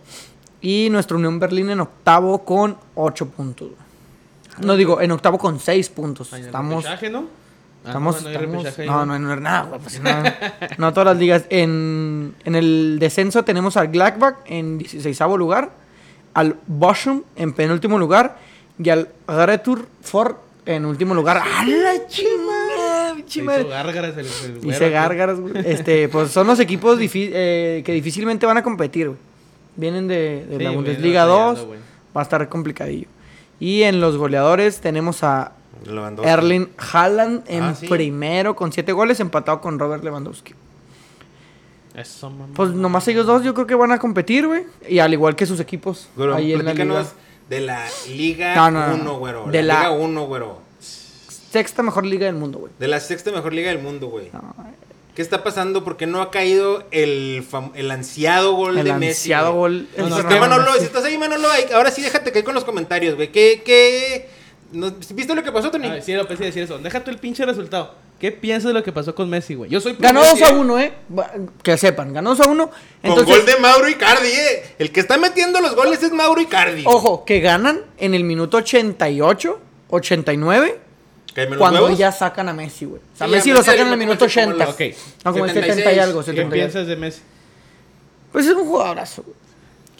S1: Y nuestra Unión Berlín en octavo con 8 puntos. No digo, en octavo con 6 puntos.
S2: Ahí en el
S1: Estamos...
S2: repechaje, ¿no? Ah,
S1: Estamos,
S2: no, no hay
S1: estamos-
S2: repechaje ahí,
S1: no, no, no, nada, güey, pues, no, no todas las ligas. En, en el descenso tenemos al Gladbach en 16 lugar, al Bochum en penúltimo lugar y al Gretur Ford en último lugar. ¡A la chima!
S2: Se
S1: chima!
S2: hizo gárgaras el, el güero,
S1: Dice
S2: güey.
S1: gárgaras, güey. Este, pues son los equipos difí- eh, que difícilmente van a competir, güey. Vienen de, de
S2: Sí,
S1: la
S2: güey,
S1: Bundesliga
S2: no, no,
S1: 2,
S2: no, güey.
S1: va a estar complicadillo. Y en los goleadores tenemos a
S3: Lewandowski.
S1: Erling Haaland en
S3: Ah, sí.
S1: primero con siete goles, empatado con Robert Lewandowski.
S2: Eso, mamá.
S1: Pues nomás ellos dos yo creo que van a competir, güey. Y al igual que sus equipos.
S3: Güero,
S1: ahí en la
S3: platícanos
S1: liga.
S3: de la Liga
S1: No, no, no.
S3: 1, güero.
S1: De
S3: la
S1: la-
S3: Liga 1, güero.
S1: Sexta mejor liga del mundo, güey.
S3: De la sexta mejor liga del mundo, güey.
S1: No,
S3: ¿Qué está pasando? ¿Por qué no ha caído el, fam- el ansiado gol
S1: el
S3: de Messi?
S1: ansiado
S3: güey?
S1: gol. Este
S2: No,
S1: el
S2: no,
S3: Si
S2: no,
S1: Cristiano
S3: estás, Manolo,
S1: Messi.
S3: si estás ahí, Manolo, ahí- ahora sí déjate caer con los comentarios, güey. ¿Qué, qué... nos- ¿Viste lo que pasó, Tony?
S2: Ah, sí, lo pensé decir eso. Deja tú el pinche resultado. ¿Qué piensas de lo que pasó con Messi, güey? Yo soy pro
S1: Ganó
S2: Messi,
S1: 2 a
S2: eh.
S1: 1, eh. Va- Que sepan, ganó 2 a 1.
S3: Con
S1: Entonces,
S3: gol de Mauro Icardi, eh. El que está metiendo los goles es Mauro Icardi.
S1: ojo, que ganan en el minuto 88, 89,
S3: Cáeme los
S1: cuando
S3: huevos.
S1: ya sacan a Messi, güey. O sea,
S3: Sí,
S1: Messi
S3: ya,
S1: lo
S3: Messi
S1: sacan en
S3: ahorita
S1: el minuto
S3: como
S1: 80.
S3: la-
S2: Ok.
S1: No, como el
S3: 76.
S1: 70 y algo,
S2: ¿Qué
S1: 70 y algo.
S2: piensas de Messi?
S1: Pues es un jugadorazo, güey.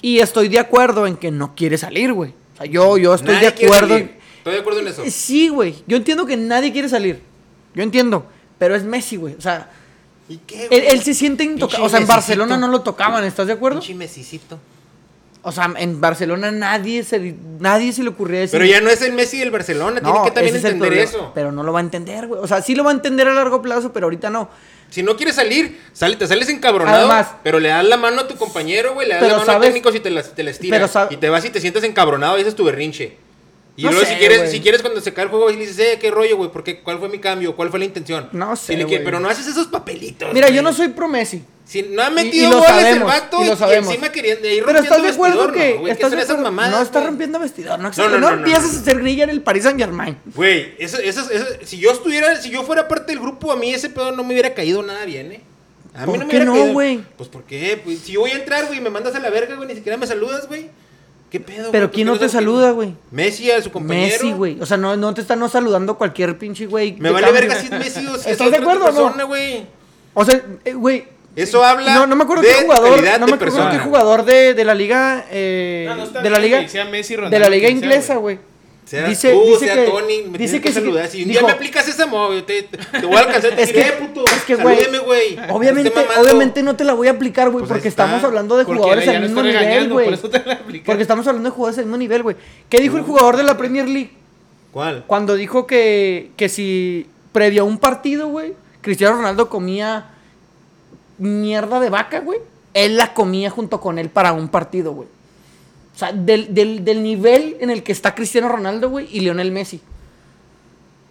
S1: Y estoy de acuerdo en que no quiere salir, güey. O sea, yo, yo estoy
S3: Nadie
S1: de
S3: quiere
S1: acuerdo.
S3: salir. Estoy de acuerdo en eso.
S1: en- Sí, güey. Yo entiendo que nadie quiere salir. Yo entiendo. Pero es Messi, güey. O sea,
S3: ¿Y qué,
S1: él, él se siente intocable.
S3: Pinche
S1: O sea, en
S3: Messicito.
S1: Barcelona no lo tocaban, ¿estás de acuerdo?
S3: Pinche Messicito.
S1: O sea, en Barcelona nadie se, di- nadie se le ocurría decir.
S3: Pero ya no es el Messi del Barcelona. Tiene que también
S1: ese es el
S3: entender
S1: problema.
S3: eso.
S1: Pero no lo va a entender, güey. O sea, sí lo va a entender a largo plazo, pero ahorita no.
S3: Si no quieres salir, sale, te sales encabronado.
S1: Además-
S3: pero le das la mano a tu compañero, güey. Le das
S1: Pero
S3: la mano al
S1: sabes-
S3: técnico si te la, te la estira.
S1: pero sab-
S3: y te vas y te sientes encabronado y ese es tu berrinche. Y
S1: No
S3: luego,
S1: sé,
S3: si, quieres,
S1: güey.
S3: si quieres, cuando se cae el juego, y le dices, eh, qué rollo, güey, ¿por qué? ¿cuál fue mi cambio? ¿Cuál fue la intención?
S1: No sé,
S3: Si le quieres-
S1: güey.
S3: pero no haces esos papelitos.
S1: Mira, yo
S3: güey.
S1: no soy pro Messi.
S3: Si no ha
S1: Y-
S3: metido
S1: y lo
S3: goles el
S1: sabemos,
S3: vato
S1: y
S3: y,
S1: lo
S3: y
S1: sabemos.
S3: encima queriendo ir
S1: Pero estás de acuerdo
S3: vestidor,
S1: que.
S3: no, güey, ¿qué
S1: estás
S3: son
S1: de
S3: esas
S1: acuerdo-
S3: mamadas?
S1: no estás
S3: güey?
S1: rompiendo vestidor. No,
S3: no,
S1: no,
S3: no, no,
S1: empiezas
S3: no.
S1: a hacer grilla en el Paris Saint Germain.
S3: Güey, eso, eso, eso- si yo estuviera, si yo fuera parte del grupo, a mí ese pedo no me hubiera caído nada bien, eh. A
S1: ¿Por
S3: mí no me
S1: qué
S3: hubiera
S1: no,
S3: caído.
S1: güey?
S3: Pues ¿por qué? Pues, si yo voy a entrar, güey, me mandas a la verga, güey, ni siquiera me saludas, güey. ¿Qué
S1: Pero
S3: pedo? güey? Pues,
S1: ¿quién
S3: ¿Por
S1: no
S3: qué
S1: te
S3: sabes
S1: saluda,
S3: que-
S1: güey?
S3: Messi, a su compañero.
S1: Messi, güey. O sea, no, no te está no saludando cualquier pinche güey.
S3: Me
S1: de
S3: vale
S1: cambio.
S3: verga si es Messi o si es
S1: ¿Estás de
S3: otra
S1: acuerdo o no?
S3: persona, güey.
S1: O sea, eh, güey.
S3: Eso habla
S1: No, no me acuerdo
S3: de
S1: qué jugador.
S3: calidad
S1: No
S3: de
S1: me acuerdo
S3: persona.
S1: qué jugador de, de la liga. eh,
S2: Ah, No, no está
S1: de la
S2: bien
S1: liga.
S2: que sea Messi,
S1: de la
S2: Ronaldo,
S1: liga
S2: quien sea,
S1: inglesa, güey.
S3: Sea tú, sea Tony, me dice que,
S1: sí
S3: saludar. Si un
S1: dijo,
S3: día me aplicas esa móvil, te, te- te voy a alcanzar. Te
S1: Es
S3: diré,
S1: que-
S3: puto,
S1: es que, güey,
S3: salúdeme, güey.
S2: Este
S3: Este
S1: Obviamente,
S3: Esté mamando.
S1: obviamente no te la voy a aplicar, güey,
S3: Pues ahí
S1: porque
S3: está.
S1: estamos hablando de
S2: Porque
S1: jugadores
S2: ya
S1: al
S2: lo
S1: mismo
S2: está
S1: nivel,
S2: regañando,
S1: güey.
S2: Por eso te la apliqué. Mm.
S1: Porque estamos hablando de jugadores al mismo nivel, güey. ¿Qué dijo el jugador de la Premier League?
S3: ¿Cuál?
S1: Cuando dijo que, que si previo a un partido, güey, Cristiano Ronaldo comía mierda de vaca, güey, él la comía junto con él para un partido, güey. O sea, del, del- del nivel en el que está Cristiano Ronaldo, güey, y Lionel Messi.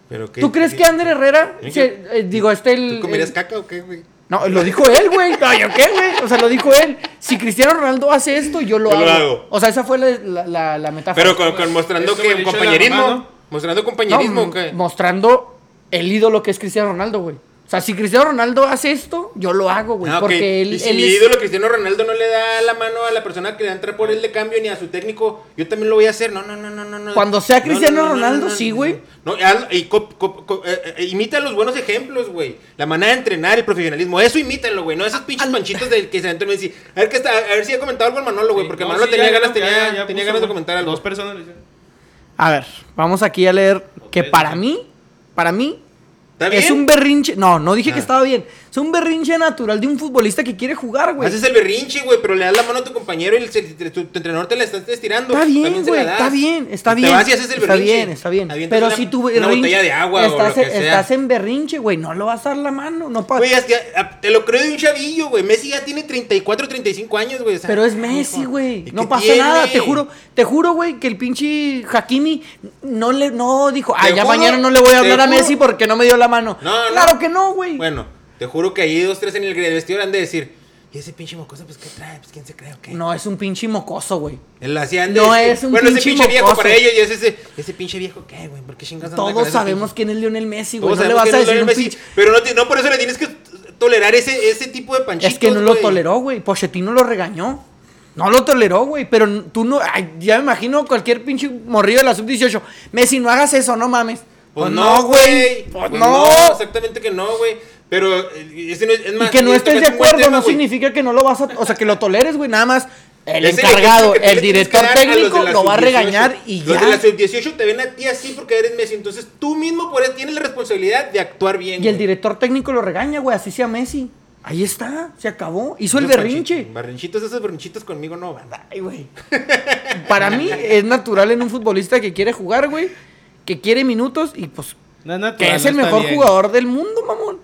S3: ¿Pero qué-
S1: ¿Tú crees
S3: qué-
S1: que Ander Herrera,
S3: ¿Eh?
S1: se- eh, digo, este el...
S2: Mm,
S3: ¿Tú comerías
S1: el-
S3: caca o qué, güey?
S1: no, lo dijo él, güey. No, ¿yo qué, güey? O sea, lo dijo él. Si Cristiano Ronaldo hace esto, yo lo,
S3: Yo
S1: hago.
S3: lo hago.
S1: O sea, esa fue la, la- la- la metáfora.
S3: Pero con, con mostrando
S2: Eso me
S3: que
S2: lo hizo la
S3: compañerismo.
S2: mamá, ¿no?
S3: Mostrando
S1: No,
S3: compañerismo,
S1: m-
S3: ¿o qué?
S1: mostrando el ídolo que es Cristiano Ronaldo, güey. O sea, si Cristiano Ronaldo hace esto, yo lo hago, güey.
S3: Ah, ok.
S1: Porque él,
S3: y si
S1: él
S3: mi
S1: es-
S3: ídolo Cristiano Ronaldo no le da la mano a la persona que le va a entrar por él de cambio ni a su técnico, yo también lo voy a hacer. No, no, no, no, no. no.
S1: Cuando sea
S3: No,
S1: Cristiano Ronaldo, sí, güey.
S3: No, haz- y cop- cop- co- eh, eh, imita los buenos ejemplos, güey. La manera de entrenar, el profesionalismo, eso imítalo, güey. No esas pinches manchitas del que se entran y dicen, a ver, qué está, a ver si ha comentado algo el Manolo, güey, porque
S2: No,
S3: Manolo
S2: sí,
S3: tenía
S2: ya,
S3: ganas,
S2: ya,
S3: tenía,
S2: ya,
S3: tenía
S2: ya puso,
S3: ganas de
S2: güey.
S3: comentar algo.
S2: Dos personas le hicieron.
S1: A ver, vamos aquí a leer que
S2: tres,
S1: para
S2: ¿no?
S1: mí, para mí,
S3: ¿Está bien?
S1: es un berrinche. No, no dije
S3: Ah.
S1: que estaba bien. Es un berrinche natural de un futbolista que quiere jugar, güey.
S3: Haces el berrinche, güey, pero le das la mano a tu compañero y el, se- tu, tu entrenador te la está estirando.
S1: Está
S3: También
S1: bien,
S3: se la
S1: güey,
S3: das.
S1: está bien, está
S3: Te
S1: bien.
S3: vas y haces el
S1: está
S3: berrinche.
S1: bien, está bien.
S3: Avientas
S1: Pero
S3: una-
S1: si tú
S3: una
S1: berrinche-
S3: botella de agua o lo
S1: estás,
S3: que sea.
S1: estás en berrinche, güey, no lo vas a dar la mano, no pa-
S3: Güey, es que, a- te lo creo de un chavillo, güey. Messi ya tiene 34, 35 años, güey. o sea,
S1: Pero es
S3: hijo,
S1: Messi,
S3: ¿y
S1: güey. No
S3: qué
S1: pasa
S3: tiene?
S1: nada, te juro, te juro, güey, que el pinche Hakimi no le no dijo, ah,
S3: Te
S1: ya
S3: juro,
S1: mañana no le voy
S3: te
S1: a hablar a
S3: juro.
S1: Messi porque no me dio la mano.
S3: No, no.
S1: Claro que no, güey.
S3: Bueno, te juro que ahí dos, tres en el vestidor han de decir, ¿y ese pinche mocoso, pues qué trae? Pues quién se cree o qué.
S1: No es un pinche mocoso, güey.
S3: Él lo hacían de
S1: No
S3: decir,
S1: es un
S3: Bueno, ese
S1: pinche
S3: pinche viejo
S1: mocoso.
S3: para ellos y es ese, ese pinche viejo, ¿qué, güey? ¿Por qué chingas anda con
S1: Todos
S3: ese
S1: sabemos
S3: pinche-
S1: quién es Lionel Messi, güey.
S3: Todos
S1: No le
S3: sabemos
S1: vas
S3: que
S1: a
S3: es
S1: decir un
S3: Lionel Messi,
S1: pinche
S3: Pero no, ti- no por eso le tienes que tolerar ese, ese tipo de panchitos,
S1: Es que no lo
S3: güey.
S1: toleró, güey. Pochettino lo regañó. No lo toleró, güey. Pero n- tú no. ay, ya me imagino cualquier pinche morrillo de la sub-18. Messi, no hagas eso, no mames.
S3: Pues no, güey.
S1: Pues no.
S3: Exactamente que no, güey. Pero eh, ese no es, es
S1: Y
S3: más,
S1: que no
S3: este
S1: estés
S3: es
S1: de
S3: un buen
S1: acuerdo
S3: tema,
S1: no
S3: güey.
S1: significa que no lo vas a. O sea, que lo toleres, güey. Nada más el
S3: Es
S1: encargado,
S3: ejemplo que tú
S1: el
S3: le tienes que
S1: director
S3: dar a los de
S1: técnico
S3: la
S1: lo va a
S3: sub-18.
S1: regañar y
S3: Los de la
S1: ya.
S3: sub-18 te ven a ti así porque eres Messi. Entonces tú mismo por eso tienes la responsabilidad de actuar bien.
S1: Y el
S3: güey.
S1: director técnico lo regaña, güey. Así sea Messi. Ahí está. Se acabó. Hizo el
S3: Esos
S1: berrinche.
S3: panchitos, Berrinchitos, esos berrinchitos conmigo no van.
S1: Ay, güey. Para mí es natural en un futbolista que quiere jugar, güey. Que quiere minutos y pues
S2: No es natural,
S1: que es
S2: no
S1: el
S2: está
S1: mejor
S2: bien.
S1: jugador del mundo, mamón.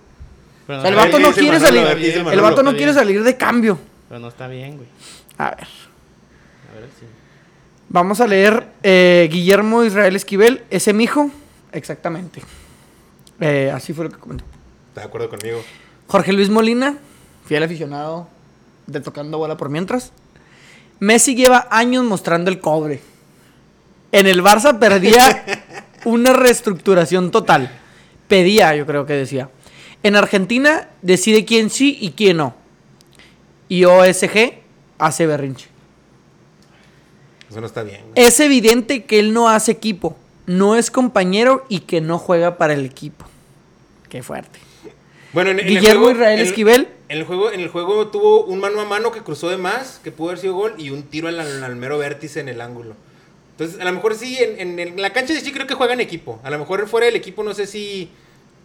S2: Pero
S1: O sea, el
S2: está
S1: vato
S2: bien,
S1: no
S2: dice
S1: quiere
S2: Manolo,
S1: salir.
S2: está bien,
S3: dice
S1: El
S2: Manolo,
S1: vato no
S2: está
S1: quiere
S2: bien.
S1: salir de cambio.
S2: Pero no está bien, güey.
S1: A ver.
S2: A ver sí.
S1: Vamos a leer eh, Guillermo Israel Esquivel, ese mijo. Exactamente. Eh, así fue lo que comentó.
S3: ¿Estás de acuerdo conmigo?
S1: Jorge Luis Molina, fiel aficionado de tocando bola por mientras. Messi lleva años mostrando el cobre. En el Barça perdía una reestructuración total. Pedía, yo creo que decía. En Argentina decide quién sí y quién no. Y OSG hace berrinche.
S3: Eso no está bien. güey.
S1: Es evidente que él no hace equipo, no es compañero y que no juega para el equipo. Qué fuerte.
S3: Bueno, en, en
S1: Guillermo
S3: el juego,
S1: Israel
S3: en-
S1: Esquivel.
S3: En el, juego, en el juego tuvo un mano a mano que cruzó de más, que pudo haber sido gol, y un tiro al, al mero vértice en el ángulo. Entonces, a lo mejor sí, en, en el- en la cancha sí creo que juegan equipo. A lo mejor fuera del equipo no sé si...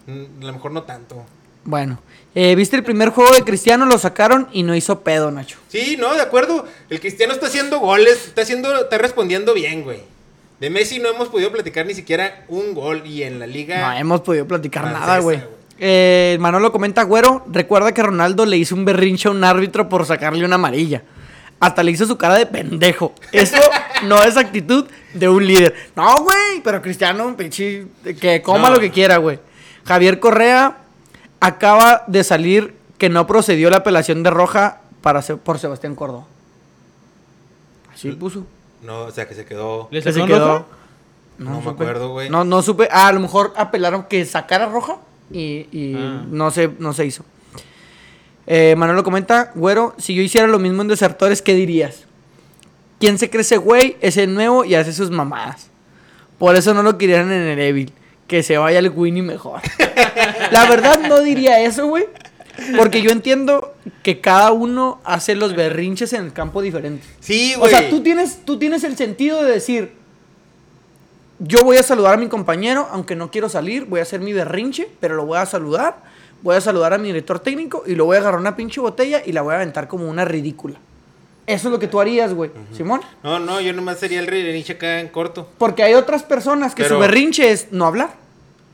S3: mm, A lo mejor no tanto.
S1: Bueno, eh, ¿viste el primer juego de Cristiano? Lo sacaron y no hizo pedo, Nacho.
S3: Sí, no, de acuerdo. El Cristiano está haciendo goles, está haciendo, está respondiendo bien, güey. De Messi no hemos podido platicar ni siquiera un gol y en la
S1: No eh.
S3: liga.
S1: hemos podido platicar
S3: Francesa,
S1: nada, güey.
S3: güey.
S1: Eh, Manolo comenta, güero, recuerda que Ronaldo le hizo un berrinche a un árbitro por sacarle una amarilla. Hasta le hizo su cara de pendejo. Eso no es actitud de un líder. No, güey, pero Cristiano, pinche, que coma
S3: No.
S1: lo que quiera, güey. Javier Correa acaba de salir que no procedió la apelación de Roja para Se- por Sebastián Córdoba. Así puso.
S3: no, o sea que se quedó.
S2: ¿Le
S1: Que se
S2: sacaron
S1: quedó.
S2: roja?
S3: No me acuerdo, güey.
S1: No, no supe. Ah, a lo mejor apelaron que sacara roja y, y
S2: Ah.
S1: no, se, no se hizo. Eh, Manolo comenta, güero, si yo hiciera lo mismo en Desertores, ¿qué dirías? ¿Quién se crece, güey? Es el nuevo y hace sus mamadas. Por eso no lo querían en el Evil. Que se vaya el Winnie mejor. La verdad no diría eso, güey. Porque yo entiendo que cada uno hace los berrinches en el campo diferente.
S3: Sí,
S1: O
S3: güey.
S1: sea, tú tienes, tú tienes el sentido de decir, yo voy a saludar a mi compañero, aunque no quiero salir, voy a hacer mi berrinche, pero lo voy a saludar, voy a saludar a mi director técnico y lo voy a agarrar una pinche botella y la voy a aventar como una ridícula. Eso es lo que tú harías, güey, Simón.
S3: No, no, yo nomás sería el rey de acá en corto.
S1: Porque hay otras personas que su
S3: Pero-
S1: berrinche es no hablar.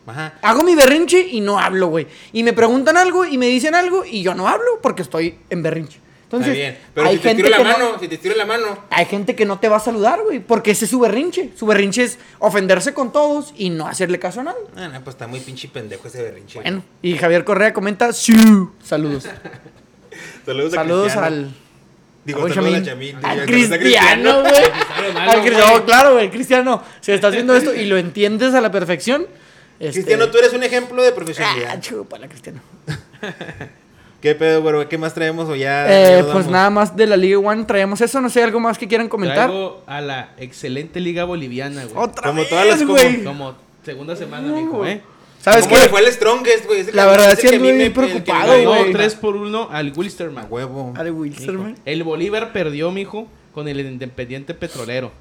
S3: Ajá.
S1: Hago mi berrinche y no hablo, güey. Y me preguntan algo y me dicen algo y yo no hablo porque estoy en berrinche. Entonces,
S3: Está bien. Pero
S1: hay
S3: si te
S1: gente
S3: tiro la
S1: que no-
S3: mano, si te tiro la mano.
S1: hay gente que no te va a saludar, güey, porque ese es su berrinche. Su berrinche es ofenderse con todos y no hacerle caso a nadie.
S3: Ah, no, pues está muy pinche pendejo ese berrinche.
S1: Bueno, y Javier Correa comenta, sí, saludos.
S3: Saludos, a
S1: saludos
S3: Pues Cristiano.
S1: al...
S3: Digo,
S1: a
S3: saludos a
S1: Benjamín.
S3: Chamín.
S1: Al Cristiano, güey. Al Cristiano, claro, güey, Cristiano. Si estás viendo esto y lo entiendes a la perfección... este-
S3: Cristiano, tú eres un ejemplo de profesionalidad.
S1: Ah, chúpala, Cristiano.
S3: ¿Qué pedo, güey? ¿Qué más traemos o ya?
S1: Ah, Eh,
S3: Ah, ya nos
S1: pues
S3: vamos?
S1: nada más de la Liga One traemos eso. No sé, algo más que quieran comentar.
S2: Traigo a la excelente liga boliviana, güey.
S1: Otra
S3: Como
S1: vez,
S3: todas las- como-
S1: güey.
S2: Como segunda semana,
S1: No,
S2: mijo,
S1: güey.
S2: ¿eh?
S1: ¿Sabes
S3: ¿Cómo
S1: qué?
S3: le fue al Strongest, güey? Ese
S1: La
S3: cabrón
S1: verdad
S3: es el
S1: sí
S3: que a
S1: ando
S3: mí
S1: bien
S3: me- el que me
S1: preocupado,
S3: ganó.
S1: güey.
S2: Ganó 3 por 1 al
S3: A
S2: Wilstermann.
S3: huevo.
S1: Al Wilstermann.
S2: El Bolívar perdió, mijo, con el Independiente Petrolero.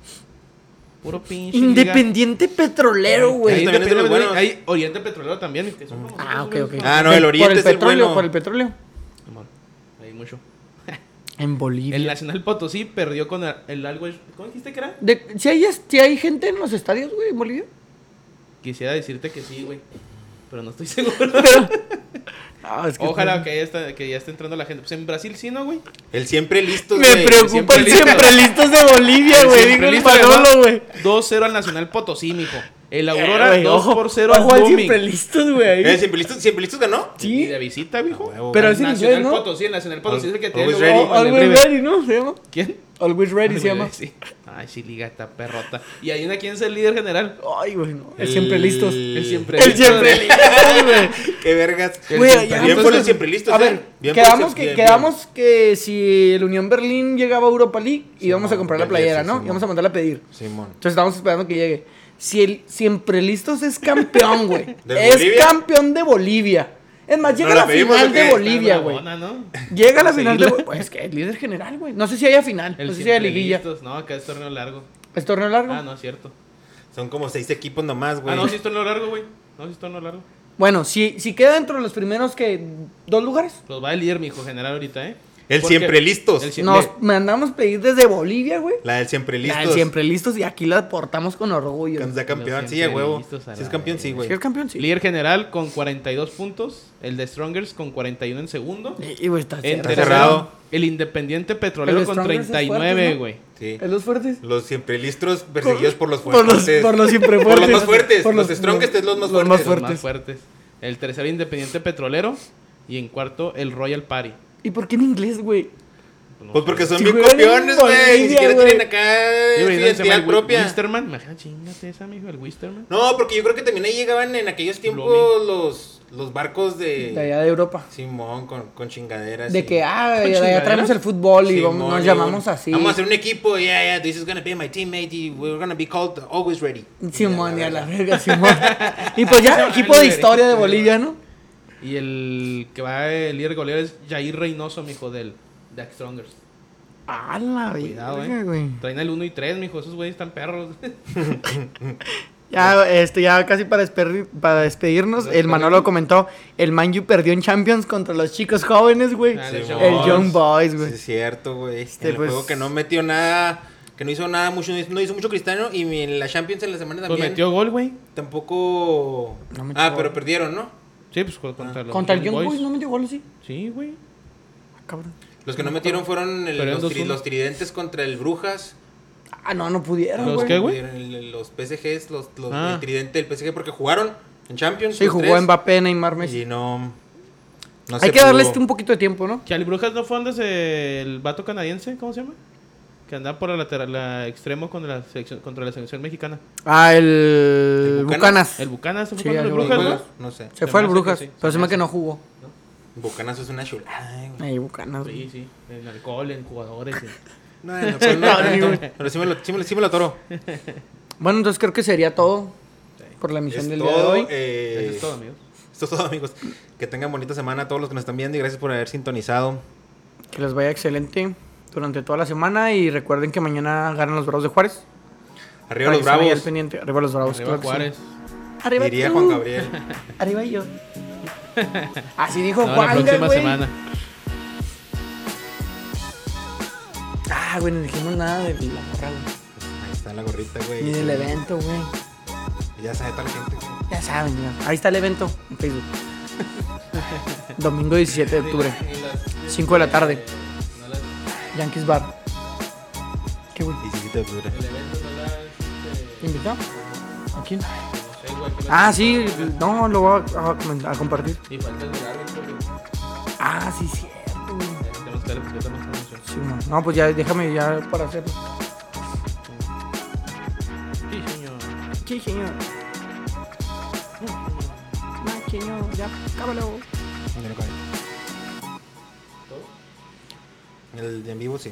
S2: Puro pinche. liga.
S1: Independiente petrolero,
S2: Ahí
S1: güey.
S3: También es de los
S2: Independiente-
S3: buenos.
S2: ahí Oriente Petrolero también, mijo, que son como-
S1: Ah, ok, ok.
S3: Ah, no, el Oriente
S1: Por el
S3: es el
S1: petróleo,
S3: bueno.
S1: por el petróleo.
S2: Amor, Hay mucho.
S1: En Bolivia.
S2: El Nacional Potosí perdió con el, el algo. ¿Cómo dijiste que era?
S1: De- ¿sí, hay, sí hay gente en los estadios, güey, en Bolivia?
S2: Quisiera decirte que sí, güey. Pero no estoy seguro.
S1: Ah, es
S2: Ojalá que ya, está, que ya esté entrando la gente. Pues en Brasil sí, ¿no, güey?
S3: El siempre listo,
S1: Me preocupa el siempre listos de Bolivia,
S2: El
S1: güey.
S2: siempre
S1: Digo el
S2: listo le ganó
S1: Manolo, güey.
S2: 2-0 al Nacional Potosí, mijo. El
S1: Eh,
S2: Aurora
S1: güey,
S2: 2
S1: ojo,
S2: por 0
S1: ojo
S2: al
S1: al
S2: Blooming.
S1: siempre listos, güey.
S3: ¿El
S1: ahí.
S3: siempre listo, siempre listo ganó?
S2: Y
S1: Sí.
S2: de visita, mijo.
S3: huevo.
S1: Pero es en
S2: Nacional
S1: inglés, ¿no?
S2: Potosí, el Nacional Potosí es el que tiene
S3: Always
S2: el logo
S3: ready.
S2: con el
S1: Always
S2: River.
S1: ready, Oh, ¿no? Se llama.
S2: ¿Quién?
S1: Always ready se
S2: Always
S1: llama.
S2: sí. Ay, sí, liga está perrota. Y ahí una quién es el líder general.
S1: Ay, güey, no. El siempre listos.
S2: El siempre
S1: El siempre
S2: listo.
S1: listos, güey.
S3: Qué vergas.
S2: El
S1: Güey,
S2: siempre
S1: ya-
S3: Bien por
S2: listos.
S3: los siempre listos.
S1: A
S3: ¿eh?
S1: ver,
S3: Bien por
S1: quedamos,
S3: los-
S1: que,
S3: bien,
S1: quedamos que si el Unión Berlín llegaba a Europa League, íbamos a comprar la
S3: Berlín,
S1: playera,
S3: sí,
S1: ¿no?
S3: Simón.
S1: íbamos a mandarla a pedir.
S3: bien. Simón.
S1: Entonces estábamos esperando que llegue. Si el Siempre Listos es campeón, güey.
S3: ¿De
S1: es
S3: Bolivia?
S1: campeón de Bolivia. Es más, llega
S3: ¿No
S1: a
S3: la
S1: la
S3: pedimos
S1: final
S3: o qué?
S1: de
S3: Está
S1: Bolivia, güey.
S2: Está brabona, ¿no?
S1: Llega a la final de
S2: Seguirla.
S1: Bolivia. es que es líder general, güey. No sé si haya final.
S2: El
S1: no sé si haya
S2: siempre
S1: liguilla.
S2: listos. No, acá es torneo largo.
S1: ¿Es torneo largo?
S2: Ah, no, es cierto.
S3: Son como seis equipos nomás, güey.
S2: Ah, no, sí es torneo largo, güey. No, sí es torneo largo.
S1: Bueno, si, si queda dentro de los primeros que dos lugares.
S2: Los va el líder, mijo, general ahorita, ¿eh?
S3: El
S2: Porque-
S3: siempre listos.
S2: El sie-
S1: Nos
S2: me-
S1: mandamos pedir desde Bolivia, güey.
S3: La del siempre
S1: La
S3: listos.
S1: del Siempre Listos y aquí la portamos con orgullo.
S3: Cuando sea campeón,
S2: Los
S3: sí, a
S2: siempre
S3: huevo.
S2: listos a
S3: Si es
S2: la
S3: campeón, sí,
S1: Si
S3: güey.
S1: es campeón, sí.
S2: Líder general con 42 puntos. El de Strongers con 41 en segundo.
S1: Y, güey, está
S2: En
S1: cerrado.
S2: tercero,
S3: cerrado.
S2: El Independiente Petrolero
S1: El
S2: con
S1: Strongers es fuerte,
S2: 39,
S1: ¿no?
S2: güey.
S3: Sí.
S1: ¿Es los fuertes?
S3: Los siempre listos perseguidos por los
S1: Por los,
S3: fuertes.
S1: por los siempre
S3: Por
S1: fuertes.
S3: los más fuertes.
S1: Por
S3: Los strongest es los
S1: los
S3: más fuertes.
S1: más
S2: Los
S1: fuertes.
S2: más fuertes. El tercero, Independiente Petrolero. Y en cuarto, el Royal Party.
S1: ¿Y por qué en inglés, güey?
S2: No
S3: Pues
S2: sé.
S3: porque son
S1: Sí,
S3: bien
S1: güey,
S3: campeones, güey. Ni
S1: Bolivia,
S3: siquiera
S1: güey.
S3: tienen acá
S2: Sí,
S3: su
S2: güey, ¿no? se llama
S3: identidad
S2: el Wi-
S3: propia.
S2: Wisterman. Imagina, chingate esa, mijo, el Wisterman.
S3: No, porque yo creo que también ahí llegaban en aquellos tiempos los, los barcos de,
S1: De allá de Europa.
S3: Simón con, con chingaderas.
S1: De
S3: y-
S1: que, ah,
S2: Con
S1: ya, ya traemos
S2: chingaderas.
S1: el fútbol y
S3: Simón,
S1: vamos- nos
S3: y
S1: llamamos
S3: un-
S1: así.
S3: Vamos a hacer un equipo, yeah, yeah, this is gonna be my teammate, y we're gonna be called always ready.
S1: Simón, y a
S3: la
S1: la verga, Simón. y pues ya, equipo de historia de Bolivia, ¿no?
S2: Y el que va el líder goleador es Jair Reynoso, mijo, del Jack Strongers.
S1: A la
S2: Cuidado,
S1: verga,
S2: eh.
S1: güey.
S2: Traen el 1 y 3, mijo, esos güeyes están perros.
S1: Ya, este, ya casi para, desper- para despedirnos, el Manolo comentó, el Manju perdió en Champions contra los chicos jóvenes, güey.
S2: Ah,
S3: Sí,
S2: los
S3: el
S1: el
S2: Boys.
S1: Young Boys, güey.
S3: Sí, es cierto, güey.
S1: Este,
S3: en el
S1: pues-
S3: juego que no metió nada, que no hizo nada, mucho, no hizo- no hizo mucho Cristiano, y mi- en la Champions en la semana
S2: Pues
S3: también.
S2: metió gol, güey.
S3: Tampoco.
S1: No metió
S3: ah,
S1: gol.
S3: pero perdieron, ¿no?
S2: Sí, pues co- contra los
S1: Ah. Contra el
S2: Young
S1: Young Boys no metió gol, sí.
S2: Sí, güey.
S1: Ah, cabrón.
S3: Los que no metieron fueron el-
S2: Pero en
S3: los, tri-
S2: 2-1.
S3: los tridentes contra el Brujas.
S1: Ah, no, no pudieron,
S2: ¿Los
S1: güey.
S2: qué, güey?
S3: El- el- Los PSGs, los, los,
S2: Ah.
S3: el tridente del PSG, porque jugaron en Champions.
S1: Sí,
S3: los
S1: jugó
S3: tres,
S1: Mbappé, Neymar, Messi.
S3: Y no. no
S1: Hay
S3: se
S1: que darle
S3: pudo.
S1: este un poquito de tiempo, ¿no?
S2: Charlie Brujas no fue donde se- el vato canadiense, ¿cómo se llama? Que andaba por la lateral, la extremo contra la selección, contra la selección mexana.
S1: Ah, el,
S3: ¿El Bucanas?
S1: Bucanas.
S2: El Bucana se fue
S1: Sí,
S2: contra el
S1: algo
S2: Brujas,
S1: así.
S2: ¿no?
S3: No sé.
S1: Se
S2: Se
S1: fue al
S2: me hace que
S1: Brujas,
S2: sí, se
S1: pero se
S2: me
S1: me que no jugó.
S3: Bucanas es una chulada, eh, güey.
S1: Ahí, Bucanas, güey.
S2: Sí, sí. En alcohol, en jugadores. en-
S3: No, no, pero no,
S1: No,
S3: no,
S1: güey.
S3: no, pero sí me lo, sí me lo- sí me lo atoro.
S1: Bueno, entonces creo que sería todo por la emisión
S3: Es
S1: del día de
S3: todo,
S1: hoy.
S3: eh,
S2: Eso es todo, amigos.
S3: Esto es todo, amigos. Que tengan bonita semana a todos los que nos están viendo y gracias por haber sintonizado.
S1: Que les vaya excelente durante toda la semana y recuerden que mañana ganan los Bravos de Juárez. Para
S3: Arriba los
S1: que estén ahí al
S3: bravos,
S1: pendiente. Arriba los Bravos. claro
S2: Arriba
S1: que sí.
S2: Juárez.
S1: Arriba
S3: diría
S1: tú.
S3: Juan Gabriel.
S1: Arriba yo. Así dijo
S2: Nos vemos
S1: Juan
S2: la próxima
S1: güey.
S2: semana.
S1: Ah, güey, no dijimos nada de la morra, güey.
S3: Ahí está la gorrita, güey.
S1: Ni del evento, güey.
S3: Ya sabe toda la gente. güey.
S1: Ya saben, ya. ahí está el evento en Facebook. Domingo 17 de octubre, 5 de la tarde. Yankees Bar. ¿Qué güey?
S3: 17 de octubre.
S1: ¿Invitado? ¿A quién? Ah, sí, no, lo voy a, a comentar- a compartir.
S2: Y falta el del árbitro, güey.
S1: Ah, sí, cierto, güey.
S2: Tenemos que darle completa más atención.
S1: Sí, man. no, pues ya déjame ya para hacerlo.
S2: Sí, señor.
S1: Sí, señor. No, señor, Ah, ya, cábalo.
S3: Ándale, con él. El de en vivo, sí.